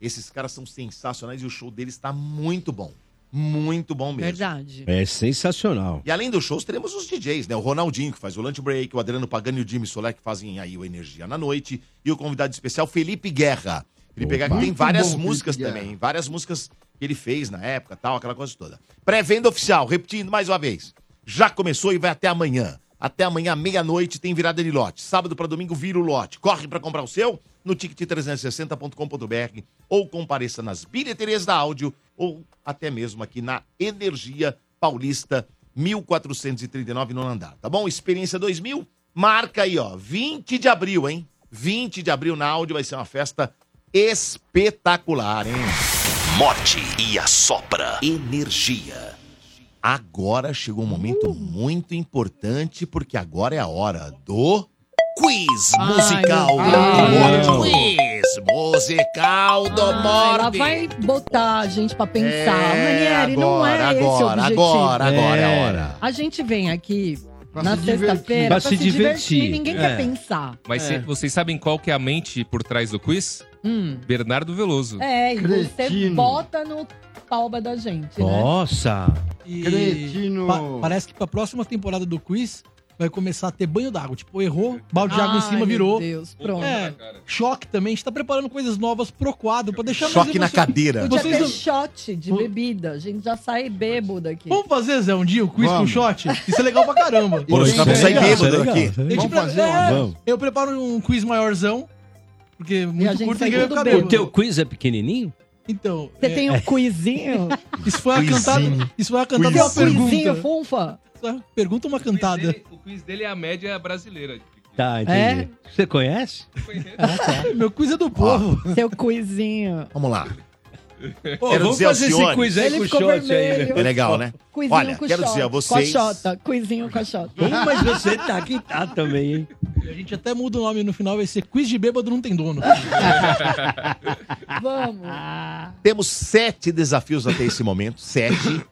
[SPEAKER 1] Esses caras são sensacionais e o show deles tá muito bom. Muito bom mesmo.
[SPEAKER 9] Verdade.
[SPEAKER 8] É sensacional.
[SPEAKER 1] E além dos shows, teremos os DJs, né? O Ronaldinho, que faz o Lunch Break, o Adriano Pagani e o Jimmy Soler, que fazem aí o Energia na Noite. E o convidado especial, Felipe Guerra. Felipe Guerra, que tem
[SPEAKER 6] Muito
[SPEAKER 1] várias
[SPEAKER 6] bom, Felipe
[SPEAKER 1] músicas
[SPEAKER 6] Guerra.
[SPEAKER 1] também, várias músicas que ele fez na época, tal, aquela coisa toda. Pré-venda oficial, repetindo mais uma vez. Já começou e vai até amanhã. Até amanhã, meia-noite, tem virada de lote. Sábado para domingo, vira o lote. Corre para comprar o seu no ticket360.com.br ou compareça nas bilheterias da áudio ou até mesmo aqui na Energia Paulista 1439 no andar, tá bom? Experiência 2000, marca aí, ó, 20 de abril, hein? 20 de abril na áudio vai ser uma festa espetacular, hein?
[SPEAKER 2] Morde e assopra. Energia.
[SPEAKER 1] Agora chegou um momento muito importante, porque agora é a hora do quiz
[SPEAKER 2] Ai,
[SPEAKER 1] musical
[SPEAKER 2] meu
[SPEAKER 1] do
[SPEAKER 2] Deus.
[SPEAKER 1] Morde. Quiz musical do
[SPEAKER 9] Ah, ela
[SPEAKER 1] Morde.
[SPEAKER 9] vai botar a gente pra pensar.
[SPEAKER 1] É,
[SPEAKER 9] Manieri, não é
[SPEAKER 1] agora,
[SPEAKER 9] esse o
[SPEAKER 1] agora,
[SPEAKER 9] objetivo.
[SPEAKER 1] agora, agora é a hora.
[SPEAKER 9] A gente vem aqui
[SPEAKER 6] Pra
[SPEAKER 9] na
[SPEAKER 6] se
[SPEAKER 9] sexta-feira
[SPEAKER 6] divertir.
[SPEAKER 9] É,
[SPEAKER 5] Pra
[SPEAKER 9] pra se
[SPEAKER 5] se
[SPEAKER 9] divertir.
[SPEAKER 5] divertir.
[SPEAKER 9] Ninguém
[SPEAKER 5] É.
[SPEAKER 9] quer pensar.
[SPEAKER 5] Mas
[SPEAKER 9] é.
[SPEAKER 5] cê- vocês sabem qual que é a mente por trás do quiz?
[SPEAKER 9] Hum.
[SPEAKER 5] Bernardo Veloso.
[SPEAKER 9] É, e você
[SPEAKER 5] Cretino.
[SPEAKER 9] bota no tauba da gente, né?
[SPEAKER 8] Nossa!
[SPEAKER 7] E
[SPEAKER 6] Cretino.
[SPEAKER 7] pa- parece que pra próxima temporada do quiz vai começar a ter banho d'água. Tipo, errou, balde de água em
[SPEAKER 9] Ai,
[SPEAKER 7] cima
[SPEAKER 9] meu
[SPEAKER 7] virou.
[SPEAKER 9] Deus, pronto.
[SPEAKER 7] É, choque também. A gente tá preparando coisas novas pro quadro pra deixar
[SPEAKER 1] Choque na
[SPEAKER 7] emocionante.
[SPEAKER 1] cadeira.
[SPEAKER 9] Podia
[SPEAKER 7] Vocês
[SPEAKER 9] ter
[SPEAKER 7] não-
[SPEAKER 9] shot de bebida. A gente já sai bêbado daqui.
[SPEAKER 7] Vamos fazer, Zé, um dia um quiz com shot? Isso é legal pra caramba.
[SPEAKER 1] Pô, tá isso
[SPEAKER 7] Isso é
[SPEAKER 1] vamos sair
[SPEAKER 7] legal.
[SPEAKER 1] bêbado
[SPEAKER 7] Isso é
[SPEAKER 1] daqui.
[SPEAKER 7] legal. A gente
[SPEAKER 1] Vamos
[SPEAKER 7] pre-
[SPEAKER 1] fazer,
[SPEAKER 7] é,
[SPEAKER 8] vamos.
[SPEAKER 7] Eu preparo um quiz maiorzão, porque
[SPEAKER 9] a
[SPEAKER 7] muito
[SPEAKER 9] gente
[SPEAKER 7] curto
[SPEAKER 9] sai
[SPEAKER 7] ninguém vai
[SPEAKER 9] tudo
[SPEAKER 7] ficar
[SPEAKER 9] bêbado.
[SPEAKER 7] bêbado.
[SPEAKER 8] O teu quiz é pequenininho?
[SPEAKER 7] Então.
[SPEAKER 9] Você
[SPEAKER 7] é-
[SPEAKER 9] tem um quizinho?
[SPEAKER 7] Isso foi uma
[SPEAKER 8] Quizinho.
[SPEAKER 7] cantada. Isso foi uma cantada e uma
[SPEAKER 9] Quizinho,
[SPEAKER 7] pergunta.
[SPEAKER 9] funfa.
[SPEAKER 7] Isso é uma Pergunta ou uma cantada.
[SPEAKER 5] O quiz dele é a média brasileira.
[SPEAKER 8] Tá,
[SPEAKER 9] É?
[SPEAKER 8] entendi. Você conhece?
[SPEAKER 9] tá.
[SPEAKER 7] Meu quiz é do povo.
[SPEAKER 9] Seu quizinho.
[SPEAKER 1] Vamos lá.
[SPEAKER 8] Pô,
[SPEAKER 1] Quero
[SPEAKER 8] vamos
[SPEAKER 1] dizer
[SPEAKER 8] fazer
[SPEAKER 1] ao
[SPEAKER 8] esse
[SPEAKER 1] Siones.
[SPEAKER 8] quiz aí né? Ele com ficou shot vermelho. ainda.
[SPEAKER 1] É legal, né?
[SPEAKER 9] Quizinho
[SPEAKER 1] Olha,
[SPEAKER 9] com
[SPEAKER 1] quero
[SPEAKER 9] shot.
[SPEAKER 1] dizer a vocês.
[SPEAKER 9] Coxota. Quizinho com a Xota.
[SPEAKER 8] mas você tá aqui, tá também, hein?
[SPEAKER 7] A gente até muda o nome no final, vai ser quiz de bêbado não tem dono.
[SPEAKER 9] Vamos.
[SPEAKER 1] Temos sete desafios até esse momento. Sete.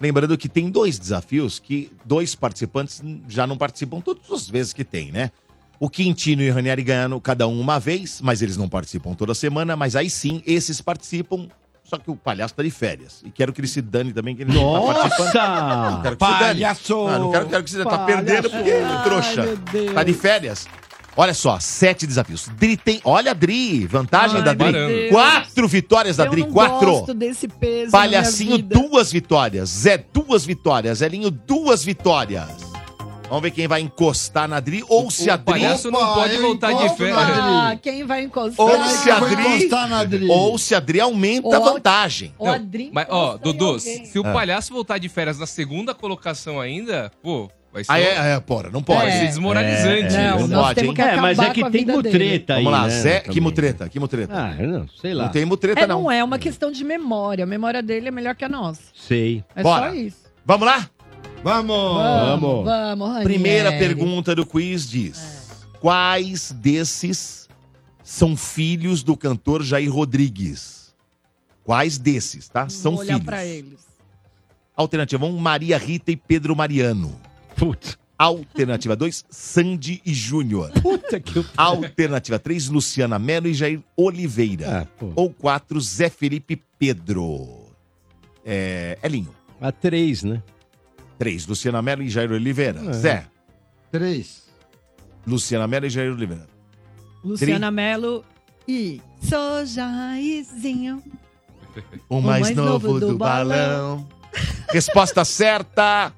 [SPEAKER 1] Lembrando que tem dois desafios que dois participantes já não participam todas as vezes que tem, né? O Quintino e o Ranieri ganhando cada um uma vez, mas eles não participam toda semana. Mas aí sim, esses participam. Só que o palhaço tá de férias. E quero que ele se dane também, que ele não tá
[SPEAKER 8] Nossa!
[SPEAKER 1] participando. Não quero que se dane.
[SPEAKER 8] Palhaço!
[SPEAKER 1] Ah, não quero, quero que você tá
[SPEAKER 8] Palhaço!
[SPEAKER 1] perdendo porque é
[SPEAKER 8] Ai,
[SPEAKER 1] trouxa.
[SPEAKER 8] meu Deus.
[SPEAKER 1] Tá de férias. Olha só, sete desafios. Dri tem. Olha a Dri, vantagem
[SPEAKER 9] Ai,
[SPEAKER 1] da Dri.
[SPEAKER 9] meu Deus.
[SPEAKER 1] Quatro vitórias da
[SPEAKER 9] Eu
[SPEAKER 1] Dri,
[SPEAKER 9] não
[SPEAKER 1] quatro.
[SPEAKER 9] gosto desse peso na minha
[SPEAKER 1] Palhacinho,
[SPEAKER 9] vida.
[SPEAKER 1] duas vitórias. Zé, duas vitórias. Zelinho, duas vitórias. Vamos ver quem vai encostar na Dri ou se a Dri.
[SPEAKER 5] palhaço não Opa, pode eu voltar de encosto férias. na Dri.
[SPEAKER 9] Ah, quem vai encostar?
[SPEAKER 1] Ou se a Dri.
[SPEAKER 9] encostar na Dri.
[SPEAKER 1] Ou se a Dri aumenta a
[SPEAKER 9] Ou a-
[SPEAKER 1] vantagem.
[SPEAKER 9] Ó, Adri-
[SPEAKER 5] Mas, ó,
[SPEAKER 9] é
[SPEAKER 5] Dodô, se se o
[SPEAKER 1] Ah.
[SPEAKER 5] palhaço voltar de férias na segunda colocação ainda, pô, vai ser. um
[SPEAKER 1] Aí é, é, porra, não pode.
[SPEAKER 5] Vai ser desmoralizante.
[SPEAKER 10] É, mas é que tem mutreta aí.
[SPEAKER 1] Vamos lá,
[SPEAKER 10] né,
[SPEAKER 1] Zé, que
[SPEAKER 10] também.
[SPEAKER 1] mutreta, que mutreta.
[SPEAKER 10] Ah, eu não, sei lá.
[SPEAKER 1] Não tem mutreta,
[SPEAKER 9] É,
[SPEAKER 1] não.
[SPEAKER 9] não é uma questão de memória. A memória dele é melhor que a nossa.
[SPEAKER 10] Sei.
[SPEAKER 9] É só isso.
[SPEAKER 1] Vamos lá? Vamos!
[SPEAKER 9] Vamos, vamos, Ranieri. É.
[SPEAKER 1] Primeira pergunta do quiz diz: Quais desses são filhos do cantor Jair Rodrigues? Quais desses, tá? São
[SPEAKER 9] Vou olhar
[SPEAKER 1] filhos.
[SPEAKER 9] pra eles.
[SPEAKER 1] Alternativa 1, Maria Rita e Pedro Mariano.
[SPEAKER 10] Puta.
[SPEAKER 1] Alternativa 2, Sandy e Júnior.
[SPEAKER 10] Puta que
[SPEAKER 1] Alternativa 3, Luciana Mello e Jair
[SPEAKER 10] Ah,
[SPEAKER 1] Oliveira. Ou 4, Zé Felipe Pedro. É, Elinho.
[SPEAKER 10] A 3, né?
[SPEAKER 1] 3, Luciana Mello e Jair Oliveira.
[SPEAKER 9] É.
[SPEAKER 1] Zé.
[SPEAKER 6] 3.
[SPEAKER 1] Luciana Mello e Jair Oliveira.
[SPEAKER 9] Luciana Mello e Sou Jairzinho.
[SPEAKER 1] O mais, novo, do, balão. Resposta certa.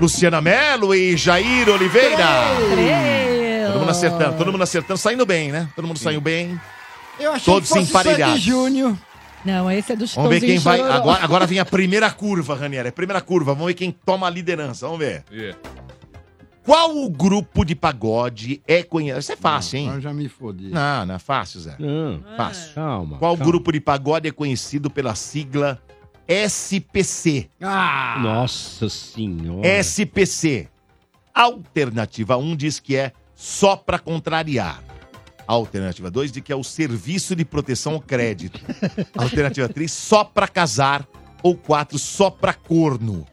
[SPEAKER 1] Luciana Mello e Jair Oliveira. Todo mundo acertando, todo mundo acertando, saindo bem, né? Todo mundo saiu bem.
[SPEAKER 6] Eu
[SPEAKER 1] achei Todos que fosse emparelhados. Sandy
[SPEAKER 9] Júnior. Não, esse é do
[SPEAKER 1] Vamos ver
[SPEAKER 9] Chitãozinho
[SPEAKER 1] quem vai.
[SPEAKER 9] Chororó.
[SPEAKER 1] Agora, agora vem a primeira curva, Ranieri. A primeira curva. Vamos ver quem toma a liderança. Vamos ver. Qual o grupo de pagode é conhecido? Isso é fácil, hein?
[SPEAKER 6] Eu já me fodi.
[SPEAKER 1] Não, não é fácil, Zé.
[SPEAKER 10] Não.
[SPEAKER 1] Fácil.
[SPEAKER 10] Calma.
[SPEAKER 1] Qual
[SPEAKER 10] calma.
[SPEAKER 1] grupo de pagode é conhecido pela sigla SPC? Ah!
[SPEAKER 10] Nossa senhora.
[SPEAKER 1] SPC. Alternativa 1 diz que é só pra contrariar. Alternativa 2 diz que é o Serviço de Proteção ao Crédito. Alternativa 3, só pra casar. Ou 4, só pra corno.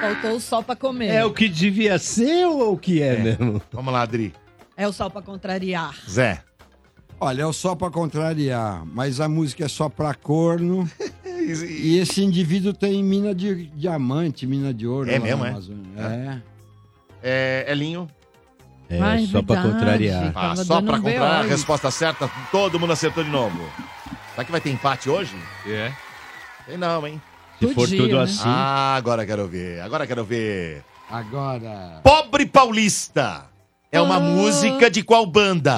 [SPEAKER 9] Faltou o sol pra comer.
[SPEAKER 10] É o que devia ser ou o que é, mesmo?
[SPEAKER 1] Vamos lá, Adri.
[SPEAKER 9] É o sol pra contrariar.
[SPEAKER 1] Zé.
[SPEAKER 6] Olha, é só pra contrariar, mas a música é só pra corno. e esse indivíduo tem mina de diamante, mina de ouro.
[SPEAKER 1] É
[SPEAKER 6] lá
[SPEAKER 1] mesmo,
[SPEAKER 6] na
[SPEAKER 1] é?
[SPEAKER 6] Amazônia. É.
[SPEAKER 1] É, Elinho.
[SPEAKER 10] É,
[SPEAKER 6] Ai,
[SPEAKER 10] só pra
[SPEAKER 6] verdade,
[SPEAKER 10] contrariar.
[SPEAKER 1] Ah,
[SPEAKER 6] tava
[SPEAKER 1] só
[SPEAKER 6] dando
[SPEAKER 1] pra
[SPEAKER 6] um
[SPEAKER 1] contrariar.
[SPEAKER 6] BO aí.
[SPEAKER 1] Resposta certa, todo mundo acertou de novo. Será que vai ter empate hoje?
[SPEAKER 5] É.
[SPEAKER 1] Tem não, hein?
[SPEAKER 10] Se for Podia, tudo né? assim.
[SPEAKER 1] Ah, agora quero ver. Agora quero ver.
[SPEAKER 6] Agora.
[SPEAKER 1] Pobre Paulista. É
[SPEAKER 6] Ah.
[SPEAKER 1] uma música de qual banda?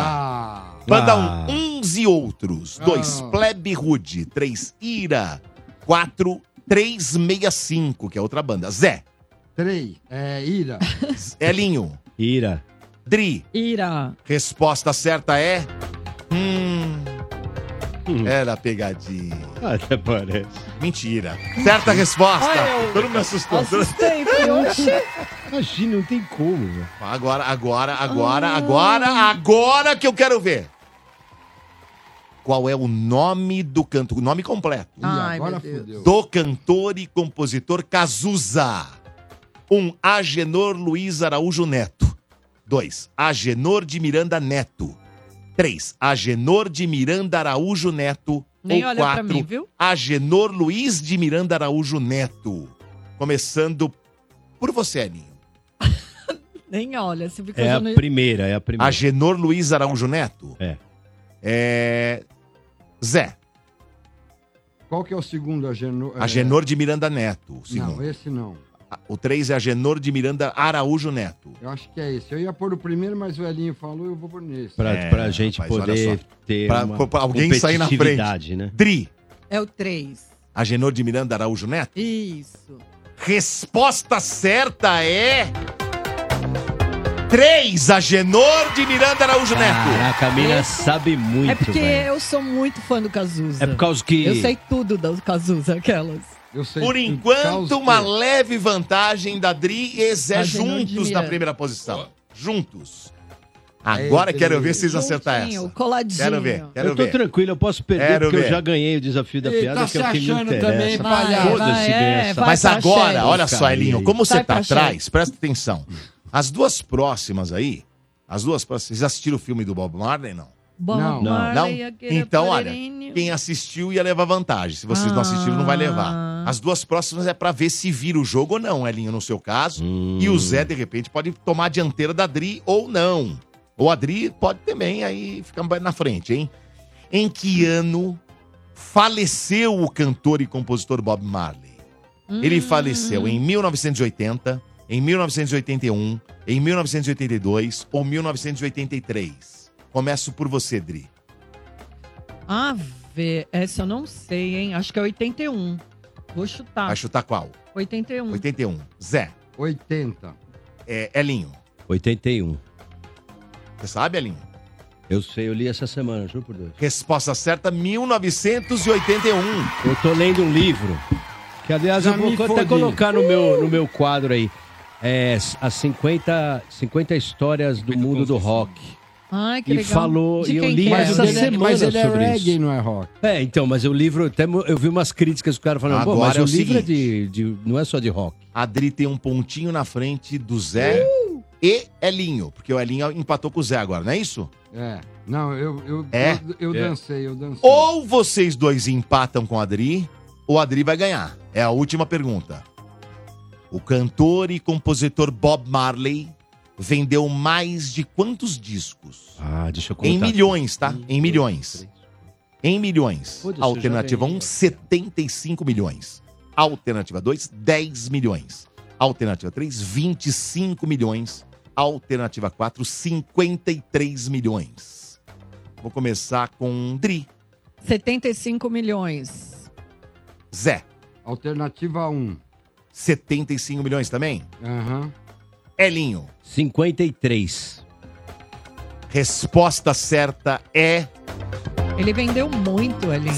[SPEAKER 1] Banda 1,
[SPEAKER 10] Ah.
[SPEAKER 1] Uns e Outros. 2,
[SPEAKER 6] Ah.
[SPEAKER 1] Plebe Rude. 3, Ira. 4, 365, que é outra banda. Zé,
[SPEAKER 6] Três. É, ira.
[SPEAKER 1] Elinho.
[SPEAKER 10] Ira.
[SPEAKER 1] Dri.
[SPEAKER 9] Ira.
[SPEAKER 1] Resposta certa é... Hum... Era pegadinha.
[SPEAKER 10] Hum. Ah, Até parece.
[SPEAKER 1] Mentira. Certa resposta. Todo mundo me assustou.
[SPEAKER 10] Imagina, não tem como, velho.
[SPEAKER 1] Agora, agora, agora, agora, agora que eu quero ver. Qual é o nome do canto? O nome completo.
[SPEAKER 9] Ai, meu Deus.
[SPEAKER 1] Do cantor e compositor Cazuza. 1. Um, Agenor Luiz Araújo Neto. 2. Agenor de Miranda Neto. 3. Agenor de Miranda Araújo Neto.
[SPEAKER 9] Nem
[SPEAKER 1] ou
[SPEAKER 9] olha pra
[SPEAKER 1] 4.
[SPEAKER 9] mim, viu?
[SPEAKER 1] Agenor Luiz de Miranda Araújo Neto. Começando por você, Aninho.
[SPEAKER 9] Nem olha, se fica
[SPEAKER 10] É a
[SPEAKER 9] usando-
[SPEAKER 10] primeira, é a primeira.
[SPEAKER 1] Agenor Luiz Araújo Neto?
[SPEAKER 10] É.
[SPEAKER 1] É. Zé,
[SPEAKER 6] Qual que é o segundo? Agenor, é...
[SPEAKER 1] Agenor de Miranda Neto. o segundo.
[SPEAKER 6] Não, é. esse não.
[SPEAKER 1] O 3 é Agenor de Miranda Araújo Neto.
[SPEAKER 6] Eu acho que é esse. Eu ia pôr o primeiro, mas o Elinho falou, eu vou pôr nesse.
[SPEAKER 10] Pra,
[SPEAKER 1] É,
[SPEAKER 10] pra gente
[SPEAKER 1] rapaz, olha
[SPEAKER 10] poder
[SPEAKER 1] só.
[SPEAKER 10] ter
[SPEAKER 1] Pra-
[SPEAKER 10] uma
[SPEAKER 1] pra alguém sair na frente.
[SPEAKER 10] competitividade, né?
[SPEAKER 1] Dri,
[SPEAKER 9] É o 3.
[SPEAKER 1] Agenor de Miranda Araújo Neto?
[SPEAKER 9] Isso.
[SPEAKER 1] Resposta certa é. 3, Agenor de Miranda Araújo Neto.
[SPEAKER 10] Caraca, Ah, a mina sabe muito,
[SPEAKER 9] é porque
[SPEAKER 10] velho.
[SPEAKER 9] eu sou muito fã do Cazuza.
[SPEAKER 10] É por causa que-
[SPEAKER 9] Eu sei tudo do Cazuza, aquelas.
[SPEAKER 6] Eu sei
[SPEAKER 1] Por enquanto, uma leve vantagem da Dri e Zé juntos na primeira posição. Juntos. Agora
[SPEAKER 10] Aí,
[SPEAKER 1] quero
[SPEAKER 10] Dri.
[SPEAKER 1] ver se vocês acertar
[SPEAKER 9] Sim, o
[SPEAKER 1] essa.
[SPEAKER 9] coladinho.
[SPEAKER 1] Quero ver, quero
[SPEAKER 10] eu tô
[SPEAKER 1] ver.
[SPEAKER 10] tranquilo, eu posso perder
[SPEAKER 1] Quero
[SPEAKER 10] porque
[SPEAKER 1] ver.
[SPEAKER 10] eu já ganhei o desafio da
[SPEAKER 1] Ele
[SPEAKER 10] piada,
[SPEAKER 1] tá
[SPEAKER 10] que
[SPEAKER 1] se
[SPEAKER 10] é o que me
[SPEAKER 1] achando
[SPEAKER 10] interessa.
[SPEAKER 1] também, palhaço.
[SPEAKER 10] Foda-se
[SPEAKER 1] Vai,
[SPEAKER 10] bem
[SPEAKER 1] é,
[SPEAKER 10] essa.
[SPEAKER 1] Mas agora, olha só, Elinho, como você
[SPEAKER 10] Vai
[SPEAKER 1] tá
[SPEAKER 10] pra
[SPEAKER 1] atrás, presta atenção. As duas próximas aí, as duas próximas. Vocês assistiram o filme do Bob Marley, não?
[SPEAKER 9] Bob
[SPEAKER 1] não.
[SPEAKER 9] Marley,
[SPEAKER 1] não.
[SPEAKER 9] aquele
[SPEAKER 1] Então, olha,
[SPEAKER 9] aparelhinho. Ah.
[SPEAKER 1] quem assistiu ia levar vantagem. Se vocês não assistiram, não vai levar. As duas próximas é pra ver se vira o jogo ou não, Elinho, no seu caso. E
[SPEAKER 10] Hum.
[SPEAKER 1] o Zé, de repente, pode tomar a dianteira da Dri ou não. Ou a Dri pode também, aí fica mais na frente, hein? Em que ano faleceu o cantor e compositor Bob Marley? Ele faleceu em 1980, em 1981, em 1982 ou 1983? Começo por você, Dri.
[SPEAKER 9] Ave, essa eu não sei, hein? Acho que é 81. Vou chutar.
[SPEAKER 1] Vai chutar qual?
[SPEAKER 9] 81.
[SPEAKER 1] 81. Zé.
[SPEAKER 6] 80.
[SPEAKER 1] É, Elinho.
[SPEAKER 8] 81.
[SPEAKER 1] Você sabe, Elinho?
[SPEAKER 8] Eu sei, eu li essa semana, juro por Deus.
[SPEAKER 1] Resposta certa, 1981.
[SPEAKER 8] Eu tô lendo um livro. Que aliás
[SPEAKER 1] Já
[SPEAKER 8] eu vou
[SPEAKER 1] me
[SPEAKER 8] até
[SPEAKER 1] fodi.
[SPEAKER 8] colocar no meu, no meu quadro aí. É, as 50, 50 histórias do mundo do rock.
[SPEAKER 9] Ai, que
[SPEAKER 8] E
[SPEAKER 9] legal.
[SPEAKER 8] falou,
[SPEAKER 9] De
[SPEAKER 8] e eu
[SPEAKER 9] quem
[SPEAKER 8] li
[SPEAKER 9] que é?
[SPEAKER 8] essa
[SPEAKER 9] Mas ele é-
[SPEAKER 8] semana
[SPEAKER 9] mas ele é
[SPEAKER 8] sobre
[SPEAKER 9] reggae,
[SPEAKER 8] isso.
[SPEAKER 6] não é rock.
[SPEAKER 8] É, então, mas eu livro, até, mo- eu vi umas críticas que o cara falando, pô, mas
[SPEAKER 1] Agora é
[SPEAKER 8] o
[SPEAKER 1] o
[SPEAKER 8] livro é de, de- não é só de rock. É.
[SPEAKER 1] A Dri tem um pontinho na frente do Zé e Elinho, porque o Elinho empatou com o Zé agora, não é isso?
[SPEAKER 6] É. Não, eu, eu,
[SPEAKER 1] É?
[SPEAKER 6] eu, eu
[SPEAKER 1] É.
[SPEAKER 6] dancei, eu dancei.
[SPEAKER 1] Ou vocês dois empatam com a Adri, ou a Adri vai ganhar. É a última pergunta. O cantor e compositor Bob Marley vendeu mais de quantos discos?
[SPEAKER 8] Ah, deixa eu contar. Um,
[SPEAKER 1] Em milhões, tá? Em milhões. Em milhões.
[SPEAKER 8] Foda-se, eu já
[SPEAKER 1] Alternativa
[SPEAKER 8] ganhei,
[SPEAKER 1] 1, 75 milhões. Alternativa 2, 10 milhões. Alternativa 3, 25 milhões. Alternativa 4, 53 milhões. Vou começar com um Dri.
[SPEAKER 9] 75 milhões.
[SPEAKER 1] Zé.
[SPEAKER 6] Alternativa 1.
[SPEAKER 1] 75 milhões também?
[SPEAKER 6] Aham.
[SPEAKER 1] Elinho.
[SPEAKER 8] 53.
[SPEAKER 1] Resposta certa é
[SPEAKER 9] Ele vendeu muito, Elinho.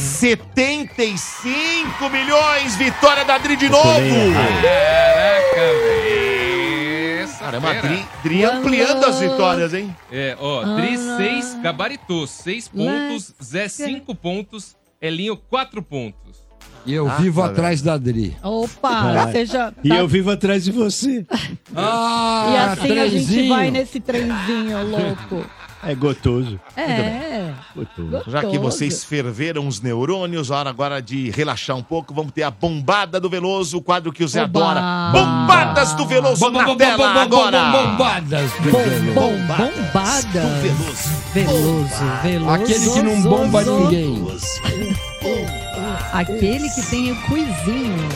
[SPEAKER 1] 75 milhões. Vitória da Dri de novo.
[SPEAKER 5] Caraca, velho. Essa
[SPEAKER 1] Caramba, a
[SPEAKER 5] fera.
[SPEAKER 1] Dri, Dri ampliando as vitórias, hein?
[SPEAKER 5] É, ó, Dri
[SPEAKER 9] Ah.
[SPEAKER 5] 6 gabaritou. 6 pontos, Zé 5 pontos, Elinho 4 pontos.
[SPEAKER 6] E eu
[SPEAKER 5] Ah,
[SPEAKER 6] vivo
[SPEAKER 5] tá
[SPEAKER 6] atrás da Dri.
[SPEAKER 9] Opa,
[SPEAKER 6] Ah.
[SPEAKER 9] seja.
[SPEAKER 8] É. E eu vivo atrás de você.
[SPEAKER 5] Ah,
[SPEAKER 9] E assim a gente
[SPEAKER 8] trenzinho.
[SPEAKER 9] vai nesse trenzinho louco.
[SPEAKER 8] É gotoso.
[SPEAKER 9] É.
[SPEAKER 8] Gotoso.
[SPEAKER 1] Já que
[SPEAKER 9] Gostoso.
[SPEAKER 1] vocês ferveram os neurônios, hora agora de relaxar um pouco. Vamos ter a bombada do Veloso, o quadro que o Zé
[SPEAKER 9] Oba!
[SPEAKER 1] adora. Bombadas do Veloso
[SPEAKER 9] Bom,
[SPEAKER 1] na
[SPEAKER 9] bom, bom,
[SPEAKER 1] tela
[SPEAKER 9] bom, bom,
[SPEAKER 1] agora.
[SPEAKER 9] bom, bombadas
[SPEAKER 6] do Veloso.
[SPEAKER 1] Bombadas.
[SPEAKER 9] Bombadas. Veloso, Veloso.
[SPEAKER 6] Aquele que não bomba ninguém.
[SPEAKER 9] Aquele que tem o cuizinho.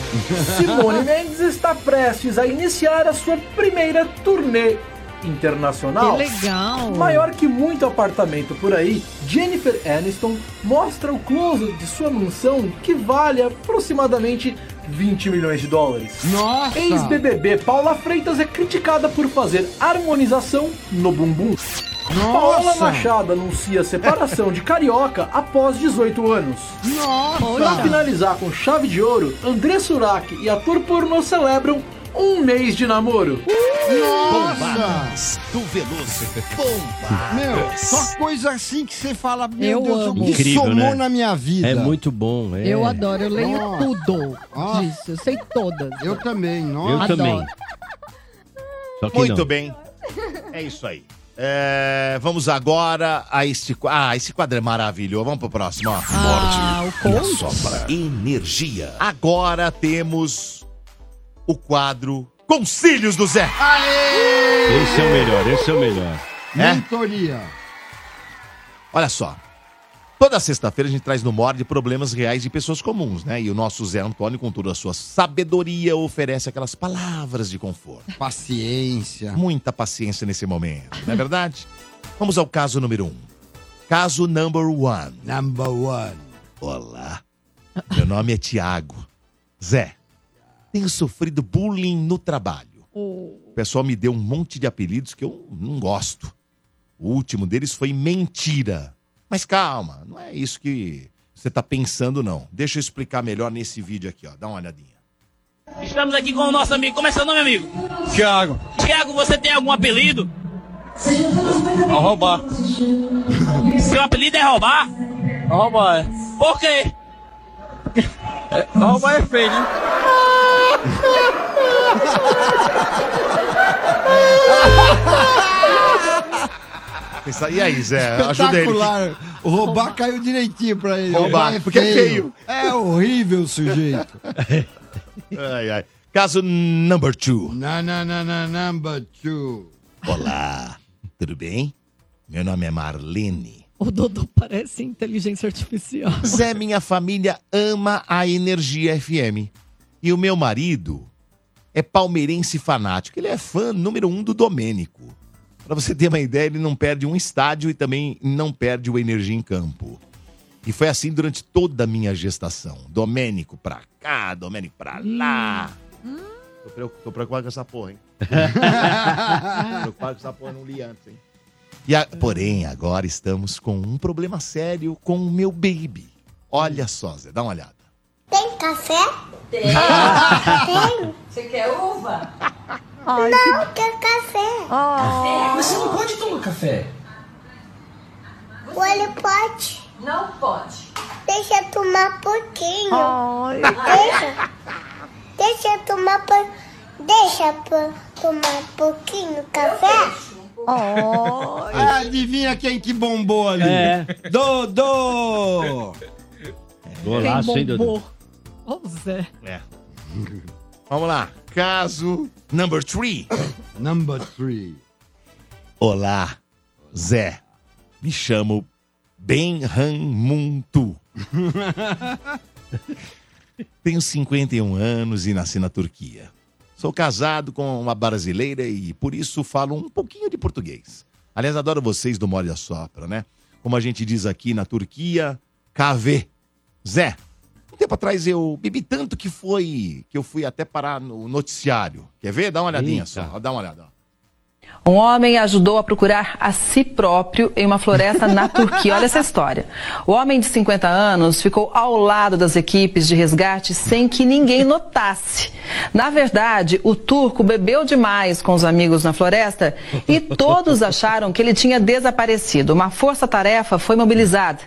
[SPEAKER 7] Simone Mendes está prestes a iniciar a sua primeira turnê internacional.
[SPEAKER 9] Que legal.
[SPEAKER 7] Maior que muito apartamento por aí, Jennifer Aniston mostra o close de sua mansão que vale aproximadamente 20 milhões de dólares.
[SPEAKER 6] Nossa!
[SPEAKER 7] Ex-BBB Paula Freitas é criticada por fazer harmonização no bumbum. Paula Machado anuncia separação de Carioca após 18 anos. Pra
[SPEAKER 9] Nossa.
[SPEAKER 7] finalizar com chave de ouro, André Surak e ator pornô celebram um mês de namoro.
[SPEAKER 1] Bombadas do Veloso. Bombadas.
[SPEAKER 6] Meu, só coisa assim que você fala, meu
[SPEAKER 9] Eu
[SPEAKER 6] Deus,
[SPEAKER 9] amo.
[SPEAKER 6] o que
[SPEAKER 8] Incrível,
[SPEAKER 6] somou
[SPEAKER 8] né?
[SPEAKER 6] na minha vida.
[SPEAKER 8] É muito bom, é.
[SPEAKER 9] Eu adoro, eu leio
[SPEAKER 6] Nossa.
[SPEAKER 9] tudo
[SPEAKER 6] Nossa.
[SPEAKER 9] disso, eu sei todas.
[SPEAKER 6] Eu também,
[SPEAKER 8] Eu
[SPEAKER 6] nossa.
[SPEAKER 8] também. Só que
[SPEAKER 1] Muito
[SPEAKER 8] não.
[SPEAKER 1] bem. É isso aí. É, vamos agora a este quadro. Ah, esse quadro é maravilhoso. Vamos pro próximo, ó.
[SPEAKER 9] Ah, o coach.
[SPEAKER 1] Energia. Agora temos o quadro Concílios do Zé.
[SPEAKER 8] Esse é o melhor, esse é o melhor.
[SPEAKER 1] É?
[SPEAKER 6] Mentoria.
[SPEAKER 1] Olha só. Toda sexta-feira a gente traz no Morde problemas reais de pessoas comuns, né? E o nosso Zé Antônio, com toda a sua sabedoria, oferece aquelas palavras de conforto.
[SPEAKER 6] Paciência.
[SPEAKER 1] Muita paciência nesse momento, não é verdade? Vamos ao caso número um. Caso number one.
[SPEAKER 6] Number one.
[SPEAKER 1] Olá, meu nome é Tiago. Zé, tenho sofrido bullying no trabalho. O pessoal me deu um monte de apelidos que eu não gosto. O último deles foi mentira. Mas calma, não é isso que você tá pensando, não. Deixa eu explicar melhor nesse vídeo aqui, ó. Dá uma olhadinha.
[SPEAKER 11] Estamos aqui com o nosso amigo. Como é seu nome, amigo?
[SPEAKER 1] Tiago.
[SPEAKER 11] Tiago, você tem algum apelido?
[SPEAKER 22] Roubar.
[SPEAKER 11] Seu apelido é roubar?
[SPEAKER 22] Roubar, é.
[SPEAKER 11] Por quê?
[SPEAKER 22] Roubar é feio, né?
[SPEAKER 1] Pensa- E aí, é Zé? Ajuda ele.
[SPEAKER 6] Espetacular. O
[SPEAKER 1] é
[SPEAKER 6] roubar caiu direitinho pra ele.
[SPEAKER 1] Roubar, porque é feio.
[SPEAKER 6] É horrível o sujeito.
[SPEAKER 1] Ai, ai. Caso number two.
[SPEAKER 6] Na, na, na, na, number two.
[SPEAKER 1] Olá, tudo bem? Meu nome é Marlene.
[SPEAKER 9] O Dodô parece inteligência artificial.
[SPEAKER 1] Zé, minha família ama a Energia FM. E o meu marido é palmeirense fanático. Ele é fã número um do Domênico. Pra você ter uma ideia, ele não perde um estádio e também não perde o Energia em Campo. E foi assim durante toda a minha gestação. Domênico pra cá, Domênico pra
[SPEAKER 9] Hum.
[SPEAKER 1] lá. Tô, preu- tô preocupado com essa porra, hein? tô preocupado com essa porra, não li antes, hein? E a- porém, agora estamos com um problema sério com o meu baby. Olha só, Zé, dá uma olhada.
[SPEAKER 10] Tem café? Tem.
[SPEAKER 1] Tem.
[SPEAKER 10] Você quer uva? não, eu quero café. Ah.
[SPEAKER 11] Café? Mas você não
[SPEAKER 10] pode tomar
[SPEAKER 11] Café.
[SPEAKER 10] Olha, pode? Não pode. Deixa eu tomar pouquinho. Deixa. Deixa eu tomar po... Deixa eu tomar pouquinho café.
[SPEAKER 6] Ah, adivinha quem que bombou ali?
[SPEAKER 8] É.
[SPEAKER 6] Dodô!
[SPEAKER 1] Golaço, hein, Dodô?
[SPEAKER 9] Ô, Zé.
[SPEAKER 1] É. Vamos lá. Caso number three.
[SPEAKER 6] Number three.
[SPEAKER 1] Olá, Zé. Me chamo Benham Muntu. Tenho 51 anos e nasci na Turquia. Sou casado com uma brasileira e por isso falo um pouquinho de português. Aliás, adoro vocês do Mole e Sopra, né? Como a gente diz aqui na Turquia, KV. Zé, um tempo atrás eu bebi tanto que foi que eu fui até parar no noticiário. Quer ver? Dá uma olhadinha só. Dá uma olhada. ó.
[SPEAKER 23] Um homem ajudou a procurar a si próprio em uma floresta na Turquia. Olha essa história. O homem de 50 anos ficou ao lado das equipes de resgate sem que ninguém notasse. Na verdade, o turco bebeu demais com os amigos na floresta e todos acharam que ele tinha desaparecido. Uma força-tarefa foi mobilizada.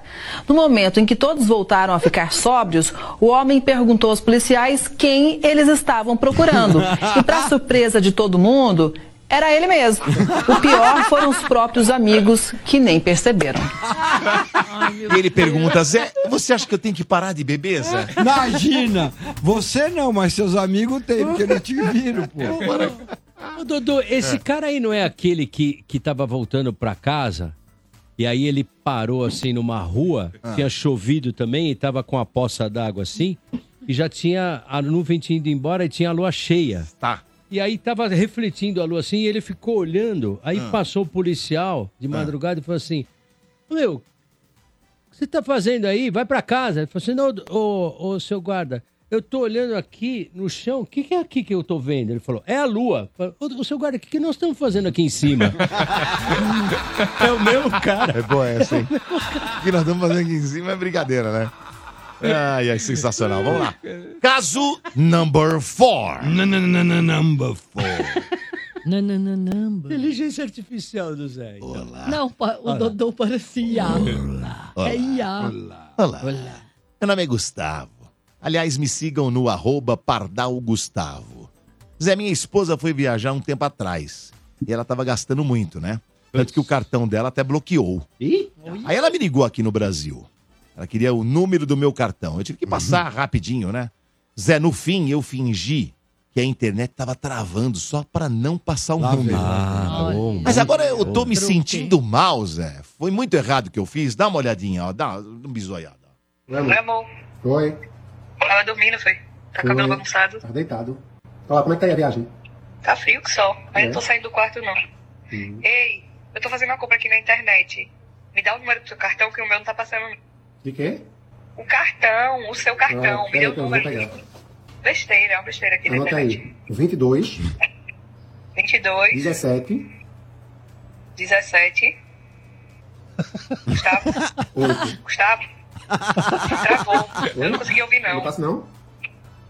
[SPEAKER 23] No momento em que todos voltaram a ficar sóbrios, o homem perguntou aos policiais quem eles estavam procurando. E, para surpresa de todo mundo, era ele mesmo. O pior foram os próprios amigos que nem perceberam.
[SPEAKER 1] E ele pergunta, Zé, você acha que eu tenho que parar de beber, Zé?
[SPEAKER 6] Imagina! Você não, mas seus amigos têm, porque não te viram, pô.
[SPEAKER 8] Ô, Dodô, esse cara aí não é aquele que, que tava voltando pra casa e aí ele parou assim numa rua,
[SPEAKER 24] Ah.
[SPEAKER 8] tinha chovido também e tava com a poça d'água assim e já tinha a nuvem tinha ido embora e tinha a lua cheia.
[SPEAKER 1] Tá.
[SPEAKER 8] E aí tava refletindo a lua assim e ele ficou olhando. Aí passou o policial de madrugada e falou assim: Meu, o que você tá fazendo aí? Vai pra casa. Ele falou assim: Não, ô, ô, seu guarda, eu tô olhando aqui no chão, o que, que é aqui que eu tô vendo? Ele falou: É a lua. Eu falei, Ô, ô, seu guarda, o que, que nós estamos fazendo aqui em cima?
[SPEAKER 1] É o mesmo cara. É boa essa, hein? O que nós estamos fazendo aqui em cima é brincadeira, né? Ai, ai, sensacional. Vamos lá. Caso number four. Number four.
[SPEAKER 9] Nananamba.
[SPEAKER 8] Inteligência artificial do Zé.
[SPEAKER 9] Não, pa- o Dodô parecia IA.
[SPEAKER 1] Olá.
[SPEAKER 9] É IA.
[SPEAKER 1] Olá. Meu nome é Gustavo. Aliás, me sigam no arroba pardalgustavo. Zé, minha esposa foi viajar um tempo atrás. E ela tava gastando muito, né? Tanto que o cartão dela até bloqueou. Aí ela me ligou aqui no Brasil. Ela queria o número do meu cartão. Eu tive que passar rapidinho, né? Zé, no fim, eu fingi que a internet tava travando só pra não passar o número. Mas agora eu tô me sentindo mal, Zé. Foi muito errado o que eu fiz. Dá uma olhadinha, ó. Dá um bisoiado.
[SPEAKER 9] é?
[SPEAKER 25] Oi, amor.
[SPEAKER 18] Oi,
[SPEAKER 25] Tava dormindo, foi. Tá com o cabelo
[SPEAKER 18] Oi.
[SPEAKER 25] bagunçado.
[SPEAKER 18] tá deitado. Olá, como é que tá aí a viagem?
[SPEAKER 25] Tá frio que sol.
[SPEAKER 18] É.
[SPEAKER 25] Mas eu não tô saindo do quarto, não. Hum. Ei, eu tô fazendo uma compra aqui na internet. Me dá o número do seu cartão, que o meu não tá passando.
[SPEAKER 18] De quê?
[SPEAKER 25] O cartão, o seu cartão.
[SPEAKER 18] Ah,
[SPEAKER 25] Me dê
[SPEAKER 18] peraí
[SPEAKER 25] o
[SPEAKER 18] que eu vou
[SPEAKER 25] número.
[SPEAKER 18] pegar.
[SPEAKER 25] Besteira, é uma besteira aqui na
[SPEAKER 18] Anota
[SPEAKER 25] internet.
[SPEAKER 18] aí. 22,
[SPEAKER 25] 22,
[SPEAKER 18] 17,
[SPEAKER 25] 17. Gustavo?
[SPEAKER 18] 8.
[SPEAKER 25] Gustavo? Travou. Eu não consegui ouvir, não.
[SPEAKER 18] Não passa não?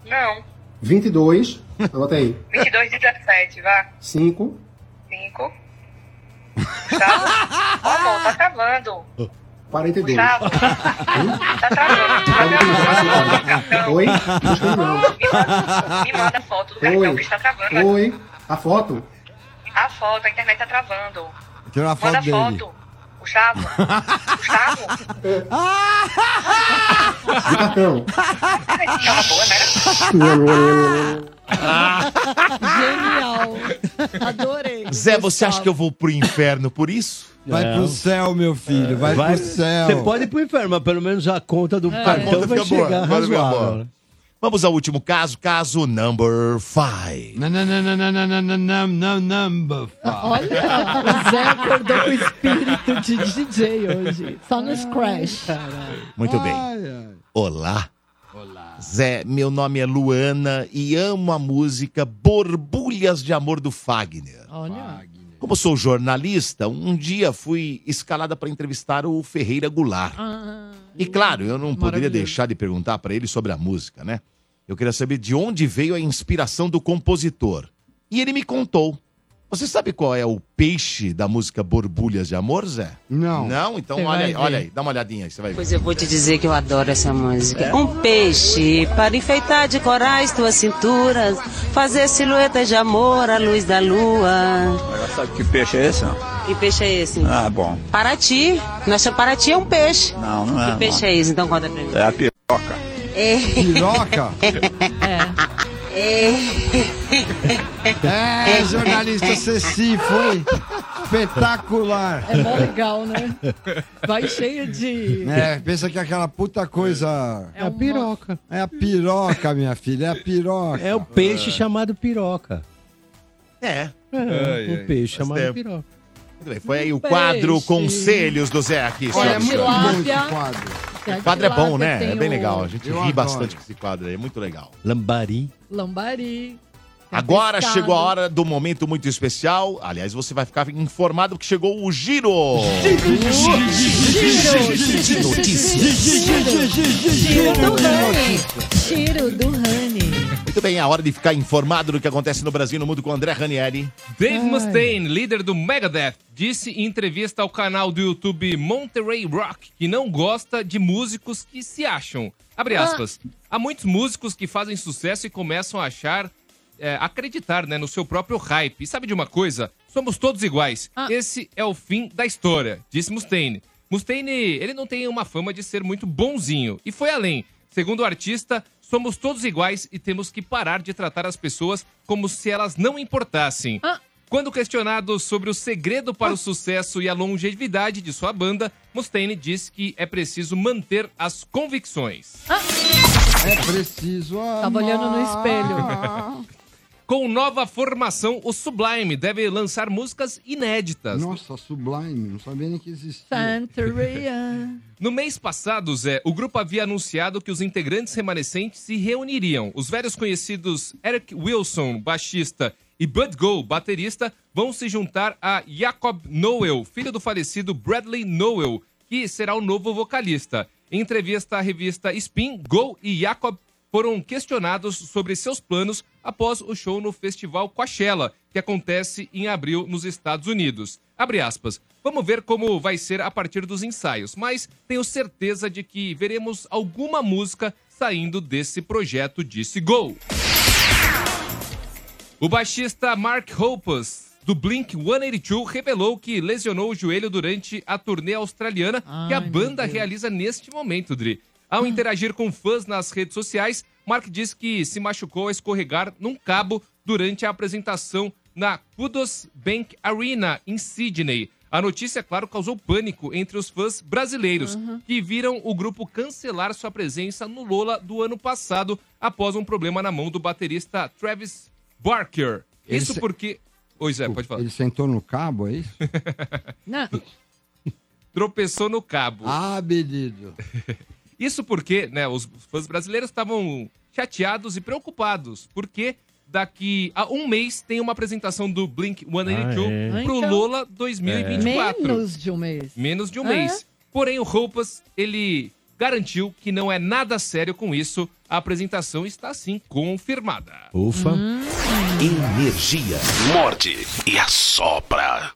[SPEAKER 25] Não.
[SPEAKER 18] 22, anota aí.
[SPEAKER 25] 22, 17, vá.
[SPEAKER 18] 5,
[SPEAKER 25] 5. Gustavo? Ó, amor, tá travando.
[SPEAKER 18] 42.
[SPEAKER 25] Gustavo? Tá travando. Tá travando.
[SPEAKER 18] Oi? Gostei não.
[SPEAKER 25] Me manda a foto do cartão que está travando.
[SPEAKER 18] Oi. Oi. A foto?
[SPEAKER 25] A foto, a internet tá travando.
[SPEAKER 6] Tirar a
[SPEAKER 25] Manda
[SPEAKER 6] foto dele.
[SPEAKER 25] foto. Gustavo? Gustavo?
[SPEAKER 26] De
[SPEAKER 6] Então.
[SPEAKER 26] cartão.
[SPEAKER 25] Tava boa, né?
[SPEAKER 9] Genial. Adorei.
[SPEAKER 1] Zé, você acha que eu vou pro inferno por isso?
[SPEAKER 6] Vai pro céu, meu filho. Vai, pro céu.
[SPEAKER 10] Você pode ir pro inferno, mas pelo menos a conta do
[SPEAKER 1] A
[SPEAKER 10] cartão
[SPEAKER 1] conta
[SPEAKER 10] vai
[SPEAKER 1] fica boa,
[SPEAKER 10] chegar
[SPEAKER 1] É. agora fica
[SPEAKER 10] razoável.
[SPEAKER 1] boa.
[SPEAKER 10] né?
[SPEAKER 1] Vamos ao último caso, caso number five.
[SPEAKER 6] Não, não, não, não, não, não, não, não, não, não,
[SPEAKER 9] Olha, o Zé acordou com o espírito de DJ hoje. Só no Scratch.
[SPEAKER 1] Muito bem. Olá. Olá. Zé, meu nome é Luana e amo a música Borbulhas de Amor do Fagner.
[SPEAKER 9] Olha.
[SPEAKER 1] Como sou jornalista, um dia fui escalada para entrevistar o Ferreira Goulart.
[SPEAKER 9] Ah,
[SPEAKER 1] E claro, eu não poderia deixar de perguntar para ele sobre a música, né? Eu queria saber de onde veio a inspiração do compositor. E ele me contou. Você sabe qual é o peixe da música Borbulhas de Amor, Zé? Não. Não? Então
[SPEAKER 3] Você
[SPEAKER 1] olha
[SPEAKER 3] vai
[SPEAKER 1] aí,
[SPEAKER 3] ver.
[SPEAKER 1] olha aí, dá uma olhadinha aí, você vai ver.
[SPEAKER 3] Pois eu vou te dizer que eu adoro essa música. Um peixe para enfeitar de corais tuas cinturas, fazer silhuetas de amor à luz da lua.
[SPEAKER 12] Sabe que peixe é esse? ó?
[SPEAKER 3] Que peixe é esse?
[SPEAKER 12] Ah, bom.
[SPEAKER 3] Paraty. Nossa, Paraty é um peixe.
[SPEAKER 12] Não, não é.
[SPEAKER 3] que peixe é esse? Então conta pra mim.
[SPEAKER 12] É a piroca.
[SPEAKER 3] É.
[SPEAKER 12] Piroca?
[SPEAKER 3] É.
[SPEAKER 6] É, jornalista Ceci, foi espetacular.
[SPEAKER 9] É mó legal, né? Vai cheio de.
[SPEAKER 6] É, pensa que aquela puta coisa.
[SPEAKER 9] um
[SPEAKER 6] É a piroca. É a piroca, minha filha, é a piroca.
[SPEAKER 10] É o peixe chamado piroca.
[SPEAKER 1] É.
[SPEAKER 10] É,
[SPEAKER 1] Ai,
[SPEAKER 10] um
[SPEAKER 1] ai,
[SPEAKER 10] peixe
[SPEAKER 1] faz
[SPEAKER 10] chamado
[SPEAKER 1] tempo.
[SPEAKER 10] piroca.
[SPEAKER 1] Muito bem, foi aí o quadro
[SPEAKER 10] Peixe.
[SPEAKER 1] Conselhos do Zé aqui.
[SPEAKER 9] Olha,
[SPEAKER 1] senhoras e senhores.
[SPEAKER 9] tilápia.
[SPEAKER 1] O quadro é bom, né?
[SPEAKER 9] Tem um-
[SPEAKER 1] É bem
[SPEAKER 9] o
[SPEAKER 1] legal. A gente ri
[SPEAKER 6] Eu adoro.
[SPEAKER 1] bastante com esse quadro aí, é muito legal.
[SPEAKER 10] Lambari.
[SPEAKER 9] Lambari.
[SPEAKER 1] Agora
[SPEAKER 9] pescado.
[SPEAKER 1] chegou a hora do momento muito especial. Aliás, você vai ficar informado que chegou o Giro.
[SPEAKER 9] Giro. Giro do Rani. Giro do Rani.
[SPEAKER 1] Muito bem, é a hora de ficar informado do que acontece no Brasil e no mundo com o André Ranieri.
[SPEAKER 5] Dave Mustaine, líder do Megadeth, disse em entrevista ao canal do YouTube Monterey Rock que não gosta de músicos que se acham. Abre
[SPEAKER 13] Ah.
[SPEAKER 5] aspas. Há muitos músicos que fazem sucesso e começam a achar, é, acreditar né, no seu próprio hype. E sabe de uma coisa? Somos todos iguais. Esse é o fim da história, disse Mustaine. Mustaine, ele não tem uma fama de ser muito bonzinho. E foi além. Segundo o artista, somos todos iguais e temos que parar de tratar as pessoas como se elas não importassem. Quando questionado sobre o segredo para o sucesso e a longevidade de sua banda, Mustaine disse que é preciso manter as convicções.
[SPEAKER 6] É preciso.
[SPEAKER 9] Tava olhando no espelho.
[SPEAKER 5] Com nova formação, o Sublime deve lançar músicas inéditas.
[SPEAKER 6] Nossa, Sublime, não sabia nem que existia.
[SPEAKER 9] Santeria.
[SPEAKER 5] No mês passado, Zé, o grupo havia anunciado que os integrantes remanescentes se reuniriam. Os velhos conhecidos Eric Wilson, baixista, e Bud Go, baterista, vão se juntar a Jacob Noel, filho do falecido Bradley Noel, que será o novo vocalista. Em entrevista à revista Spin, Go e Jacob foram questionados sobre seus planos após o show no festival Coachella, que acontece em abril nos Estados Unidos. Abre aspas. Vamos ver como vai ser a partir dos ensaios, mas tenho certeza de que veremos alguma música saindo desse projeto, disse Go. O baixista Mark Hoppus, do Blink 182, revelou que lesionou o joelho durante a turnê australiana que a banda realiza neste momento, Dri. Ao interagir com fãs nas redes sociais, Mark diz que se machucou a escorregar num cabo durante a apresentação na Kudos Bank Arena, em Sydney. A notícia, claro, causou pânico entre os fãs brasileiros,
[SPEAKER 9] Uhum.
[SPEAKER 5] que viram o grupo cancelar sua presença no Lola do ano passado após um problema na mão do baterista Travis Barker.
[SPEAKER 6] Ele
[SPEAKER 5] Isso
[SPEAKER 6] se-
[SPEAKER 5] porque. Oi, Zé, pode falar.
[SPEAKER 6] Ele sentou no cabo, é isso?
[SPEAKER 5] Tropeçou no cabo.
[SPEAKER 6] Ah, beleza.
[SPEAKER 5] Isso porque, né, os fãs brasileiros estavam chateados e preocupados, porque daqui a um mês tem uma apresentação do Blink 182
[SPEAKER 9] Ah, é.
[SPEAKER 5] pro
[SPEAKER 9] Então,
[SPEAKER 5] Lola 2024.
[SPEAKER 9] Menos de um mês.
[SPEAKER 5] Menos de um
[SPEAKER 9] Ah,
[SPEAKER 5] mês. Porém, o Roupas, ele garantiu que não é nada sério com isso. A apresentação está, sim, confirmada.
[SPEAKER 2] Ufa.
[SPEAKER 9] Hum.
[SPEAKER 2] Energia. Morde e assopra.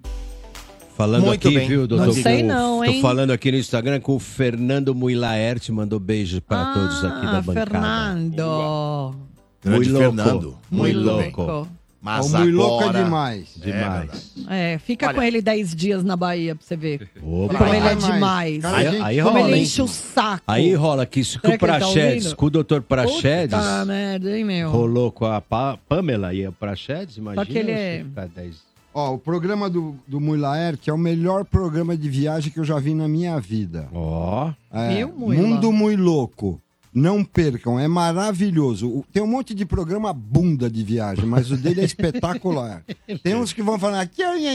[SPEAKER 10] Falando
[SPEAKER 2] Muito
[SPEAKER 10] aqui,
[SPEAKER 2] bem.
[SPEAKER 10] viu, doutor?
[SPEAKER 2] Não sei
[SPEAKER 10] Gu?
[SPEAKER 2] não, hein?
[SPEAKER 10] Tô falando aqui no Instagram com o Fernando Muilaerte, mandou beijo para todos aqui da
[SPEAKER 9] Ah,
[SPEAKER 10] bancada.
[SPEAKER 9] Fernando.
[SPEAKER 10] Muito
[SPEAKER 1] Grande Fernando.
[SPEAKER 10] Muito
[SPEAKER 1] Muito
[SPEAKER 10] louco.
[SPEAKER 1] bem. Mas
[SPEAKER 6] O Muiloca é
[SPEAKER 1] agora...
[SPEAKER 6] demais.
[SPEAKER 1] É
[SPEAKER 6] Demais.
[SPEAKER 1] verdade.
[SPEAKER 9] É, fica
[SPEAKER 1] Olha.
[SPEAKER 9] com ele 10 dias na Bahia pra você ver.
[SPEAKER 8] Opa.
[SPEAKER 9] Como ele é
[SPEAKER 8] Vai mais.
[SPEAKER 9] demais.
[SPEAKER 8] Cara, Aí- gente, aí
[SPEAKER 9] como
[SPEAKER 8] rola,
[SPEAKER 9] ele
[SPEAKER 8] hein?
[SPEAKER 9] enche o saco.
[SPEAKER 8] Aí rola que isso que
[SPEAKER 9] Será
[SPEAKER 8] o
[SPEAKER 9] que ele tá
[SPEAKER 8] Praxedes,
[SPEAKER 9] ouvindo?
[SPEAKER 8] com o doutor Praxedes,
[SPEAKER 9] Puta merda, hein, meu?
[SPEAKER 8] rolou com a Pa- Pamela e o Praxedes, imagina.
[SPEAKER 9] que ele é-
[SPEAKER 8] se ficar 10.
[SPEAKER 6] Ó, o programa do, do Mulaerte é o melhor programa de viagem que eu já vi na minha vida.
[SPEAKER 8] Ó.
[SPEAKER 6] É,
[SPEAKER 9] Viu, Muila?
[SPEAKER 6] Mundo Mui Louco. Não percam, é maravilhoso. O- Tem um monte de programa bunda de viagem, mas o dele é espetacular. Tem uns que vão falar aqui, olha,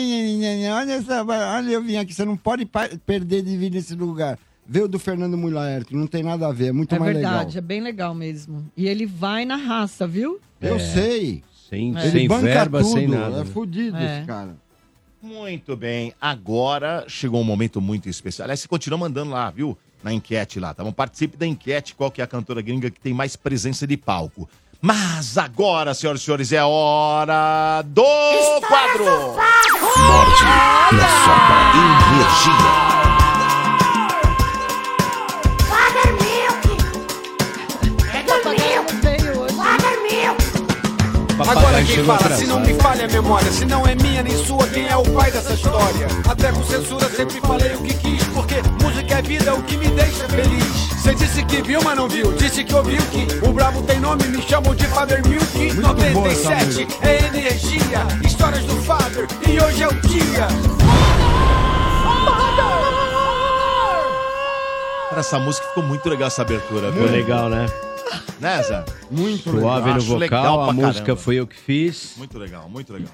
[SPEAKER 6] essa, olha eu vim aqui, você não pode pa- perder de vir nesse lugar. Vê o do Fernando Mulaerte, não tem nada a ver, é muito
[SPEAKER 9] É
[SPEAKER 6] mais
[SPEAKER 9] verdade,
[SPEAKER 6] legal.
[SPEAKER 9] é bem legal mesmo. E ele vai na raça, viu?
[SPEAKER 6] Eu
[SPEAKER 10] É.
[SPEAKER 6] sei.
[SPEAKER 8] É, Sem,
[SPEAKER 9] É.
[SPEAKER 6] Ele
[SPEAKER 8] sem
[SPEAKER 6] banca
[SPEAKER 8] verba, sem
[SPEAKER 6] tudo,
[SPEAKER 8] nada. né?
[SPEAKER 6] É fudido
[SPEAKER 9] É.
[SPEAKER 6] esse cara.
[SPEAKER 1] Muito bem, agora chegou um momento muito especial. Aliás, você continua mandando lá, viu? Na enquete lá, tá bom? Participe da enquete, qual que é a cantora gringa que tem mais presença de palco. Mas agora, senhoras e senhores, é hora do quadro!
[SPEAKER 2] Morde e assopra.
[SPEAKER 10] É um
[SPEAKER 13] Agora quem fala, se não me falha a memória, se não é minha nem sua, quem é o pai dessa história? Até com censura sempre falei o que quis, porque música é vida, o que me deixa feliz. Você disse que viu, mas não viu, disse que ouviu que o brabo tem nome, me chamam de Father Milk.
[SPEAKER 26] Muito boa essa
[SPEAKER 13] 97
[SPEAKER 26] música.
[SPEAKER 13] é energia, histórias do Father, e hoje é o dia.
[SPEAKER 1] Cara, essa música ficou muito legal essa abertura, viu?
[SPEAKER 8] Foi legal, né?
[SPEAKER 1] Né, Zé? Muito
[SPEAKER 8] Suave no vocal, a música foi eu que fiz.
[SPEAKER 1] Muito legal, muito legal.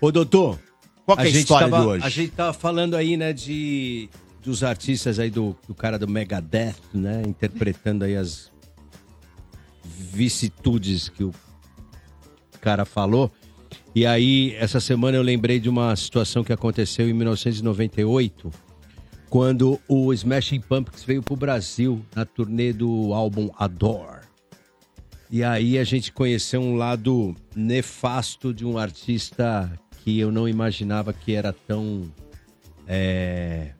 [SPEAKER 8] Ô, doutor.
[SPEAKER 1] Qual que é a
[SPEAKER 8] gente
[SPEAKER 1] história
[SPEAKER 8] tava-
[SPEAKER 1] de hoje?
[SPEAKER 8] A gente tava falando aí, né, de... Dos artistas aí, do, do cara do Megadeth, né? Interpretando aí as vicissitudes que o cara falou. E aí, essa semana eu lembrei de uma situação que aconteceu em 1998, quando o Smashing Pumpkins veio pro Brasil na turnê do álbum Adore. E aí a gente conheceu um lado nefasto de um artista que eu não imaginava que era tão é,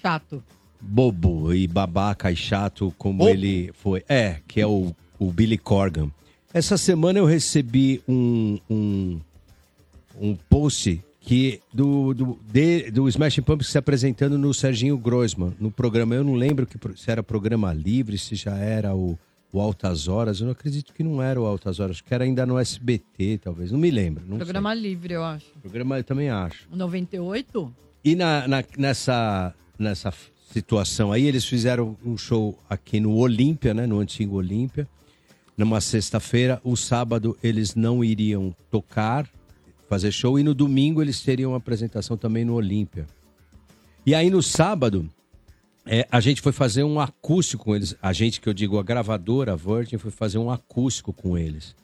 [SPEAKER 9] Chato.
[SPEAKER 8] bobo e babaca e chato como
[SPEAKER 9] Bobo?
[SPEAKER 8] ele foi. É, que é o, o Billy Corgan. Essa semana eu recebi um, um, um post que do, do, de- do Smashing Pumpkins se apresentando no Serginho Groisman, no programa. Eu não lembro que, pro- se era programa livre, se já era o, o Altas Horas. Eu não acredito que não era o Altas Horas, acho que era ainda no SBT, talvez. Não me lembro. Não programa...
[SPEAKER 9] Programa livre, eu acho.
[SPEAKER 8] programa eu também acho.
[SPEAKER 9] 98?
[SPEAKER 8] E na- na- nessa, nessa situação aí, eles fizeram um show aqui no Olímpia, né? No antigo Olímpia, numa sexta-feira. O sábado eles não iriam tocar, fazer show, e no domingo eles teriam uma apresentação também no Olímpia. E aí no sábado, é, a gente foi fazer um acústico com eles. A gente, que eu digo, a gravadora, a Virgin, foi fazer um acústico com eles.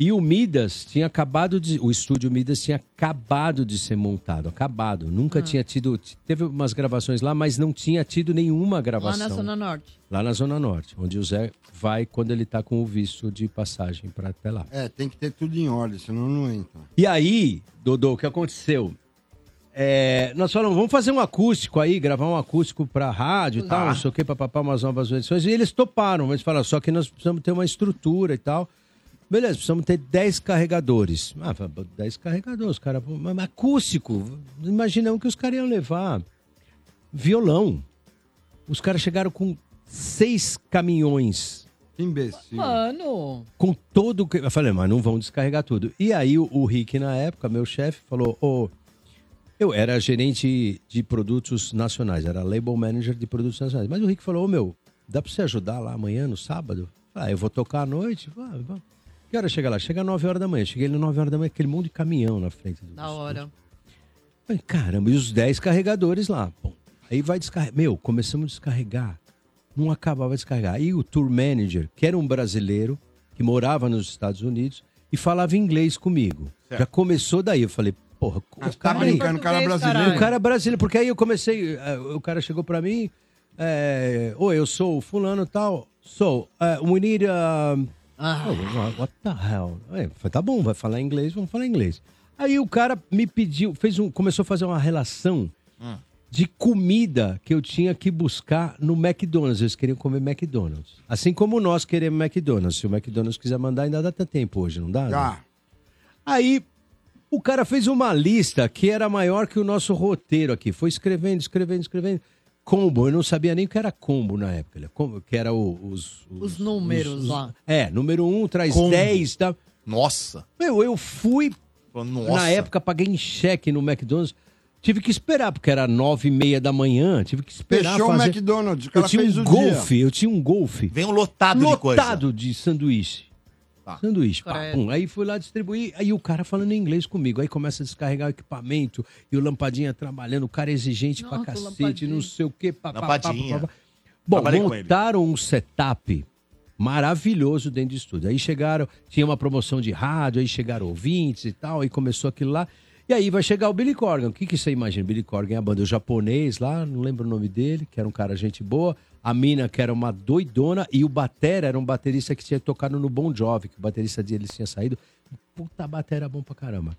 [SPEAKER 8] E o Midas tinha acabado de. O estúdio Midas tinha acabado de ser montado, acabado.
[SPEAKER 9] Ah.
[SPEAKER 8] Nunca tinha tido. Teve umas gravações lá, mas não tinha tido nenhuma
[SPEAKER 9] Lá
[SPEAKER 8] gravação.
[SPEAKER 9] na Zona Norte.
[SPEAKER 8] Lá na Zona Norte, onde o Zé vai quando ele tá com o visto de passagem para até lá.
[SPEAKER 6] É, tem que ter tudo em ordem, senão não entra.
[SPEAKER 8] E aí, Dodô, o que aconteceu? É, nós falamos, vamos fazer um acústico aí, gravar um acústico pra rádio e tal, não sei o que, papapá, umas novas edições. E eles toparam, mas falaram, só que nós precisamos ter uma estrutura e tal. Beleza, precisamos ter 10 carregadores. Ah, fa- 10 carregadores, os caras. Mas mas acústico, imaginamos que os caras iam levar violão. Os caras chegaram com seis caminhões
[SPEAKER 6] Que imbecil.
[SPEAKER 9] Mano.
[SPEAKER 8] com todo o que. Eu falei, mas não vão descarregar tudo. E aí o, o Rick, na época, meu chefe, falou: Ô, eu era gerente de produtos nacionais, era label manager de produtos nacionais. Mas o Rick falou: Ô, meu, dá pra você ajudar lá amanhã, no sábado? Ah, eu vou tocar à noite? Ah, vamos. que hora chega lá? Chega às 9 horas da manhã. Cheguei às 9 horas da manhã, aquele monte de caminhão na frente do
[SPEAKER 9] Da hora.
[SPEAKER 8] Falei, caramba, e os 10 carregadores lá. Bom, aí vai descarregar. Meu, começamos a descarregar. Não acabava de descarregar. Aí o tour manager, que era um brasileiro, que morava nos Estados Unidos, e falava inglês comigo. Já começou daí. Eu falei, porra, o
[SPEAKER 6] Tá brincando, o cara é brasileiro.
[SPEAKER 8] o cara é brasileiro, porque aí eu comecei. eh, O cara chegou pra mim. eh, Oi, eu sou o fulano e tal. So, eh, we need. um, oh, what the hell? Aí, falei, tá bom, vai falar inglês, vamos falar inglês. Aí o cara me pediu, fez um, começou a fazer uma relação de comida que eu tinha que buscar no McDonald's. Eles queriam comer McDonald's. Assim como nós queremos McDonald's. Se o McDonald's quiser mandar, ainda dá até tempo hoje, não dá? né? Aí o cara fez uma lista que era maior que o nosso roteiro aqui. Foi escrevendo, escrevendo, escrevendo. Combo, eu não sabia nem o que era combo na época. né? Combo, que era o- os,
[SPEAKER 9] Os números
[SPEAKER 8] os-
[SPEAKER 9] lá.
[SPEAKER 8] É, número um traz
[SPEAKER 1] Combo.
[SPEAKER 8] 10. Tá?
[SPEAKER 1] Nossa.
[SPEAKER 8] Meu, eu fui. Na época, paguei em cheque no McDonald's. Tive que esperar, porque era nove e meia da manhã. Tive que esperar.
[SPEAKER 6] Fechou É o
[SPEAKER 8] fazer-
[SPEAKER 6] McDonald's, o
[SPEAKER 8] Eu
[SPEAKER 6] cara
[SPEAKER 8] tinha
[SPEAKER 6] fez
[SPEAKER 8] um
[SPEAKER 6] o
[SPEAKER 8] golfe,
[SPEAKER 6] dia.
[SPEAKER 8] eu tinha um golfe.
[SPEAKER 1] Vem um lotado, Tá.
[SPEAKER 6] de coisa.
[SPEAKER 8] Lotado de sanduíche. Sanduíche, pá, pum. Aí fui lá distribuir, aí o cara falando em inglês comigo. Aí começa a descarregar o equipamento e o Lampadinha trabalhando, o cara é exigente pra
[SPEAKER 1] Nossa, o
[SPEAKER 8] cacete,
[SPEAKER 1] Lampadinha.
[SPEAKER 8] não sei o quê. Pá, pá, pá, pá,
[SPEAKER 1] Lampadinha.
[SPEAKER 8] pá, pá. Bom,
[SPEAKER 1] Trabalhei com ele.
[SPEAKER 8] montaram um setup maravilhoso dentro do estúdio. Aí chegaram, tinha uma promoção de rádio, aí chegaram ouvintes e tal, aí começou aquilo lá. E aí vai chegar o Billy Corgan. O que, que você imagina? Billy Corgan é a banda o japonês lá, não lembro o nome dele, que era um cara gente boa. A mina, que era uma doidona, e o Batera era um baterista que tinha tocado no Bon Jovi, que o baterista dele tinha saído. Puta batera bom pra caramba.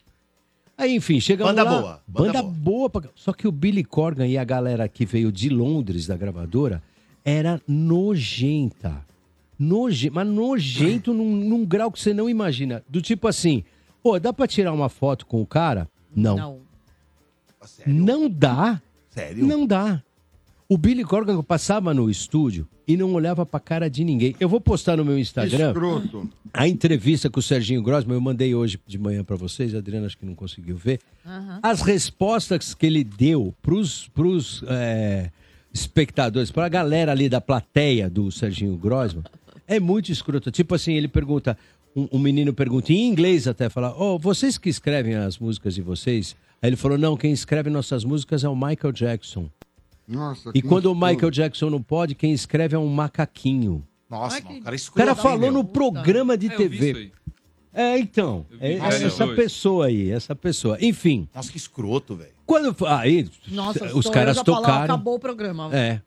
[SPEAKER 8] Aí, enfim, chegamos
[SPEAKER 1] Banda
[SPEAKER 8] lá.
[SPEAKER 1] boa, banda
[SPEAKER 8] Banda, boa. pra- Só que o Billy Corgan e a galera que veio de Londres, da gravadora, era nojenta. Noje... Mas nojento num, num grau que você não imagina. Do tipo assim, pô, dá pra tirar uma foto com o cara? Não. Não, dá.
[SPEAKER 1] Sério?
[SPEAKER 8] Não dá. O Billy Corgan passava no estúdio e não olhava pra cara de ninguém. Eu vou postar no meu Instagram.
[SPEAKER 6] Escroto.
[SPEAKER 8] A entrevista com o Serginho Grossman, eu mandei hoje de manhã pra vocês, a Adriana acho que não conseguiu ver. As respostas que ele deu pros, pros é, espectadores, pra galera ali da plateia do Serginho Grossman, é muito escroto. Tipo assim, ele pergunta, um, um menino pergunta em inglês até, fala, ó, vocês que escrevem as músicas de vocês? Aí ele falou, não, quem escreve nossas músicas é o Michael Jackson.
[SPEAKER 6] Nossa,
[SPEAKER 8] E
[SPEAKER 6] que
[SPEAKER 8] quando o
[SPEAKER 6] gostoso.
[SPEAKER 8] Michael Jackson não pode, quem escreve é um macaquinho.
[SPEAKER 1] Nossa, mano, o cara é
[SPEAKER 8] O
[SPEAKER 1] escuro.
[SPEAKER 8] cara falou no programa de
[SPEAKER 1] É, eu vi isso
[SPEAKER 8] TV. É, então. É,
[SPEAKER 1] isso
[SPEAKER 8] é
[SPEAKER 1] aí.
[SPEAKER 8] essa pessoa aí, essa pessoa. Enfim.
[SPEAKER 1] Nossa, que escroto, velho.
[SPEAKER 8] Quando. Aí,
[SPEAKER 9] Nossa,
[SPEAKER 8] os
[SPEAKER 9] só
[SPEAKER 8] caras
[SPEAKER 9] eu já falar,
[SPEAKER 8] tocaram.
[SPEAKER 9] acabou o programa.
[SPEAKER 8] É.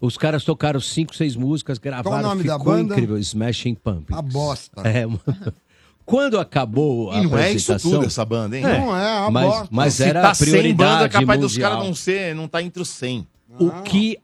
[SPEAKER 8] Os caras tocaram cinco, seis músicas, gravaram.
[SPEAKER 6] nome da
[SPEAKER 8] ficou
[SPEAKER 6] banda?
[SPEAKER 8] incrível. Smashing Pump.
[SPEAKER 6] A bosta.
[SPEAKER 8] É, uma- Quando acabou a
[SPEAKER 1] E não é isso
[SPEAKER 8] apresentação...
[SPEAKER 1] tudo, essa banda, hein? Não é, a
[SPEAKER 8] mas,
[SPEAKER 1] bosta.
[SPEAKER 8] mas
[SPEAKER 1] Se
[SPEAKER 8] era
[SPEAKER 1] tá
[SPEAKER 8] a
[SPEAKER 1] 100
[SPEAKER 8] prioridade
[SPEAKER 1] banda, é capaz dos
[SPEAKER 8] mundial.
[SPEAKER 1] caras não ser, não tá entre os 100.
[SPEAKER 8] O
[SPEAKER 1] Ah.
[SPEAKER 8] que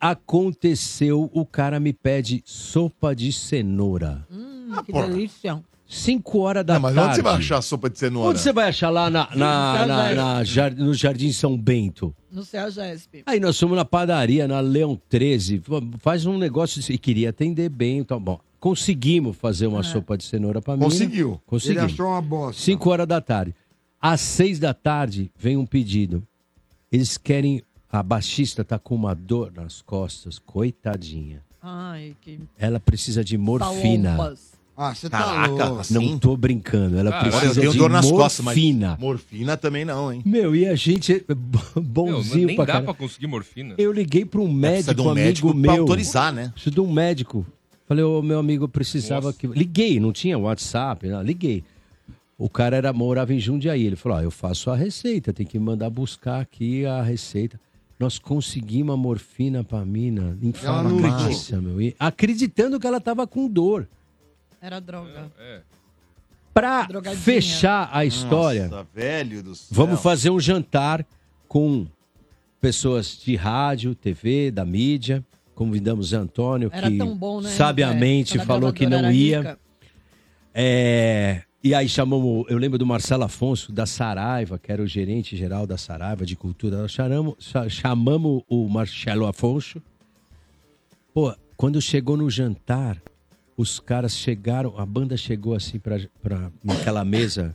[SPEAKER 8] aconteceu? O cara me pede sopa de cenoura.
[SPEAKER 9] Hum, que
[SPEAKER 8] porra.
[SPEAKER 9] delícia.
[SPEAKER 8] 5 horas da
[SPEAKER 1] Não, mas
[SPEAKER 8] tarde.
[SPEAKER 1] onde você vai achar sopa de cenoura?
[SPEAKER 8] Onde você vai achar lá na, na- na- na jar- no Jardim São Bento?
[SPEAKER 9] No céu, Jesp.
[SPEAKER 8] Aí nós fomos na padaria, na Leão 13, fa- faz um negócio de- e queria atender bem, então, bom, conseguimos fazer uma sopa de cenoura pra mim.
[SPEAKER 6] Conseguiu.
[SPEAKER 8] Conseguiu.
[SPEAKER 6] Ele achou uma bosta.
[SPEAKER 8] 5 horas da tarde. Às 6 da tarde vem um pedido. Eles querem a baixista tá com uma dor nas costas, coitadinha.
[SPEAKER 9] Ai, que.
[SPEAKER 8] Ela precisa de morfina.
[SPEAKER 9] salompas.
[SPEAKER 6] Ah, você
[SPEAKER 8] Não tô brincando, ela
[SPEAKER 1] Ah,
[SPEAKER 8] precisa
[SPEAKER 1] olha, eu tenho
[SPEAKER 8] de
[SPEAKER 1] dor nas
[SPEAKER 8] morfina.
[SPEAKER 1] costas, mas morfina também não, hein?
[SPEAKER 8] Meu, e a gente é bonzinho
[SPEAKER 5] Meu, nem
[SPEAKER 8] pra
[SPEAKER 5] dá
[SPEAKER 8] caralho.
[SPEAKER 5] pra conseguir morfina.
[SPEAKER 8] Eu liguei pra um
[SPEAKER 1] precisa
[SPEAKER 8] médico,
[SPEAKER 1] de um
[SPEAKER 8] um amigo
[SPEAKER 1] médico pra
[SPEAKER 8] meu.
[SPEAKER 1] autorizar, né?
[SPEAKER 8] Preciso de um médico. Falei, ô meu amigo, eu precisava que. Liguei, não tinha WhatsApp, não, liguei. O cara era, morava em Jundiaí. Ele falou: ó, eu faço a receita, tem que mandar buscar aqui a receita. Nós conseguimos a morfina pra mina. Em
[SPEAKER 9] Ela não
[SPEAKER 8] farmácia, meu. E acreditando que ela tava com dor.
[SPEAKER 9] Era droga.
[SPEAKER 5] É.
[SPEAKER 8] Pra
[SPEAKER 9] Drogadinha.
[SPEAKER 8] fechar a história.
[SPEAKER 1] Nossa, velho do céu.
[SPEAKER 8] Vamos fazer um jantar com pessoas de rádio, TV, da mídia. Convidamos Antônio,
[SPEAKER 9] Era
[SPEAKER 8] que
[SPEAKER 9] tão bom, né?
[SPEAKER 8] sabiamente
[SPEAKER 9] É, quando a
[SPEAKER 8] falou que não
[SPEAKER 9] gravadora era
[SPEAKER 8] ia.
[SPEAKER 9] rica.
[SPEAKER 8] É, E aí chamamos, eu lembro do Marcelo Afonso, da Saraiva, que era o gerente geral da Saraiva de Cultura. Nós chamamos, cha- chamamos o Marcelo Afonso. Pô, quando chegou no jantar, os caras chegaram, a banda chegou assim pra, pra naquela mesa,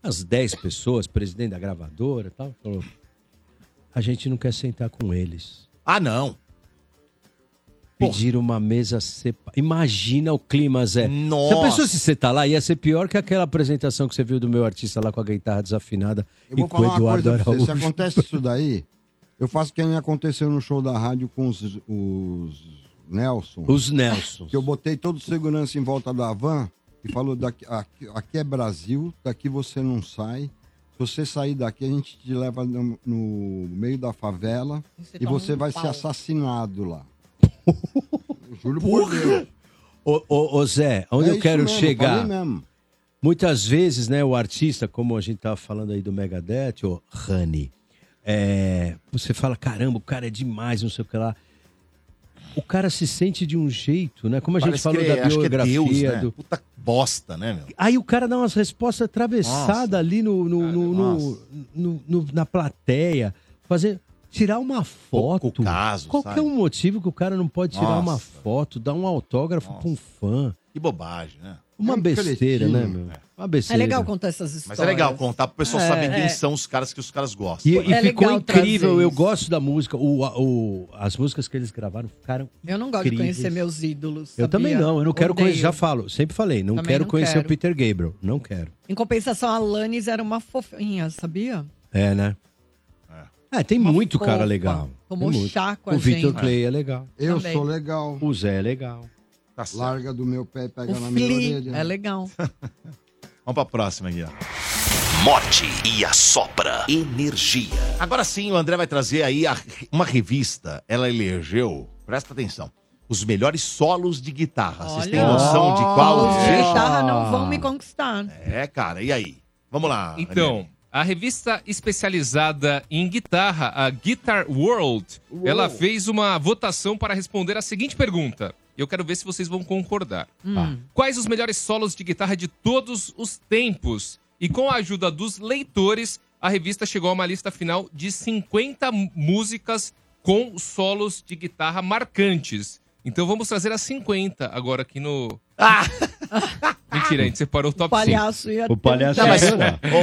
[SPEAKER 8] umas 10 pessoas, presidente da gravadora e tal, falou: a gente não quer sentar com eles.
[SPEAKER 1] Ah, não.
[SPEAKER 8] Pediram uma mesa separada. Imagina o clima, Zé.
[SPEAKER 1] Nossa.
[SPEAKER 8] Se a pessoa se você tá lá, ia ser pior que aquela apresentação que você viu do meu artista lá com a guitarra desafinada
[SPEAKER 6] Eu
[SPEAKER 8] e
[SPEAKER 6] vou
[SPEAKER 8] com o
[SPEAKER 6] falar uma
[SPEAKER 8] Eduardo um
[SPEAKER 6] coisa pra você.
[SPEAKER 8] Araújo.
[SPEAKER 6] Se acontece isso daí, eu faço que nem aconteceu no show da rádio com os, os Nelson.
[SPEAKER 8] Os Nelson.
[SPEAKER 6] Que eu botei todo o segurança em volta da van e falou: daqui, aqui, aqui é Brasil, daqui você não sai. Se você sair daqui, a gente te leva no, no meio da favela
[SPEAKER 8] Você
[SPEAKER 6] e
[SPEAKER 8] toma
[SPEAKER 6] você
[SPEAKER 8] um
[SPEAKER 6] vai
[SPEAKER 8] pau.
[SPEAKER 6] ser assassinado lá. Juro por Deus.
[SPEAKER 8] Ô, ô, ô, Zé, onde
[SPEAKER 6] É
[SPEAKER 8] eu
[SPEAKER 6] isso
[SPEAKER 8] quero
[SPEAKER 6] mesmo,
[SPEAKER 8] chegar?
[SPEAKER 6] falei mesmo.
[SPEAKER 8] Muitas vezes, né, o artista, como a gente tava falando aí do Megadeth, ô Rani, é, você fala, caramba, o cara é demais, não sei o que lá.
[SPEAKER 10] o cara se sente de um jeito, né? Como a gente
[SPEAKER 1] Parece
[SPEAKER 10] falou
[SPEAKER 1] que
[SPEAKER 10] da
[SPEAKER 1] é- acho que é
[SPEAKER 10] biografia.
[SPEAKER 1] Deus, né?
[SPEAKER 10] do...
[SPEAKER 1] Puta bosta, né, meu?
[SPEAKER 10] Aí o cara dá umas respostas atravessadas ali no, no- no- no- no- no- na plateia, fazer tirar uma foto. Qualquer
[SPEAKER 1] sabe?
[SPEAKER 10] um motivo que o cara não pode tirar uma
[SPEAKER 1] Nossa.
[SPEAKER 10] foto, dar um autógrafo pra um fã.
[SPEAKER 1] Que bobagem, né?
[SPEAKER 10] Uma
[SPEAKER 1] É um
[SPEAKER 10] besteira,
[SPEAKER 1] cretino.
[SPEAKER 10] né, meu? Uma besteira.
[SPEAKER 9] É contar essas
[SPEAKER 1] Mas é legal contar pro pessoal saber quem
[SPEAKER 10] É.
[SPEAKER 1] são os caras que os caras gostam. né?
[SPEAKER 10] E, e
[SPEAKER 9] É
[SPEAKER 10] ficou
[SPEAKER 9] legal
[SPEAKER 10] incrível,
[SPEAKER 9] trazer
[SPEAKER 10] eu
[SPEAKER 9] isso.
[SPEAKER 10] gosto da música. O, a- o- as músicas que eles gravaram ficaram.
[SPEAKER 9] Eu não gosto
[SPEAKER 10] incríveis.
[SPEAKER 9] de conhecer meus ídolos.
[SPEAKER 10] Eu também
[SPEAKER 9] sabia?
[SPEAKER 10] não, eu não quero
[SPEAKER 9] Odeio.
[SPEAKER 10] conhecer. Já falo, sempre falei, não
[SPEAKER 9] Também
[SPEAKER 10] quero
[SPEAKER 9] não
[SPEAKER 10] conhecer
[SPEAKER 9] quero.
[SPEAKER 10] o Peter Gabriel. Não quero.
[SPEAKER 9] Em compensação, a Lannis era uma fofinha, sabia?
[SPEAKER 10] É, né? É, tem muito cara legal.
[SPEAKER 9] Tomou
[SPEAKER 10] Tem muito.
[SPEAKER 9] chá com a
[SPEAKER 10] O Victor
[SPEAKER 9] gente.
[SPEAKER 10] Clay é legal.
[SPEAKER 6] Eu
[SPEAKER 9] Também.
[SPEAKER 6] sou legal.
[SPEAKER 10] O Zé é legal.
[SPEAKER 5] Tá
[SPEAKER 6] Larga do meu pé e pega
[SPEAKER 9] O
[SPEAKER 6] na minha
[SPEAKER 9] Flea
[SPEAKER 6] orelha.
[SPEAKER 9] é legal.
[SPEAKER 1] Vamos pra próxima aqui, ó.
[SPEAKER 2] Morte e a sopra energia.
[SPEAKER 1] Agora sim, o André vai trazer aí a- uma revista. Ela elegeu, presta atenção, os melhores solos de guitarra. Vocês têm noção de qual?
[SPEAKER 9] Os
[SPEAKER 1] é?
[SPEAKER 9] guitarra não vão me conquistar.
[SPEAKER 1] É, cara, e aí? Vamos lá.
[SPEAKER 5] Então, a revista especializada em guitarra, a Guitar World,
[SPEAKER 1] Uou.
[SPEAKER 5] ela fez uma votação para responder a seguinte pergunta. Eu quero ver se vocês vão concordar.
[SPEAKER 21] 啊
[SPEAKER 5] Quais os melhores solos de guitarra de todos os tempos? E com a ajuda dos leitores, a revista chegou a uma lista final de 50 mú- músicas com solos de guitarra marcantes. Então vamos trazer as 50 agora aqui no.
[SPEAKER 1] Ah!
[SPEAKER 5] Mentira, a gente separou o top 5.
[SPEAKER 9] palhaço ia O
[SPEAKER 1] Não, Tá, mas,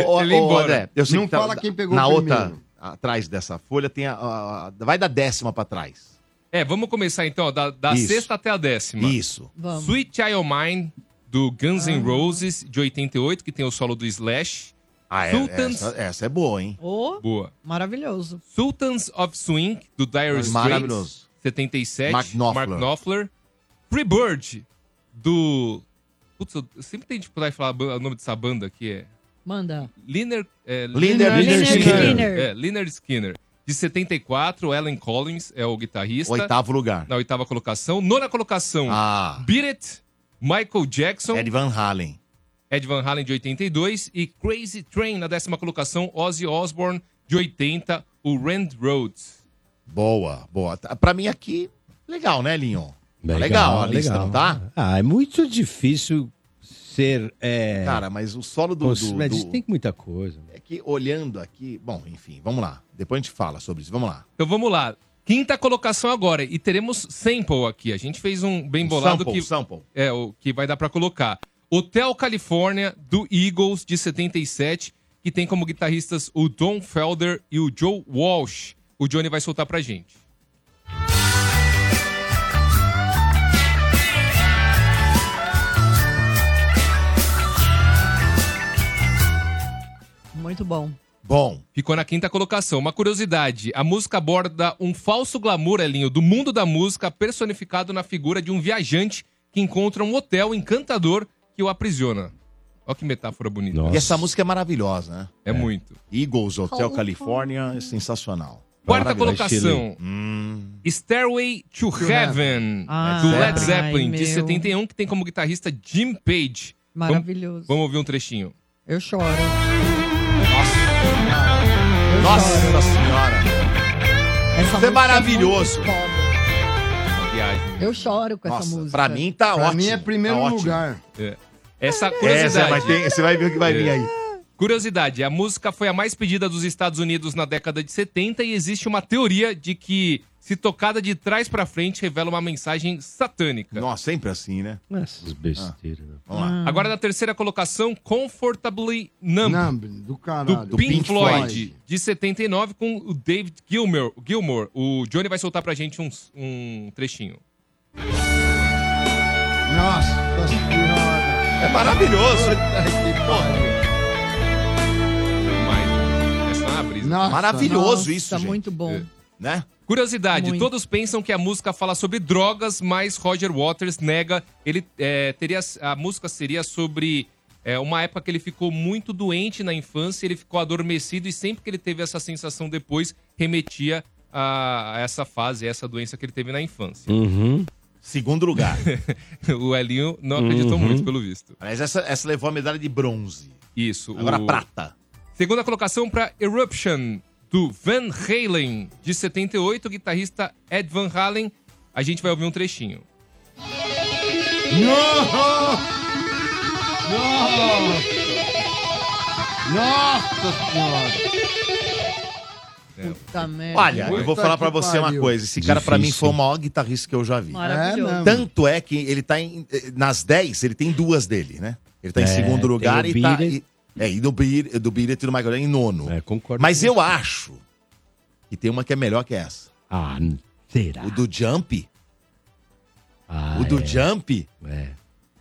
[SPEAKER 1] ô, ô,
[SPEAKER 5] Ele ia
[SPEAKER 1] ô,
[SPEAKER 5] embora.
[SPEAKER 1] André, eu sei
[SPEAKER 5] Não
[SPEAKER 1] que tá-
[SPEAKER 5] fala quem pegou
[SPEAKER 1] Na
[SPEAKER 5] primeiro.
[SPEAKER 1] outra, atrás dessa folha, tem a, a- a- Vai da décima pra trás.
[SPEAKER 5] É, vamos começar então, ó, da, da
[SPEAKER 1] Isso.
[SPEAKER 5] sexta até a décima.
[SPEAKER 1] Isso.
[SPEAKER 9] Vamos. Ah.
[SPEAKER 5] Sweet Child O' Mine, do Guns N' Roses, de 88, que tem o solo do Slash.
[SPEAKER 1] é, essa- é boa, hein?
[SPEAKER 9] Ô,
[SPEAKER 5] Boa.
[SPEAKER 9] maravilhoso.
[SPEAKER 5] Sultans of Swing, do Dire Straits.
[SPEAKER 1] Maravilhoso.
[SPEAKER 5] 77.
[SPEAKER 1] Mark Knopfler.
[SPEAKER 5] Mark Knopfler. Free Bird, do... Putz, eu sempre tenho dificuldade de falar a ban- o nome dessa banda que é...
[SPEAKER 9] Manda.
[SPEAKER 5] Liner, é,
[SPEAKER 9] Lynyrd Lynyrd Skinner. Skinner.
[SPEAKER 5] É, Lynyrd Skinner. De 74, o Alan Collins é o guitarrista.
[SPEAKER 1] Oitavo lugar. Ah.
[SPEAKER 5] Na oitava colocação. Nona colocação, Beat It, Michael Jackson.
[SPEAKER 1] Ed Van Halen.
[SPEAKER 5] Ed Van Halen, de 82. E Crazy Train, na décima colocação, Ozzy Osbourne, de 80, o Rand Rhodes.
[SPEAKER 1] Boa, boa. Tá- Pra mim aqui, legal, né, Linho? Legal, a lista,
[SPEAKER 10] legal.
[SPEAKER 1] não tá?
[SPEAKER 10] Ah, é muito difícil ser. é,
[SPEAKER 1] Cara, mas o solo do-
[SPEAKER 10] cons-
[SPEAKER 1] do-
[SPEAKER 10] mas
[SPEAKER 1] do-
[SPEAKER 10] isso tem muita coisa.
[SPEAKER 1] É que olhando aqui. Bom, enfim, vamos lá. Depois a gente fala sobre isso. Vamos lá.
[SPEAKER 5] Então vamos lá. Quinta colocação agora. E teremos sample aqui. A gente fez um bem bolado
[SPEAKER 1] sample,
[SPEAKER 5] que.
[SPEAKER 1] sample.
[SPEAKER 5] É, o que vai dar pra colocar. Hotel California, do Eagles, de 77, que tem como guitarristas o Don Felder e o Joe Walsh. O Johnny vai soltar pra gente.
[SPEAKER 9] Muito bom.
[SPEAKER 1] Bom.
[SPEAKER 5] Ficou na quinta colocação. Uma curiosidade: a música aborda um falso glamour, Elinho, do mundo da música, personificado na figura de um viajante que encontra um hotel encantador que o aprisiona. Olha que metáfora bonita.
[SPEAKER 1] E essa música é maravilhosa, né?
[SPEAKER 5] É, muito.
[SPEAKER 1] Eagles Hotel
[SPEAKER 5] Calma.
[SPEAKER 1] California é sensacional.
[SPEAKER 5] Quarta
[SPEAKER 1] Maravilhosa.
[SPEAKER 5] colocação.
[SPEAKER 1] Hum.
[SPEAKER 5] Stairway to
[SPEAKER 1] To
[SPEAKER 5] Heaven,
[SPEAKER 1] Heaven. Ah,
[SPEAKER 5] do Led
[SPEAKER 1] Zeppelin.
[SPEAKER 5] Zeppelin,
[SPEAKER 1] Ai,
[SPEAKER 5] de
[SPEAKER 1] meu.
[SPEAKER 5] 71, que tem como guitarrista Jim Page. Vamos-
[SPEAKER 9] Maravilhoso.
[SPEAKER 5] Vamos ouvir um trechinho.
[SPEAKER 9] Eu choro.
[SPEAKER 1] Nossa senhora.
[SPEAKER 9] Essa
[SPEAKER 1] Isso é
[SPEAKER 9] música
[SPEAKER 1] maravilhoso.
[SPEAKER 9] muito foda.
[SPEAKER 5] Viagem.
[SPEAKER 9] Eu choro com essa
[SPEAKER 1] Nossa,
[SPEAKER 9] música.
[SPEAKER 1] pra mim tá ótimo.
[SPEAKER 5] mim é primeiro
[SPEAKER 1] tá ótimo.
[SPEAKER 5] lugar. É. Essa
[SPEAKER 1] Essa,
[SPEAKER 5] curiosidade.
[SPEAKER 1] mas tem- você vai ver o que vai
[SPEAKER 5] É.
[SPEAKER 1] vir aí.
[SPEAKER 5] Curiosidade, a música foi a mais pedida dos Estados Unidos na década de 70 e existe uma teoria de que, se tocada de trás pra frente, revela uma mensagem satânica.
[SPEAKER 1] Nossa, sempre assim, né? Ah.
[SPEAKER 10] Essas besteiras.
[SPEAKER 5] né?
[SPEAKER 1] Vamos lá.
[SPEAKER 5] Agora na terceira colocação, Comfortably Numb.
[SPEAKER 6] do caralho.
[SPEAKER 5] Ah, Do Pink, Floyd, de 79, com o David Gilmour. Gilmour. O Johnny vai soltar pra gente um, um trechinho.
[SPEAKER 6] Nossa tá senhora.
[SPEAKER 1] É maravilhoso.
[SPEAKER 5] Mas, essa é uma brisa.
[SPEAKER 1] Maravilhoso isso,
[SPEAKER 9] Tá
[SPEAKER 1] gente.
[SPEAKER 9] muito bom.
[SPEAKER 1] Né?
[SPEAKER 5] Curiosidade,
[SPEAKER 1] Muito.
[SPEAKER 5] todos pensam que a música fala sobre drogas, mas Roger Waters nega. Ele é, teria a música seria sobre é, uma época que ele ficou muito doente na infância, ele ficou adormecido e sempre que ele teve essa sensação depois remetia a, a essa fase, a essa doença que ele teve na infância.
[SPEAKER 1] Uhum. Segundo lugar.
[SPEAKER 5] o Elinho não acreditou
[SPEAKER 1] Uhum.
[SPEAKER 5] muito, pelo visto.
[SPEAKER 1] Mas essa, essa levou a medalha de bronze.
[SPEAKER 5] Isso.
[SPEAKER 1] Agora
[SPEAKER 5] o-
[SPEAKER 1] prata.
[SPEAKER 5] Segunda colocação para Eruption, do Van Halen, de 78, o guitarrista Ed Van Halen. A gente vai ouvir um trechinho.
[SPEAKER 6] Nossa senhora!
[SPEAKER 5] É,
[SPEAKER 9] Puta merda.
[SPEAKER 1] Olha, eu vou
[SPEAKER 9] Puta
[SPEAKER 1] falar
[SPEAKER 9] que
[SPEAKER 1] pra você uma
[SPEAKER 9] pariu.
[SPEAKER 1] coisa. Esse cara, pra mim,
[SPEAKER 2] Difícil.
[SPEAKER 1] foi o maior guitarrista que eu já vi.
[SPEAKER 9] Maravilhoso. É, não.
[SPEAKER 1] Tanto é que ele tá em. eh, Nas 10, ele tem duas dele, né? Ele tá em
[SPEAKER 2] É,
[SPEAKER 1] segundo
[SPEAKER 2] tem
[SPEAKER 1] lugar
[SPEAKER 2] o
[SPEAKER 1] e tá.
[SPEAKER 2] Beat
[SPEAKER 1] E,
[SPEAKER 2] It.
[SPEAKER 1] é, e do Beat, do Beat It e do Michael Jackson em nono. É,
[SPEAKER 8] concordo.
[SPEAKER 1] Mas eu acho que tem uma que é melhor que essa.
[SPEAKER 8] Ah, será?
[SPEAKER 1] O do Jump. o do
[SPEAKER 8] é.
[SPEAKER 1] Jump.
[SPEAKER 8] É.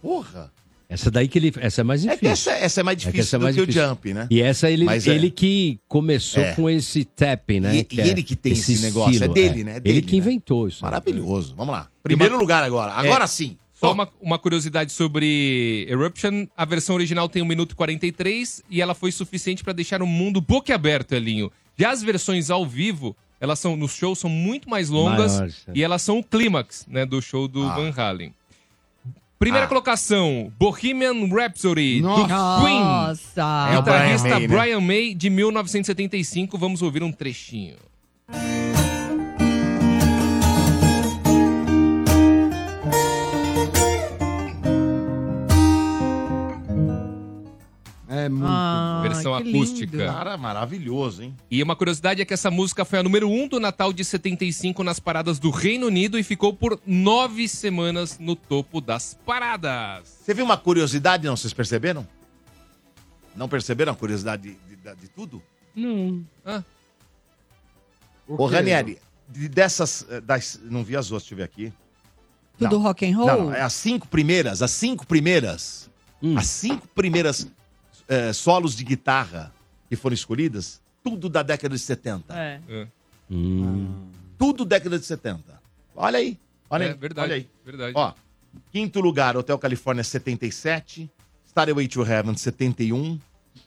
[SPEAKER 1] Porra.
[SPEAKER 8] Essa daí que ele. Essa é mais
[SPEAKER 1] É que
[SPEAKER 8] difícil.
[SPEAKER 1] essa- essa é mais
[SPEAKER 8] que
[SPEAKER 1] difícil do que o jump, né?
[SPEAKER 8] E essa ele,
[SPEAKER 1] Mas é.
[SPEAKER 8] ele que começou
[SPEAKER 1] É.
[SPEAKER 8] com esse tapping, né?
[SPEAKER 1] E- e ele que tem esse negócio, é dele, né? É
[SPEAKER 8] ele
[SPEAKER 1] dele,
[SPEAKER 8] que inventou isso. É.
[SPEAKER 1] Maravilhoso. Vamos lá. Primeiro lugar agora. Agora
[SPEAKER 5] É,
[SPEAKER 1] sim.
[SPEAKER 5] Só uma, uma curiosidade sobre Eruption. A versão original tem 1 minuto e 43 e ela foi suficiente pra deixar o mundo boquiaberto, Elinho. Já as versões ao vivo, elas são nos shows são muito mais longas
[SPEAKER 8] Maiores, é.
[SPEAKER 5] e elas são o clímax, né, do show do
[SPEAKER 1] Ah.
[SPEAKER 5] Van Halen. Primeira colocação, Bohemian Rhapsody do Queen.
[SPEAKER 9] Nossa.
[SPEAKER 5] É o Guitarrista Brian May, de 1975. Vamos ouvir um trechinho.
[SPEAKER 6] É muito.
[SPEAKER 5] Ah, Versão que lindo. acústica.
[SPEAKER 1] Cara, maravilhoso, hein?
[SPEAKER 5] E uma curiosidade é que essa música foi a número 1 do Natal de 75 nas paradas do Reino Unido e ficou por nove semanas no topo das paradas.
[SPEAKER 1] Você viu uma curiosidade, não? Vocês perceberam? Não perceberam a curiosidade de, de- de tudo?
[SPEAKER 10] Não.
[SPEAKER 1] Ô, Ranieri, de- dessas. eh, Das, não vi as outras, deixa eu ver aqui.
[SPEAKER 9] Tudo
[SPEAKER 1] Não.
[SPEAKER 9] rock and roll?
[SPEAKER 1] Não, não, é as cinco primeiras, as cinco primeiras. As cinco primeiras eh, solos de guitarra que foram escolhidas, tudo da década de 70.
[SPEAKER 9] É.
[SPEAKER 1] Tudo década de 70. Olha aí. Olha
[SPEAKER 5] É
[SPEAKER 1] aí.
[SPEAKER 5] verdade,
[SPEAKER 1] Olha aí.
[SPEAKER 5] verdade.
[SPEAKER 1] Ó, quinto lugar, Hotel Califórnia 77, Starway to Heaven 71,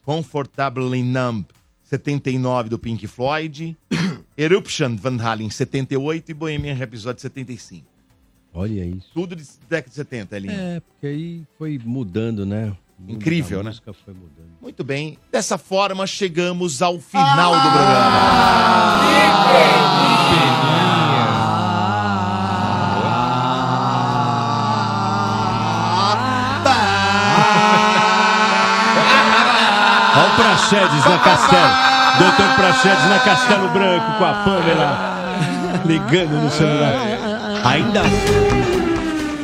[SPEAKER 1] Comfortably Numb 79 do Pink Floyd, Eruption Van Halen 78 e Bohemian Rhapsody 75.
[SPEAKER 8] Olha isso.
[SPEAKER 1] Tudo de década de 70, Elinho.
[SPEAKER 8] É, porque aí foi mudando, né?
[SPEAKER 1] Incrível,
[SPEAKER 8] A
[SPEAKER 1] né?
[SPEAKER 8] música foi mudando.
[SPEAKER 1] Muito bem. Dessa forma, chegamos ao final
[SPEAKER 5] Ah!
[SPEAKER 1] do programa.
[SPEAKER 10] Olha o Praxedes na Castelo. Doutor Praxedes na Castelo Branco com a Pamela.
[SPEAKER 8] Ligando no celular. Ainda.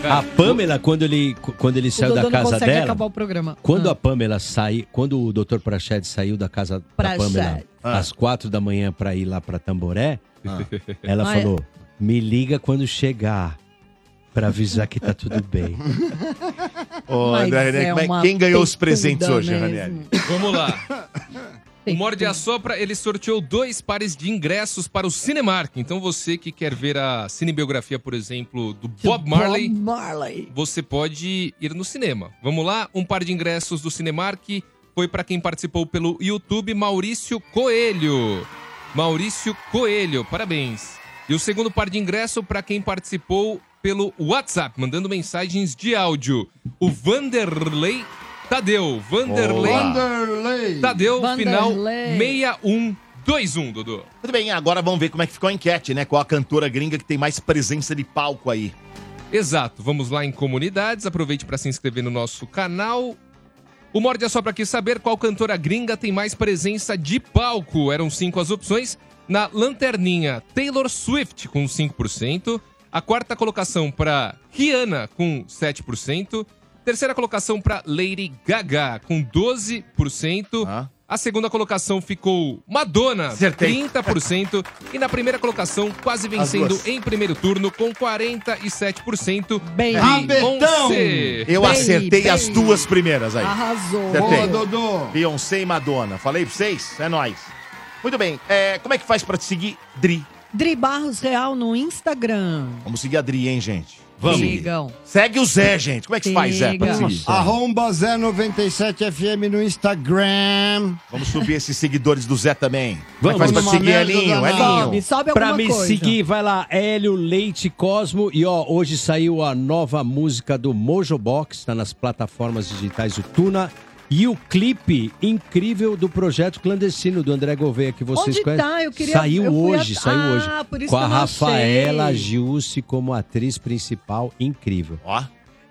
[SPEAKER 8] A Pamela, quando ele, quando ele saiu da
[SPEAKER 9] Dodô não
[SPEAKER 8] casa
[SPEAKER 9] consegue
[SPEAKER 8] dela.
[SPEAKER 9] acabar o programa.
[SPEAKER 8] Quando
[SPEAKER 9] Ah.
[SPEAKER 8] a Pamela saiu, quando o Dr. Prachete saiu da casa
[SPEAKER 9] Prachete.
[SPEAKER 8] da Pamela às
[SPEAKER 1] Ah.
[SPEAKER 8] quatro da manhã pra ir lá pra Tamboré, ela
[SPEAKER 9] Ah, é.
[SPEAKER 8] falou: "Me liga quando chegar pra avisar que tá tudo bem".
[SPEAKER 1] Ô,
[SPEAKER 8] Mas
[SPEAKER 1] André, Ranieri,
[SPEAKER 8] é
[SPEAKER 1] como é-
[SPEAKER 8] uma
[SPEAKER 1] quem ganhou os
[SPEAKER 8] peituda né?
[SPEAKER 1] presentes hoje,
[SPEAKER 8] mesmo.
[SPEAKER 1] Ranieri?
[SPEAKER 5] Vamos lá. O Morde a Sopra, ele sorteou dois pares de ingressos para o Cinemark. Então você que quer ver a cinebiografia, por exemplo, do Bob Marley,
[SPEAKER 9] Bob Marley.
[SPEAKER 5] você pode ir no cinema. Vamos lá, um par de ingressos do Cinemark foi para quem participou pelo YouTube, Maurício Coelho. Maurício Coelho, parabéns. E o segundo par de ingresso para quem participou pelo WhatsApp, mandando mensagens de áudio. O Vanderlei Tadeu. Vanderlei
[SPEAKER 6] Vanderlei.
[SPEAKER 5] Tadeu, final
[SPEAKER 1] Vanderlei.
[SPEAKER 5] 6121, Dudu.
[SPEAKER 1] Tudo bem, agora vamos ver como é que ficou a enquete, né? Qual a cantora gringa que tem mais presença de palco aí?
[SPEAKER 5] Exato, vamos lá em comunidades. Aproveite para se inscrever no nosso canal. O Morde é só para aqui saber qual cantora gringa tem mais presença de palco. Eram cinco as opções. Na lanterninha, Taylor Swift com 5%. A quarta colocação para Rihanna com 7%. Terceira colocação para Lady Gaga com 12%. A segunda colocação ficou Madonna,
[SPEAKER 1] Acertei.
[SPEAKER 5] 30%. e na primeira colocação, quase vencendo
[SPEAKER 1] duas.
[SPEAKER 5] em primeiro turno com 47%.
[SPEAKER 9] Bem,
[SPEAKER 5] Beyoncé.
[SPEAKER 1] Eu acertei as duas primeiras aí.
[SPEAKER 9] Arrasou.
[SPEAKER 1] Acertei.
[SPEAKER 9] Boa,
[SPEAKER 1] Dodô. Beyoncé e Madonna. Falei pra vocês? É nóis. Muito bem. é, como é que faz pra te seguir, Dri?
[SPEAKER 9] Dri Barros Real no Instagram.
[SPEAKER 1] Vamos seguir a Dri, hein, gente? Vamos.
[SPEAKER 9] Sigam.
[SPEAKER 1] Segue o Zé, gente. Como é que faz, Zé, pra te seguir?
[SPEAKER 6] Arromba Zé 97 FM no Instagram.
[SPEAKER 1] Vamos subir esses seguidores do Zé também. Como é que
[SPEAKER 8] Vamos.
[SPEAKER 1] faz pra te seguir, Elinho? Elinho.
[SPEAKER 8] Pra me seguir, vai lá, Hélio Leite Cosmo. E ó, hoje saiu a nova música do Mojo Box, tá nas plataformas digitais, o Tuna E o clipe incrível do projeto clandestino do André Gouveia que vocês
[SPEAKER 9] Onde
[SPEAKER 8] conhecem.
[SPEAKER 9] tá? Eu queria-
[SPEAKER 8] Saiu
[SPEAKER 9] eu fui
[SPEAKER 8] hoje,
[SPEAKER 9] at-
[SPEAKER 8] saiu
[SPEAKER 9] Ah,
[SPEAKER 8] hoje.
[SPEAKER 9] por isso
[SPEAKER 8] com
[SPEAKER 9] que
[SPEAKER 8] a
[SPEAKER 9] eu não
[SPEAKER 8] Rafaela
[SPEAKER 9] achei.
[SPEAKER 8] Giusi como atriz principal, incrível. Ó.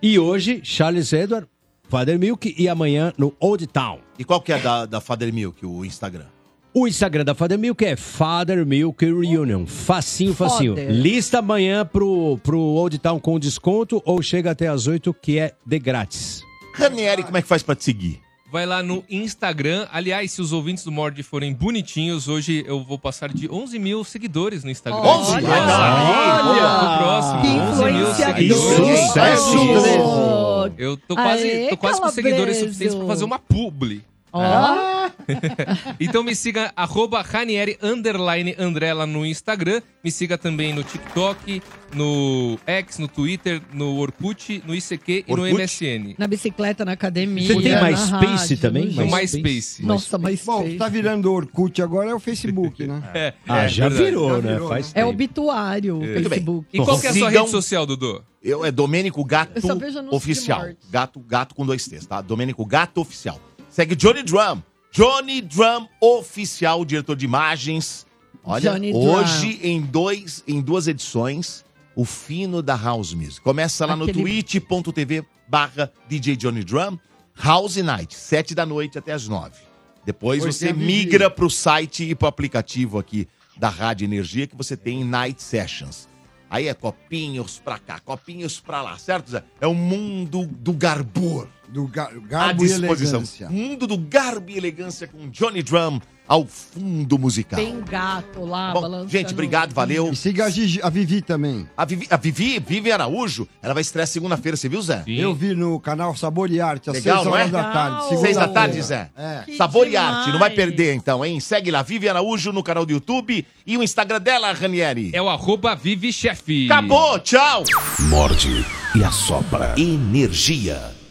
[SPEAKER 8] E hoje, Charles Edward, Father Milk e amanhã no Old Town.
[SPEAKER 1] E qual que é da, da Father Milk, o Instagram?
[SPEAKER 8] O Instagram da Father Milk é Father Milk Reunion. Facinho, facinho.
[SPEAKER 1] Father.
[SPEAKER 8] Lista amanhã pro, pro Old Town com desconto ou chega até às 8, que é de grátis.
[SPEAKER 1] Ranieri, como é que faz pra te seguir?
[SPEAKER 5] Vai lá no Instagram. Aliás, se os ouvintes do Mord forem bonitinhos, hoje eu vou passar de 11 mil seguidores no Instagram.
[SPEAKER 1] 11?
[SPEAKER 5] Olha!
[SPEAKER 1] Olha!
[SPEAKER 5] No próximo, 11 mil
[SPEAKER 1] influenciador!
[SPEAKER 5] seguidores.
[SPEAKER 1] Que sucesso!
[SPEAKER 5] Eu tô quase,
[SPEAKER 1] Aê,
[SPEAKER 5] tô quase com seguidores
[SPEAKER 1] Calabreso!
[SPEAKER 5] suficientes pra fazer uma publi.
[SPEAKER 9] Ó.
[SPEAKER 5] Então me siga, arroba Ranieri, underline André lá no Instagram. Me siga também no TikTok, no X, no Twitter, no Orkut, no ICQ e no
[SPEAKER 9] Orkut?
[SPEAKER 5] MSN.
[SPEAKER 9] Na bicicleta, na academia.
[SPEAKER 5] Você tem
[SPEAKER 9] na
[SPEAKER 5] MySpace
[SPEAKER 9] rádio,
[SPEAKER 5] também?
[SPEAKER 9] no-
[SPEAKER 5] MySpace. MySpace.
[SPEAKER 9] Nossa, MySpace.
[SPEAKER 6] Bom, o que tá virando Orkut agora é o Facebook, né?
[SPEAKER 5] É,
[SPEAKER 8] Ah,
[SPEAKER 5] é
[SPEAKER 8] já
[SPEAKER 5] verdade.
[SPEAKER 8] virou, né? Faz
[SPEAKER 9] É obituário o Facebook.
[SPEAKER 5] E qual que é a sua
[SPEAKER 1] Sigam-
[SPEAKER 5] rede social, Dudu?
[SPEAKER 1] Eu é Domênico Gato
[SPEAKER 9] Eu só vejo anúncio de
[SPEAKER 1] Oficial.
[SPEAKER 9] morte.
[SPEAKER 1] Gato, gato com dois T's, tá? Domênico Gato Oficial. Segue Johnny Drum. Johnny Drum Oficial, diretor de imagens. Olha,
[SPEAKER 9] Johnny Drum.
[SPEAKER 1] hoje em, dois, em duas edições, o fino da House Music. Começa lá no
[SPEAKER 9] Aquele-
[SPEAKER 1] twitch.tv barra DJ Johnny Drum. House Night, sete da noite até as nove. Depois
[SPEAKER 6] Pois
[SPEAKER 1] você
[SPEAKER 6] tem a Vivi.
[SPEAKER 1] migra para o site e para o aplicativo aqui da Rádio Energia que você tem Night Sessions. Aí é copinhos pra cá, copinhos pra lá, certo, Zé? É o mundo do garbur.
[SPEAKER 6] Do ga
[SPEAKER 1] à
[SPEAKER 6] garbo e
[SPEAKER 1] disposição.
[SPEAKER 6] elegância.
[SPEAKER 1] Mundo do garbo e elegância com Johnny Drum ao fundo musical.
[SPEAKER 9] Tem gato lá,
[SPEAKER 1] Bom,
[SPEAKER 9] balançando.
[SPEAKER 1] gente, obrigado, valeu.
[SPEAKER 6] E siga a, Gigi- a Vivi também.
[SPEAKER 1] A Vivi, a Vivi, Vivi Araújo, ela vai estrear segunda-feira, você viu, Zé?
[SPEAKER 6] Eu vi no canal Sabor e Arte, às
[SPEAKER 1] Legal,
[SPEAKER 6] seis
[SPEAKER 1] não é?
[SPEAKER 6] horas da
[SPEAKER 1] Seis
[SPEAKER 6] tarde.
[SPEAKER 1] da
[SPEAKER 6] segunda-feira.
[SPEAKER 1] tarde, Zé.
[SPEAKER 6] É.
[SPEAKER 1] Sabor e
[SPEAKER 6] demais.
[SPEAKER 1] arte, não vai perder então, hein? Segue lá, Vivi Araújo no canal do YouTube e o Instagram dela, Ranieri.
[SPEAKER 5] É o arroba Vivi Chefe.
[SPEAKER 1] Acabou, tchau!
[SPEAKER 2] Morde e assopra. Energia.